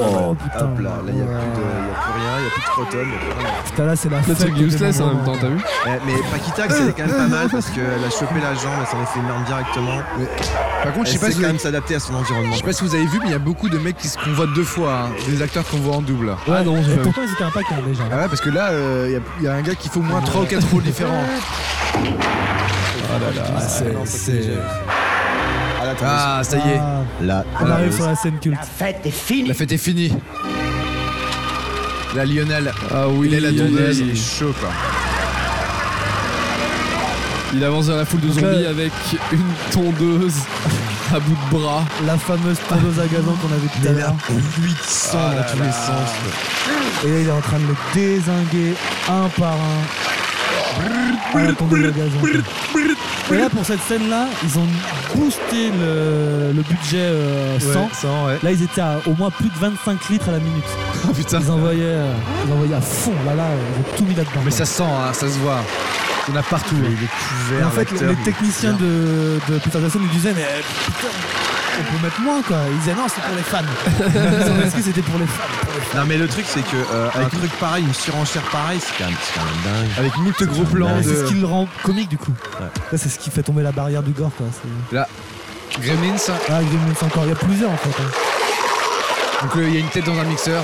Oh, putain.
Hop là, là, il n'y a, plus de- y a plus rien, Ah, il n'y a plus de scrotum. y a plus rien.
Putain, là, c'est la
Le
fête.
truc
du
useless en
démembrement.
même temps, t'as vu
Eh, mais Paquita, c'est quand même pas mal parce qu'elle a chopé la jambe, elle s'en est fait une arme directement.
Par contre,
Elle
je sais
sait
pas,
quand
si vous avez-
même s'adapter à son environnement.
je sais pas si vous avez vu, mais il y a beaucoup de mecs qui se convoitent deux fois, hein, des acteurs qu'on voit en double.
Ah non, j'ai
Et
pas vu.
pourtant, ils étaient un paquet, déjà. hein.
Ah ouais, parce que là, il y, a un gars qui fait au moins 3 ou 4 rôles différents.
Ah, c'est- c'est- Ah, là, t'as
Ah, ça y est,
Ah,
Là,
on
là,
arrive
le-
sur la scène culte.
Fête est finie.
la fête est finie. Là, Lionel,
Ah oui,
il est la
aïe, aïe,
tondeuse, il est
aïe.
chaud quoi.
Il avance dans la foule de
Donc là-
zombies avec une tondeuse à bout de bras.
La fameuse tondeuse à gazon qu'on avait tout à l'heure. Ah,
800 dans tous les sens. quoi.
Et là, il est en train de le désinguer un par un. à la tondeuse à gazon. Et là, pour cette scène-là, ils ont boosté le, le budget euh, 100.
sang, ouais.
Là, ils étaient à au moins plus de 25 litres à la minute.
Oh putain.
Ils envoyaient, euh, ils envoyaient à fond. Là, là, ils ont tout mis là-dedans.
Mais
quoi.
ça sent, hein, ça se voit. Il y en a partout.
Il
Et
est couvert.
en fait,
l'acteur,
les
il est
techniciens de, de Peter Jackson nous disaient, mais putain, on peut mettre moins quoi. Ils disaient, non, c'est pour les fans. Ils ont dit, Est-ce que c'était pour les fans
Non mais le truc c'est que euh, avec un truc pareil, une surenchère pareille, c'est quand, même- c'est quand même dingue.
Avec mille de gros plans
Et Bah, C'est ce
de
qui le rend comique du coup. Là, c'est ce qui fait tomber la barrière du gore quoi. C'est-
Gremlins.
Ah, Gremlins encore. Il y a plusieurs en fait. hein.
Donc euh, il y a une tête dans un mixeur.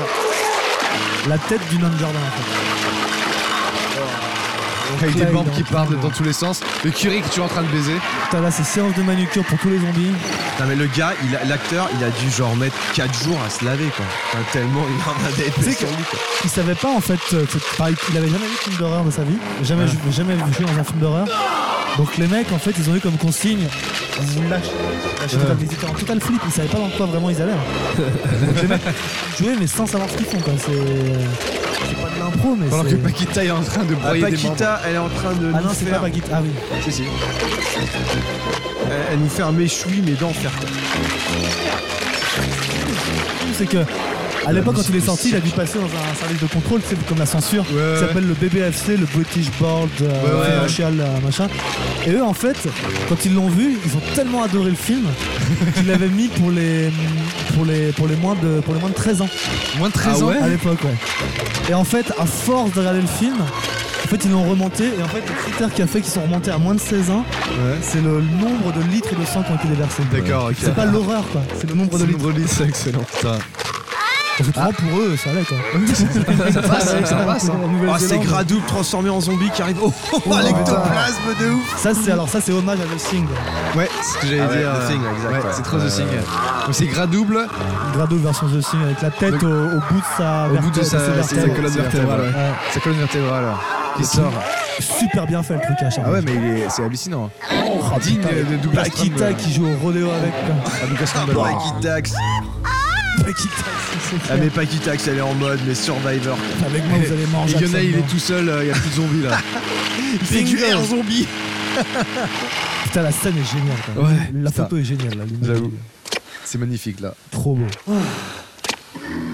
La tête du nain de jardin en fait.
Avec des
Ouais,
bambes
il est
qui
en train
partent
de-
dans tous les sens. Le curry que tu es en train de baiser.
Putain, là, c'est séance de manucure pour tous les zombies.
Non mais le gars, il a- l'acteur, il a dû genre mettre 4 jours à se laver quoi. Enfin, tellement il en avait
Tu
été
sais
sur lui quoi.
qu'il savait pas en fait euh, que c'est pareil, il avait jamais vu de film d'horreur de sa vie, jamais, vu- jamais vu dans un film d'horreur. Donc les mecs en fait ils ont eu comme consigne vous lâchez, lâchez
Ouais.
total. ils étaient en total flip, ils savaient pas dans quoi vraiment ils allaient. hein. Donc, les mecs jouaient mais sans savoir ce qu'ils font quoi, euh, c'est c'est pas de l'impro mais
Pendant
c'est-
que Paquita est en train de
Ah,
broyer des membres.
Paquita, elle est en train de.
Ah
nous
non c'est pas
faire-
Paquita, ah oui.
Si, si. Elle, elle nous fait un méchoui mais d'enfer quoi.
C'est que à l'époque quand il est sorti il a dû passer dans un service de contrôle tu sais, comme la censure
ouais.
qui s'appelle le BBFC le British Board euh,
Ouais, ouais,
Financial euh, machin et eux en fait quand ils l'ont vu ils ont tellement adoré le film qu'ils l'avaient mis pour les pour les pour les moins de pour les moins de 13 ans
moins de 13 Ah ans ouais
à l'époque ouais et en fait à force de regarder le film en fait ils l'ont remonté et en fait le critère qui a fait qu'ils sont remontés à moins de 16 ans c'est le nombre de litres de sang qui ont été déversés
D'accord, ok.
c'est pas l'horreur quoi c'est le nombre de
C'est le
litres
nombre de litres, c'est excellent. Putain.
Parce que Ah, pour eux, ça allait quoi.
Ça passe, hein, ça passe. hein.
En Nouvelle-Zélande.
Ah, c'est Gradouble transformé en zombie qui arrive. Oh, oh, oh, l'ectoplasme
de ouf. Ça c'est alors ça c'est hommage à The Thing.
Ouais, c'est ce que j'allais
Ah ouais,
dire. euh,
The Thing, exact,
Ouais,
ouais.
C'est trop The
Ouais,
Thing.
euh,
ouais, ouais.
Donc c'est gras double.
Grado version The Thing avec la tête au, au bout de sa
Au bout de sa,
vertèbre- ses
c'est sa
vertèbres.
colonne vertébrale, ouais.
Ouais.
sa colonne vertébrale ouais, qui sort.
Super bien fait le truc à chaque
Ah ouais, mais il est- c'est hallucinant.
hein.
Oh,
Digne
putain,
de Douglas
Paquita
Trumbull.
qui joue au rodeo avec. euh, quoi.
Ah, Douglas Trumbull.
bah, Paquitax.
Paquita, c'est
Ah mais
clair.
Paquitax, elle est en mode mais Survivor. quoi.
Avec moi Ah, vous allez manger.
Et Yona, il
absolument.
est tout seul, euh, il n'y a plus de zombies là.
Il fait du air zombie.
Putain la scène est géniale. quoi.
Ouais,
La
putain.
photo est géniale là. l'image.
J'avoue. C'est magnifique là.
Trop beau.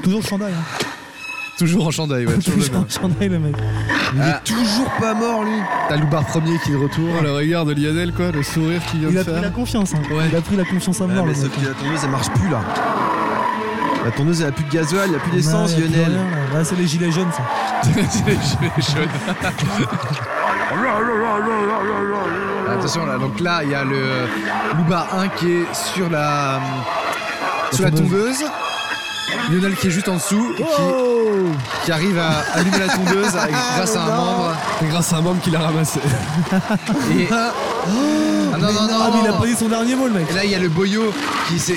Toujours le chandail. Hein.
Toujours en chandail, ouais. Ah. Toujours le
Toujours
même.
en chandail le mec.
Il est toujours pas mort lui. Ah. T'as Loubar premier qui est de retour.
Oh, le regard de Lionel, quoi, le sourire qu'il vient
Il
de
a pris la
faire.
confiance. Hein. Il a pris la confiance à
Ah,
mort.
mais
le mec. hein.
sauf que la tondeuse elle marche plus là. La tondeuse elle a plus de gasoil, elle a plus d'essence,
Ouais, y a plus
Lionel.
rien, là. Là, c'est les gilets jaunes, ça.
Ah, Attention là, donc là il y a le euh, Loubar 1 qui est sur la, euh, sur la
tondeuse. Oh.
tondeuse. Lionel qui est juste en dessous et
Ah,
Oh
qui, qui arrive à allumer la tondeuse avec- grâce à un membre.
Et grâce à un membre qui l'a ramassé.
Et... Ah non, non, non,
Ah, mais il a
non.
pas dit son dernier mot, le mec.
Et là il y a le boyau qui s'est.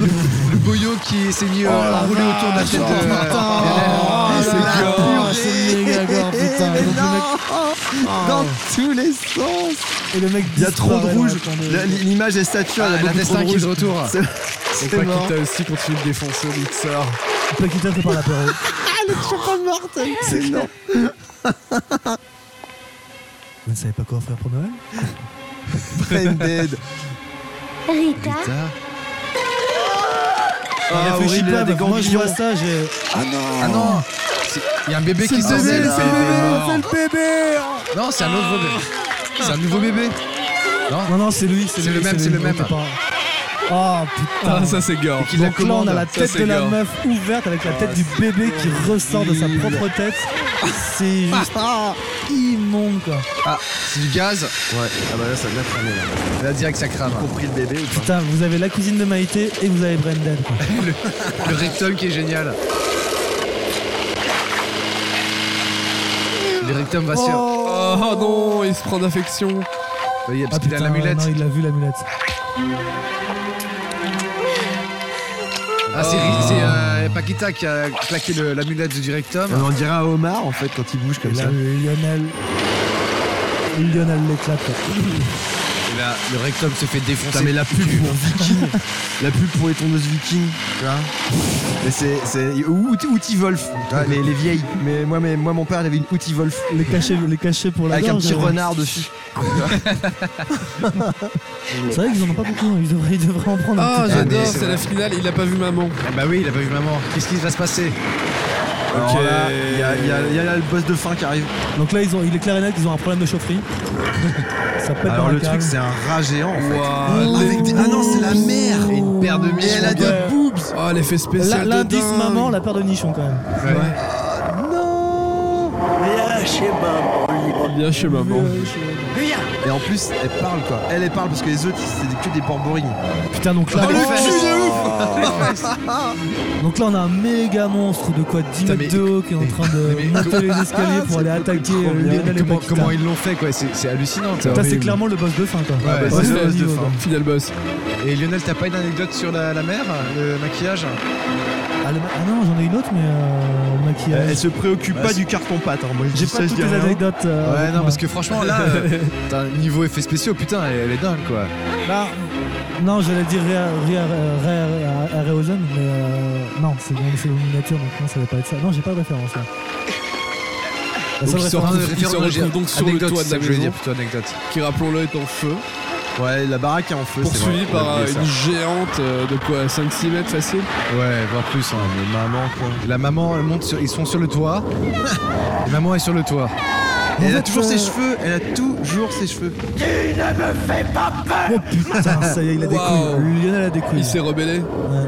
Le, le boyau qui s'est mis euh,
Oh la
enroulé autour de la tête de.
Oh, c'est gore, c'est méga gore, putain. Et donc, le mec- Oh.
Dans tous les sens.
Et le mec
Il y a trop de
disparaît,
rouge.
là, attends, mais-
La- L'image est saturée.
Ah,
il y a beaucoup trop
l'intestin
de
qui est de
rouge.
retour.
C'est-
Et
C'est mort.
Paquita aussi continue de défoncer au mixeur.
Paquita fait par l'apéro.
Elle est toujours morte. C'est énorme.
Vous ne savez pas quoi offrir pour Noël
Branded.
Rita,
Ah,
Réfléchis
horrible, il a
pas,
des
meuf, moi je
ganglions.
vois ça, j'ai.
Ah non.
Ah non C'est- Il y a un bébé qui sort. c'est
bébé, c'est le bébé,
mort.
le bébé
Non, c'est un autre bébé. C'est un nouveau bébé.
Non, non, c'est lui,
C'est le
lui,
même, c'est le
lui,
même.
t'es pas- Oh putain.
Ah, ça c'est gore.
qui la
Donc là, on a
commande,
la
ça,
tête
c'est
de la
gore.
meuf ouverte avec la tête du bébé qui ressort de sa propre tête. C'est juste immonde quoi.
Ah, c'est du gaz.
Ouais. Ah bah là ça a bien cramé là.
Là, direct, ça crame.
T'as compris le bébé ou pas
Putain, vous avez la cuisine de Maïté et vous avez Brendan. quoi.
Le rectum qui est génial. Le rectum va sur.
Oh, non, il se prend d'affection.
Il y a
Ah,
parce qu'il a
putain,
l'amulette.
ouais, non, il a vu l'amulette.
Ah, c'est Ri-
Oh.
c'est euh, Paquita qui a claqué le- l'amulette du rectum.
On en dirait un homard en fait quand il bouge
Et
comme
là,
ça.
Lionel. Lionel l'éclate. quoi.
Et là, le rectum se fait défoncer.
Putain mais la pub pour Viking, la pub pour les tondeuses Viking, tu vois. Mais c'est, c'est ou, ou- Outil Wolf, tu vois, les, les vieilles. Mais moi, mais moi mon père il avait une Outil Wolf
Les cachets, les cachets pour la
avec un
gorge,
petit
j'avais-
renard dessus.
C'est vrai qu'ils en ont pas beaucoup, hein. ils devraient, ils devraient en prendre un
Ah,
petit peu.
j'adore,
mais c'est
c'est la
vrai.
finale, il a pas vu maman.
Ah bah oui, il a pas vu maman. Qu'est-ce qui va se passer
Alors là, il y a, il y a- il y a là le boss de fin qui arrive.
Donc là, ils ont, il est clair et net qu'ils ont un problème de chaufferie. Ça pète dans
Alors
la
le
cave.
truc c'est un rat géant en fait.
Ouah,
Avec des- Ah non c'est la mère.
Et une paire de
Et
miches.
elle a des
Ouais.
boobs.
Oh, l'effet
La-
spécial. de
L'indice
dingue.
Ah
maman, la paire de nichons quand même.
Ouais.
Non.
Mais euh,
chez maman.
Viens chez maman.
Euh,
Viens
Et en plus, elle parle quoi. Elle, elle parle parce que les autres, c'était que des borborines.
Putain, donc
Ah,
là.
Oh, le cul de ouf
Donc là, on a un méga monstre de quoi 10 mètres de haut qui est en train de monter les escaliers
Ah,
pour aller attaquer euh, Lionel et
comment,
Paquita.
comment ils l'ont fait quoi C'est c'est hallucinant. quoi.
Là, c'est clairement le boss de fin, quoi.
Ouais,
Ouais,
c'est
c'est
le boss de
niveau,
fin.
quoi.
Final boss.
Et Lionel, t'as pas une anecdote sur la, la mer, le maquillage
Ah, le ma- ah non, j'en ai une autre, mais euh, le maquillage.
Elle se préoccupe
Bah,
pas
c'est-
du carton pâte. Hein. Moi, je
J'ai
dis
pas
ça, je
toutes
dis
les
rien.
anecdotes. euh,
Ouais, non,
moi.
parce que franchement, là, euh, t'as un niveau effets spéciaux, putain, elle, elle est dingue quoi.
Bah, non, j'allais dire Ria- Ria- Ria- Ria- Harryhausen, mais euh, non, c'est bon, c'est une nature, donc non, ça va pas être ça. Non, j'ai pas de référence là. La seule
Donc, il se
référence-
retrouve, il se retrouve donc sur le
Anecdote,
toit
c'est
de
ça
la
que je voulais
maison,
dire, plutôt anecdote.
qui rappelons-le est en feu,
Ouais, la baraque est en feu. c'est
poursuivi
vrai, on a
par euh,
oublié
une
ça.
géante euh, de quoi 5-6 mètres facile.
Ouais, voire plus. Hein. maman, La maman, elle monte sur, ils sont sur le toit. Et maman est sur le toit.
Et
En
Elle a
fait,
toujours
euh,
ses cheveux. Elle a toujours ses cheveux.
Tu ne me fais pas peur
Oh putain, ça y est, il a des
Waouh.
couilles. hein. Lionel a des couilles.
Il s'est rebellé.
Ouais.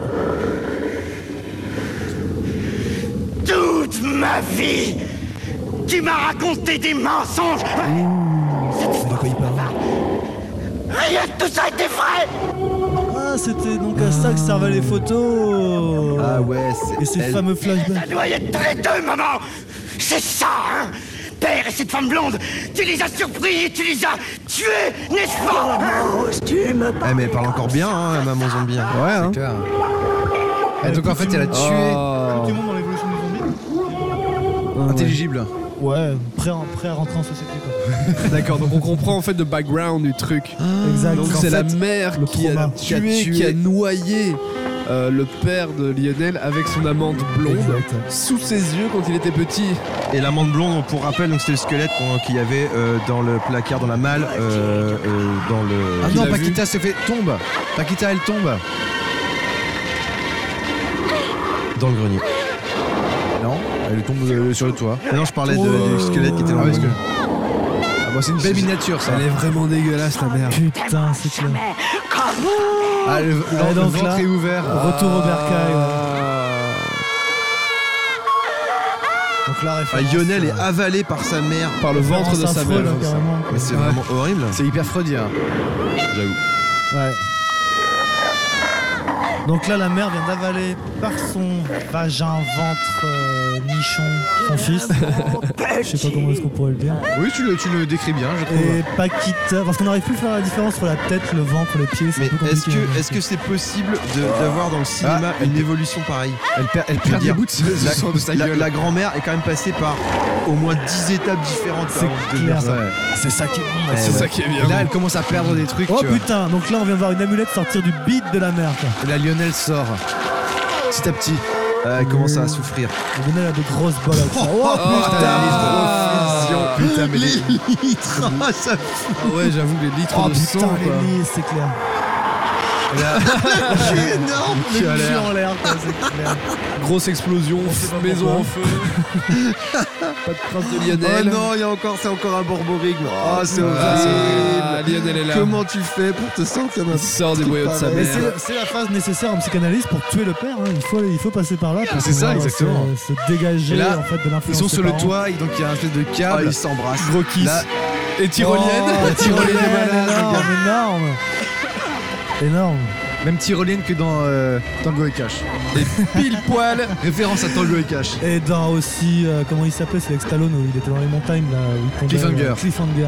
Toute ma vie, tu m'as raconté des mensonges. Rien de tout ça était vrai.
Ah, c'était donc à ça que servaient les photos.
Ah ouais, c'est
Et ces
elle.
fameux flashbacks.
Ça doit y être très deux, maman. C'est ça, hein. Père et cette femme blonde, tu les as surpris et tu les as tués, n'est-ce pas
Tu me
Eh, mais elle parle encore bien, hein, maman zombie. hein. Oh.
Ouais, hein. Et donc en fait, elle a tué.
Ah,
Tout le monde dans l'évolution des zombies
Ah
Intelligible.
Ouais, prêt à, prêt à rentrer en société quoi.
D'accord, donc on comprend en fait le background du truc.
exact.
Donc
Ah, En
c'est
fait,
la mère
le
qui a,
trauma.
tué, qui a noyé euh, le père de Lionel avec son amante blonde
Exact.
sous ses yeux quand il était petit.
Et l'amande blonde, pour rappel, donc c'était le squelette qu'on- qu'il y avait euh, dans le placard, dans la malle, euh, euh, dans le.
Ah
Qu'il
non,
a vu.
Paquita se fait. tombe Paquita, elle tombe
Dans le grenier.
Non, elle tombe euh, sur le toit.
Ah non, je parlais de- du squelette qui était dans
Ah,
le
parce que-
grenier.
Ah, bon, c'est une belle miniature ça.
Elle est vraiment dégueulasse la mère.
Putain, c'est clair.
Ah, le,
Ouais,
le
donc
ventre
là,
est ouvert.
Retour au bercail. ouais. Donc la
Ah,
référence.
Lionel est
euh,
avalé par sa mère.
Par le ventre de sa
affreux,
mère.
là, carrément.
Mais c'est vraiment horrible.
C'est hyper freudien.
J'avoue.
Ouais. Donc là, la mère vient d'avaler par son vagin, ventre, euh, nichon, son fils. Je sais pas comment est-ce qu'on pourrait le dire.
Oui, tu le, tu le décris bien, je trouve.
Et Paquita, parce qu'on n'arrive plus à faire la différence entre la tête, le ventre, les pieds. C'est
Mais
un peu compliqué. hein.
est-ce que est-ce que c'est possible de- d'avoir dans le cinéma une évolution pareille
Elle, perd- elle
Je veux
perd des
dire,
bouts de ce- ce
la-
sang de sa
la-
gueule.
la grand-mère est quand même passée par au moins 10 étapes différentes.
C'est
avant de
clair.
devenir ça. Eh
Ouais.
C'est ça qui est bon.
C'est ça qui est bien.
Et là, elle commence à perdre des trucs.
Oh
tu vois.
putain, donc là on vient voir une amulette sortir du bide de la mer. Quoi.
Et là, Lionel sort. Petit à petit.
Euh, Elle commence à souffrir.
Le Lionel a de grosses bolas. Oh, oh
Ah,
Putain, mais les-
Ah, ça-
Ah ouais, j'avoue les litres
Oh
de
putain,
sang. quoi.
les nids, c'est clair.
C'est énorme.
Les
Quelle
yeux
heure.
en l'air, quoi, c'est clair.
Grosse explosion,
pas
maison
pourquoi. Ah
en feu. Pas de trace de
Oh
Lionel.
non, il y a encore, c'est encore un borborigme. Oh, c'est horrible.
Ah, Lionel est là.
Comment tu fais pour te sentir d'un
Il sort des boyaux de sa
Mais
mère.
c'est le- c'est la phase nécessaire en psychanalyse pour tuer le père. hein. Il, faut, il faut passer par là pour
C'est ça,
pouvoir
exactement.
Se, se dégager
Et là,
en fait, de
Ils
l'influence.
sont
des
sur le
parents.
toit, et donc il y a un espèce de
Ah,
câble.
ils s'embrassent.
Gros kiss.
Là-
Et tyrolienne.
Oh,
tyrolienne
tyrolienne,
de malade,
énorme, énorme. Énorme.
Même tyrolienne que dans euh, Tango et Cash.
Pile poil.
Référence à Tango et Cash.
Et dans aussi, euh, comment il s'appelait, c'est avec Stallone, où il était dans les montagnes là. Où il tombait,
Cliffhanger.
euh, Cliffhanger.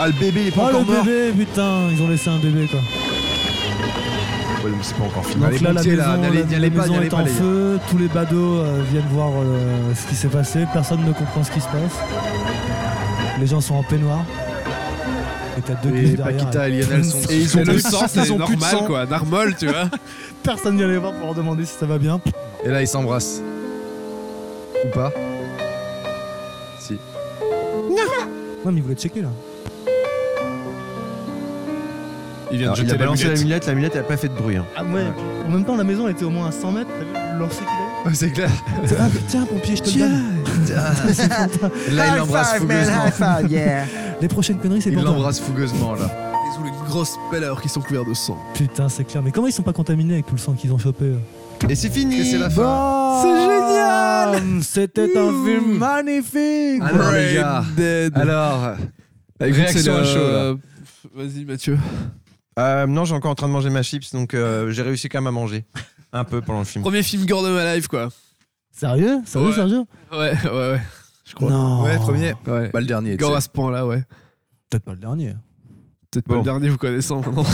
Ah, le bébé, il est pas
Oh
encore
le
mort.
bébé, putain, ils ont laissé un bébé quoi.
Ouais, donc c'est pas encore fini.
Donc
Allez,
là, la
montez,
maison,
là, n'allez-
la-
n'y
la
allez pas,
maison
n'y allez
est
pas,
en
les gars.
feu, tous les badauds euh, viennent voir euh, ce qui s'est passé, personne ne comprend ce qui se passe. Les gens sont en peignoir. Et t'as deux
Et
gueules derrière.
Paquita et Lionel sont.
Et ils ont
Mais
le
le
sang,
sang,
c'est
ils ont plus de
normal
sang.
quoi, normal tu vois.
Personne vient les voir pour leur demander si ça va bien.
Et là, ils s'embrassent. Ou pas Si.
Non mais ils voulaient checker là.
Il vient de
Alors, il
jeter
a
la
balancé la
mulette.
mulette, la mulette, elle a pas fait de bruit. hein.
Ah ouais, en même temps la maison était au moins à 100 mètres, t'as vu le lancer qu'il
Ouais, c'est clair.
avait Ah putain pompier, je te le donne.
Là, il l'embrasse fougueusement.
Les prochaines conneries c'est
Il
pour toi.
l'embrasse fougueusement, là.
Ils ont les grosses pelleurs qui sont couverts de sang.
Putain c'est clair, mais comment ils sont pas contaminés avec tout le sang qu'ils ont chopé euh
Et c'est fini.
Et c'est la fin.
C'est génial Hum, C'était un film magnifique.
Ah
Alors, les gars. Alors,
Bah, écoute,
réaction
c'est le-
à chaud. là.
Vas-y, Mathieu. Euh, non, j'ai encore en train de manger ma chips, donc euh, j'ai réussi quand même à manger. Un peu pendant le film.
Premier film gore de ma life, quoi.
Sérieux Sérieux,
Ouais.
Sergio
Ouais, ouais, ouais. Je crois.
Non.
Ouais, premier.
Ouais. Bah, le dernier. tu
Gore
sais.
à ce point-là, ouais.
Peut-être pas le dernier.
Peut-être pas
Bon.
le dernier vous connaissant. vraiment.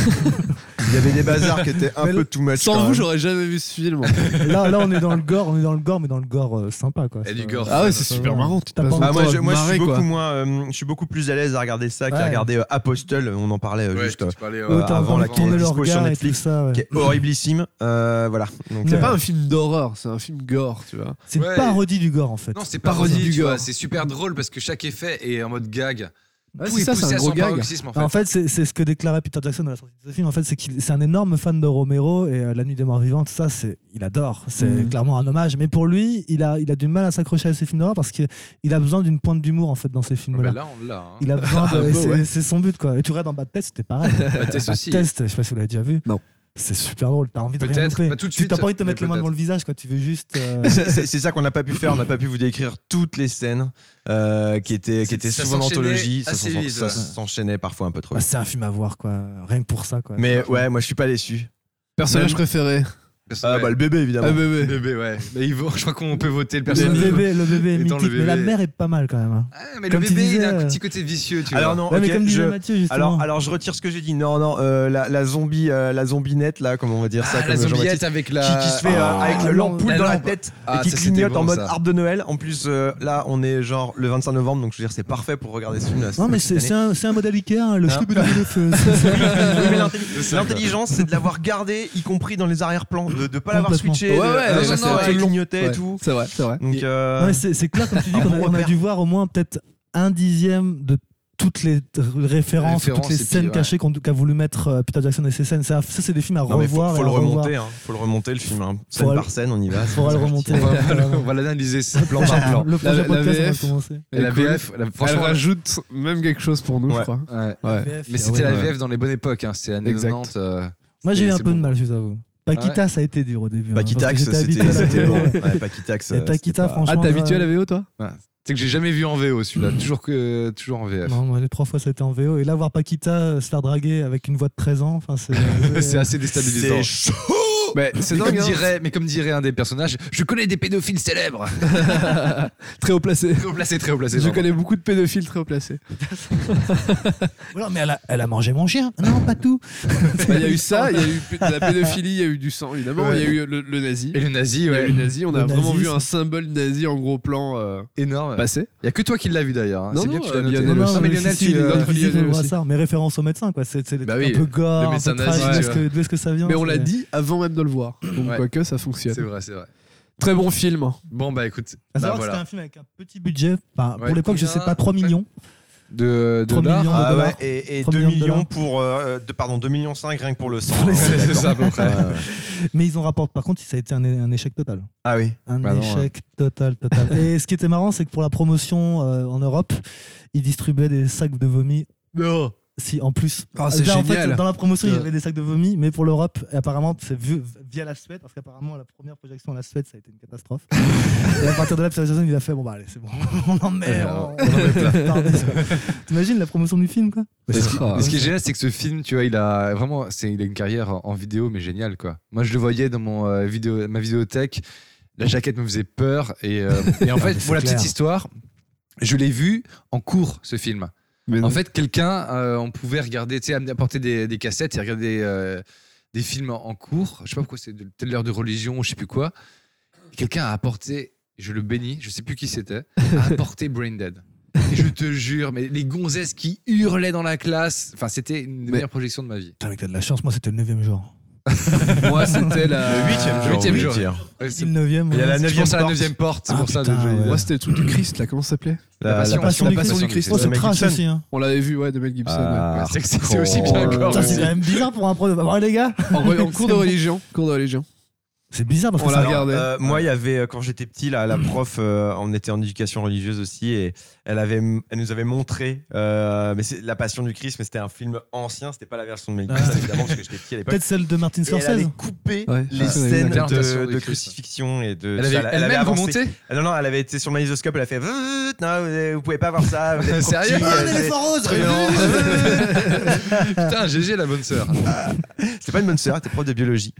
Il y avait des bazars qui étaient un
Mais
peu
le-
tout match.
Sans vous, j'aurais jamais vu ce film. en fait.
Là, là, on est dans le gore, on est dans le gore, mais dans le gore euh, sympa quoi.
du
gore. Ah ouais, c'est super marrant,
T'as pas
Ah, moi,
envie
je,
de
moi, je
marrer,
suis beaucoup
quoi.
moins, euh, je suis beaucoup plus à l'aise à regarder ça qu'à
Ouais.
regarder euh, Apostle. On en parlait euh,
Ouais,
juste
tu
euh,
parlais, ouais.
euh,
Ouais, t'as
avant
envie
la
de tourner leur
sur
regard et
Netflix,
tout ça, ouais.
qui est horriblissime. Euh, voilà. Donc,
C'est
euh,
pas un film d'horreur, c'est un film gore, tu vois.
C'est une
Ouais.
parodie du gore en fait.
Non, c'est
C'est ça.
parodie, tu vois. C'est super drôle parce que chaque effet est en mode gag. Tout est poussé à son paroxysme, en fait.
En fait, c'est c'est ce que déclarait Peter Jackson à la sortie de ce film. En fait, c'est qu'il c'est un énorme fan de Romero et euh, La Nuit des Morts Vivantes, ça, c'est il adore. C'est
Mhm.
clairement un hommage. Mais pour lui, il a, il a du mal à s'accrocher à ses films d'horreur parce qu'il a besoin d'une pointe d'humour en fait dans ces films-là.
bah là, on l'a, hein.
Il a besoin de.
Un peu,
et c'est
ouais.
c'est son but quoi. Et tu regardes dans Bad Test, c'était pareil.
Bad Test aussi.
Test, je sais pas si vous l'avez déjà vu.
Non.
C'est super drôle. T'as envie de rien
Peut-être,
montrer.
pas tout de
Tu-
suite,
T'as pas envie de te
mais
mettre les mains
peut-être.
devant le visage quoi. Tu veux juste. euh,
c'est c'est- c'est ça qu'on n'a pas pu faire. On n'a pas pu vous décrire toutes les scènes euh, qui étaient, qui
C'est-
étaient
ça
souvent
s'enchaînait
d'anthologie. Ça
assez
s'en-
vite,
ça
ouais.
s'enchaînait parfois un peu trop.
bah, c'est un film à voir quoi. Rien que pour ça quoi.
Mais ouais, moi je suis pas déçu.
Personnage
Même-
préféré.
Ah, bah, le bébé évidemment.
Ah, bébé.
Bébé, ouais. Mais il vaut- je crois qu'on peut voter le
Le
personnage.
bébé, le bébé est
Étant
mythique,
le
mais la
bébé.
mère est pas mal quand même. hein.
Ouais, Ah, mais
Comme
le
tu
bébé, il a
disais,
un
euh,
petit côté vicieux, tu
alors
vois.
non,
Ouais, mais
ok,
comme disait
je-
Mathieu, justement.
alors, alors je retire ce que j'ai dit. Non, non, euh, la, la zombie, euh, la zombinette là, comment on va dire ça
Ah,
comme
la
Jean-Baptiste,
zombiette avec la.
qui, qui se fait euh,
Ah,
avec
la
l'ampoule
lampe.
dans la
lampe.
tête
Ah,
et qui
ça, c'était
clignote en
bon,
mode
ça.
arbre de Noël. En plus, euh, là, on est genre le 25 novembre, donc je veux dire, c'est parfait pour regarder ce film. là,
Non, mais
cette
c'est c'est
année.
un, c'est un modèle Ikea, hein, le
Hein
slip de feu. c'est- c'est-
Oui, mais l'intelli-
C'est ça, quoi.
L'intelligence, c'est de l'avoir gardé, y compris dans les arrière-plans, de ne pas l'avoir
Complètement.
switché,
Ouais,
de-
ouais,
de
non, non,
laisser
non,
un
ouais.
truc clignoter et
Ouais.
tout.
C'est vrai, c'est vrai.
Donc, euh,
Non, mais C'est c'est clair, comme tu dis,
un
qu'on a,
bon
on a
repère.
dû voir au moins peut-être un dixième de toutes les t- références,
Les références,
toutes les
et puis,
scènes
ouais.
cachées qu'on- qu'a voulu mettre euh, Peter Jackson et ses scènes. Ça, ça, c'est des films à
non, mais faut,
revoir.
faut
et
le
à revoir.
remonter, hein. faut le remonter le film, hein.
Faut
scène
le-
par scène, on y va. c'est
Faudra le
parti.
remonter.
On va-
Euh,
on va l'analyser c'est plan par plan.
Le prochain
la- la
podcast, on va
VF.
commencer.
Et la
Écoute,
VF, la-
Elle
franchement.
rajoute même quelque chose pour nous,
Ouais.
je crois.
Ouais.
Ouais.
VF,
Mais
ah
c'était
ouais.
la
ouais.
VF dans les bonnes époques, hein. c'était années
Exact.
90. euh,
Moi, j'ai eu
c'est-
un
c'est
peu de
bon.
mal, je vous avoue. Paquita, ça a été dur au début. hein, parce que
Pakitax,
j'étais habitué à
Bah, c'était
la
c'était
VO,
bon.
ouais.
Ouais, Pakitax,
Et
euh, c'était
Paquita,
pas-
franchement.
Ah, t'es habitué à
ouais.
la VO, toi
C'est que j'ai jamais vu en VO
Mm.
celui-là, toujours, que, toujours en VF.
Non, moi, les trois fois, ça a été en VO. Et là, voir Paquita euh, se faire draguer avec une voix de 13 ans, enfin, c'est.
C'est assez
C'est
déstabilisant.
chaud.
Mais c'est
Mais comme,
dingue. hein.
dirait, mais comme dirait un des personnages, je connais des pédophiles célèbres.
Très haut placé.
très haut placé, très haut placé.
Je
pardon.
connais beaucoup de pédophiles très haut placés.
Voilà, mais elle a, elle a mangé mon chien. Non, pas tout.
Bah, Il y a eu ça, il y a eu de la pédophilie, il y a eu du sang, évidemment. Il y a eu le, le nazi.
Et le nazi,
Il y a eu
ouais.
le nazi. On a
Le
vraiment
nazisme.
vu un symbole nazi en gros plan euh,
Énorme.
passé.
Il y a que toi qui l'as vu d'ailleurs. hein.
Non,
C'est bien
non,
que tu l'as
euh,
noté.
Lionel aussi.
Ah, mais Lionel,
si,
tu,
si,
euh,
Lionel.
Visite
Lionel
au
aussi.
hasard, mais référence au médecin, quoi. C'est c'est des
Bah
trucs
oui,
un peu gore,
le
un peu
médecin nazi,
tragique,
tu
d'où est-ce
vois.
que- d'où est-ce que ça vient
Mais on l'a
c'est-
dit avant même de le voir. Donc
Ouais.
quoique ça fonctionne.
c'est vrai, c'est vrai.
Très bon film.
Bon, bah écoute,
À
bah,
savoir que c'était
voilà.
un film avec un petit budget, enfin,
Ouais,
pour l'époque, je sais
combien
pas, 3 millions.
De, de
3
l'art.
millions de
Ah ouais,
dollars.
et, et 2
Première de
millions
dollars.
pour. euh, de- pardon, 2 millions 5 rien que pour le sang.
Ouais, c'est
D'accord.
ça, à peu près.
Ouais, ouais.
Mais ils en rapportent, par contre, ça a été un, un échec total.
Ah oui.
Un
Bah non,
échec total, total. et ce qui était marrant, c'est que pour la promotion euh, en Europe, ils distribuaient des sacs de vomi. Si, en plus.
Oh, c'est
Là, en fait,
génial.
dans la promotion, il y
Ouais.
avait des sacs de vomi, mais pour l'Europe, et apparemment, c'est vu via la Suède, parce qu'apparemment, la première projection à la Suède, ça a été une catastrophe. et à partir de là, Peter Jackson, il a fait bon, bah allez, c'est bon, on en met.
Euh,
on-
on en met plein.
Par dix, quoi. T'imagines la promotion du film, quoi
Mais ce qui,
Ah.
mais ce qui est génial, c'est que ce film, tu vois, il a vraiment, c'est, il a une carrière en- en vidéo, mais géniale quoi. Moi, je le voyais dans mon euh, vidéo, ma vidéothèque. La jaquette me faisait peur et, euh, et en fait,
mais c'est
pour la petite
clair.
histoire, je l'ai vu en cours ce film.
Mais
En fait, quelqu'un, euh, on pouvait regarder, tu sais, amener- apporter des, des cassettes et regarder euh, des films en en cours. Je sais pas pourquoi c'est de- peut-être l'heure de religion, ou je sais plus quoi. Quelqu'un a apporté, je le bénis, je sais plus qui c'était, a apporté Brain Dead. Et je te jure, mais les gonzesses qui hurlaient dans la classe, enfin, c'était une des
Mais-
meilleures projections de ma vie.
Putain, mec, t'as de la chance, moi, c'était le 9 jour.
moi c'était la.
Le huitième jour.
Huitième
oui,
jour.
tiens.
Ouais,
C'est
c'est-
le 9
Il y a la
je
neuvième
pense à la
porte.
neuvième porte, c'est
Ah,
pour ça.
putain,
de-
ouais.
Moi c'était le truc du Christ là, comment ça s'appelait
La passion.
La
Christ.
passion
du Christ.
Oh, c'est
Mel
trash
Gibson.
aussi, hein.
On l'avait vu, ouais, de Mel Gibson.
Ah,
ouais.
Ouais, c'est, c'est- c'est aussi bien
Hardcore.
encore.
Putain, c'est quand même bizarre pour un pro de. Bon, les gars
En, re- en cours de religion. Cours de religion.
C'est bizarre parce que ça-
Euh, moi, il y avait euh, quand j'étais petit, là, la
Mm.
prof, euh, on était en éducation religieuse aussi, et elle avait, m- elle nous avait montré, euh, mais c'est la Passion du Christ, mais c'était un film ancien, c'était pas la version de Mel Gibson, évidemment, parce que j'étais petit à l'époque.
Ah. Peut-être celle de Martin
Et Elle avait
Scorsese.
coupé
Ouais.
les
Ah,
scènes
la
de,
tentation
de
du Christ.
crucifixion et de.
Elle avait
ça,
elle-même vous
avancé.
monté
Ah Non, non, elle avait été sur magnétoscope, elle a fait. Vut, Non, vous- vous pouvez pas voir ça. Vous êtes trop
Sérieux
petit,
Ah,
euh,
un éléphant rose,
Truand.
Putain, GG la bonne sœur.
C'était pas une bonne sœur, elle était prof de biologie,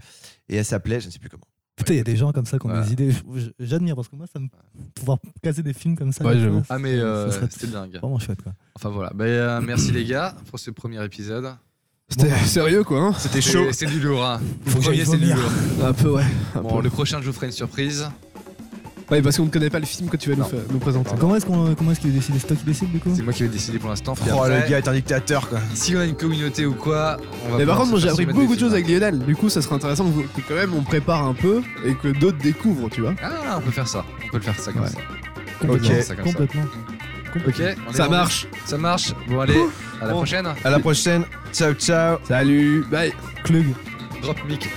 et elle s'appelait, je ne sais plus comment.
Putain, il y a des gens comme ça qui ont des idées. Je- J'admire parce que moi, ça me. Pouvoir casser des films comme ça.
Ouais,
comme
j'avoue.
ça,
Ah, mais
ça-
euh,
ça serait
c'était dingue.
Vraiment chouette, quoi.
Enfin voilà, Bah, euh, merci les gars pour ce premier épisode.
C'était sérieux quoi. hein
C'est- C'est du lourd. hein.
Faut
Le
que
premier,
j'aille
c'est du
vomir.
lourd.
Un peu, ouais. un
Bon,
peu.
le prochain, je vous ferai une surprise.
Ouais, parce qu'on ne connaît pas le film que tu vas nous, faire- nous présenter.
Comment est-ce qu'on- comment est-ce qu'il est décidé C'est toi qui décides, du coup
C'est moi qui vais décider pour l'instant. Puis
Oh,
après,
le gars est un dictateur, quoi.
Si on a une communauté ou quoi, on va.
Mais par
pouvoir
contre,
se
moi j'ai
faire
appris
soumettre
beaucoup
des
de choses avec Lionel. Du coup, ça serait intéressant que, vous- que quand même on prépare un peu et que d'autres découvrent, tu vois.
films. Ah, on peut faire ça. On peut le faire ça comme
Ouais.
ça.
Complètement,
On peut faire ça comme ça.
Complètement.
Ok, on est
Ça
bon.
marche.
Ça marche. Bon, allez, à la prochaine.
À la prochaine. Ciao, ciao.
Salut. Bye.
Club.
Drop mic.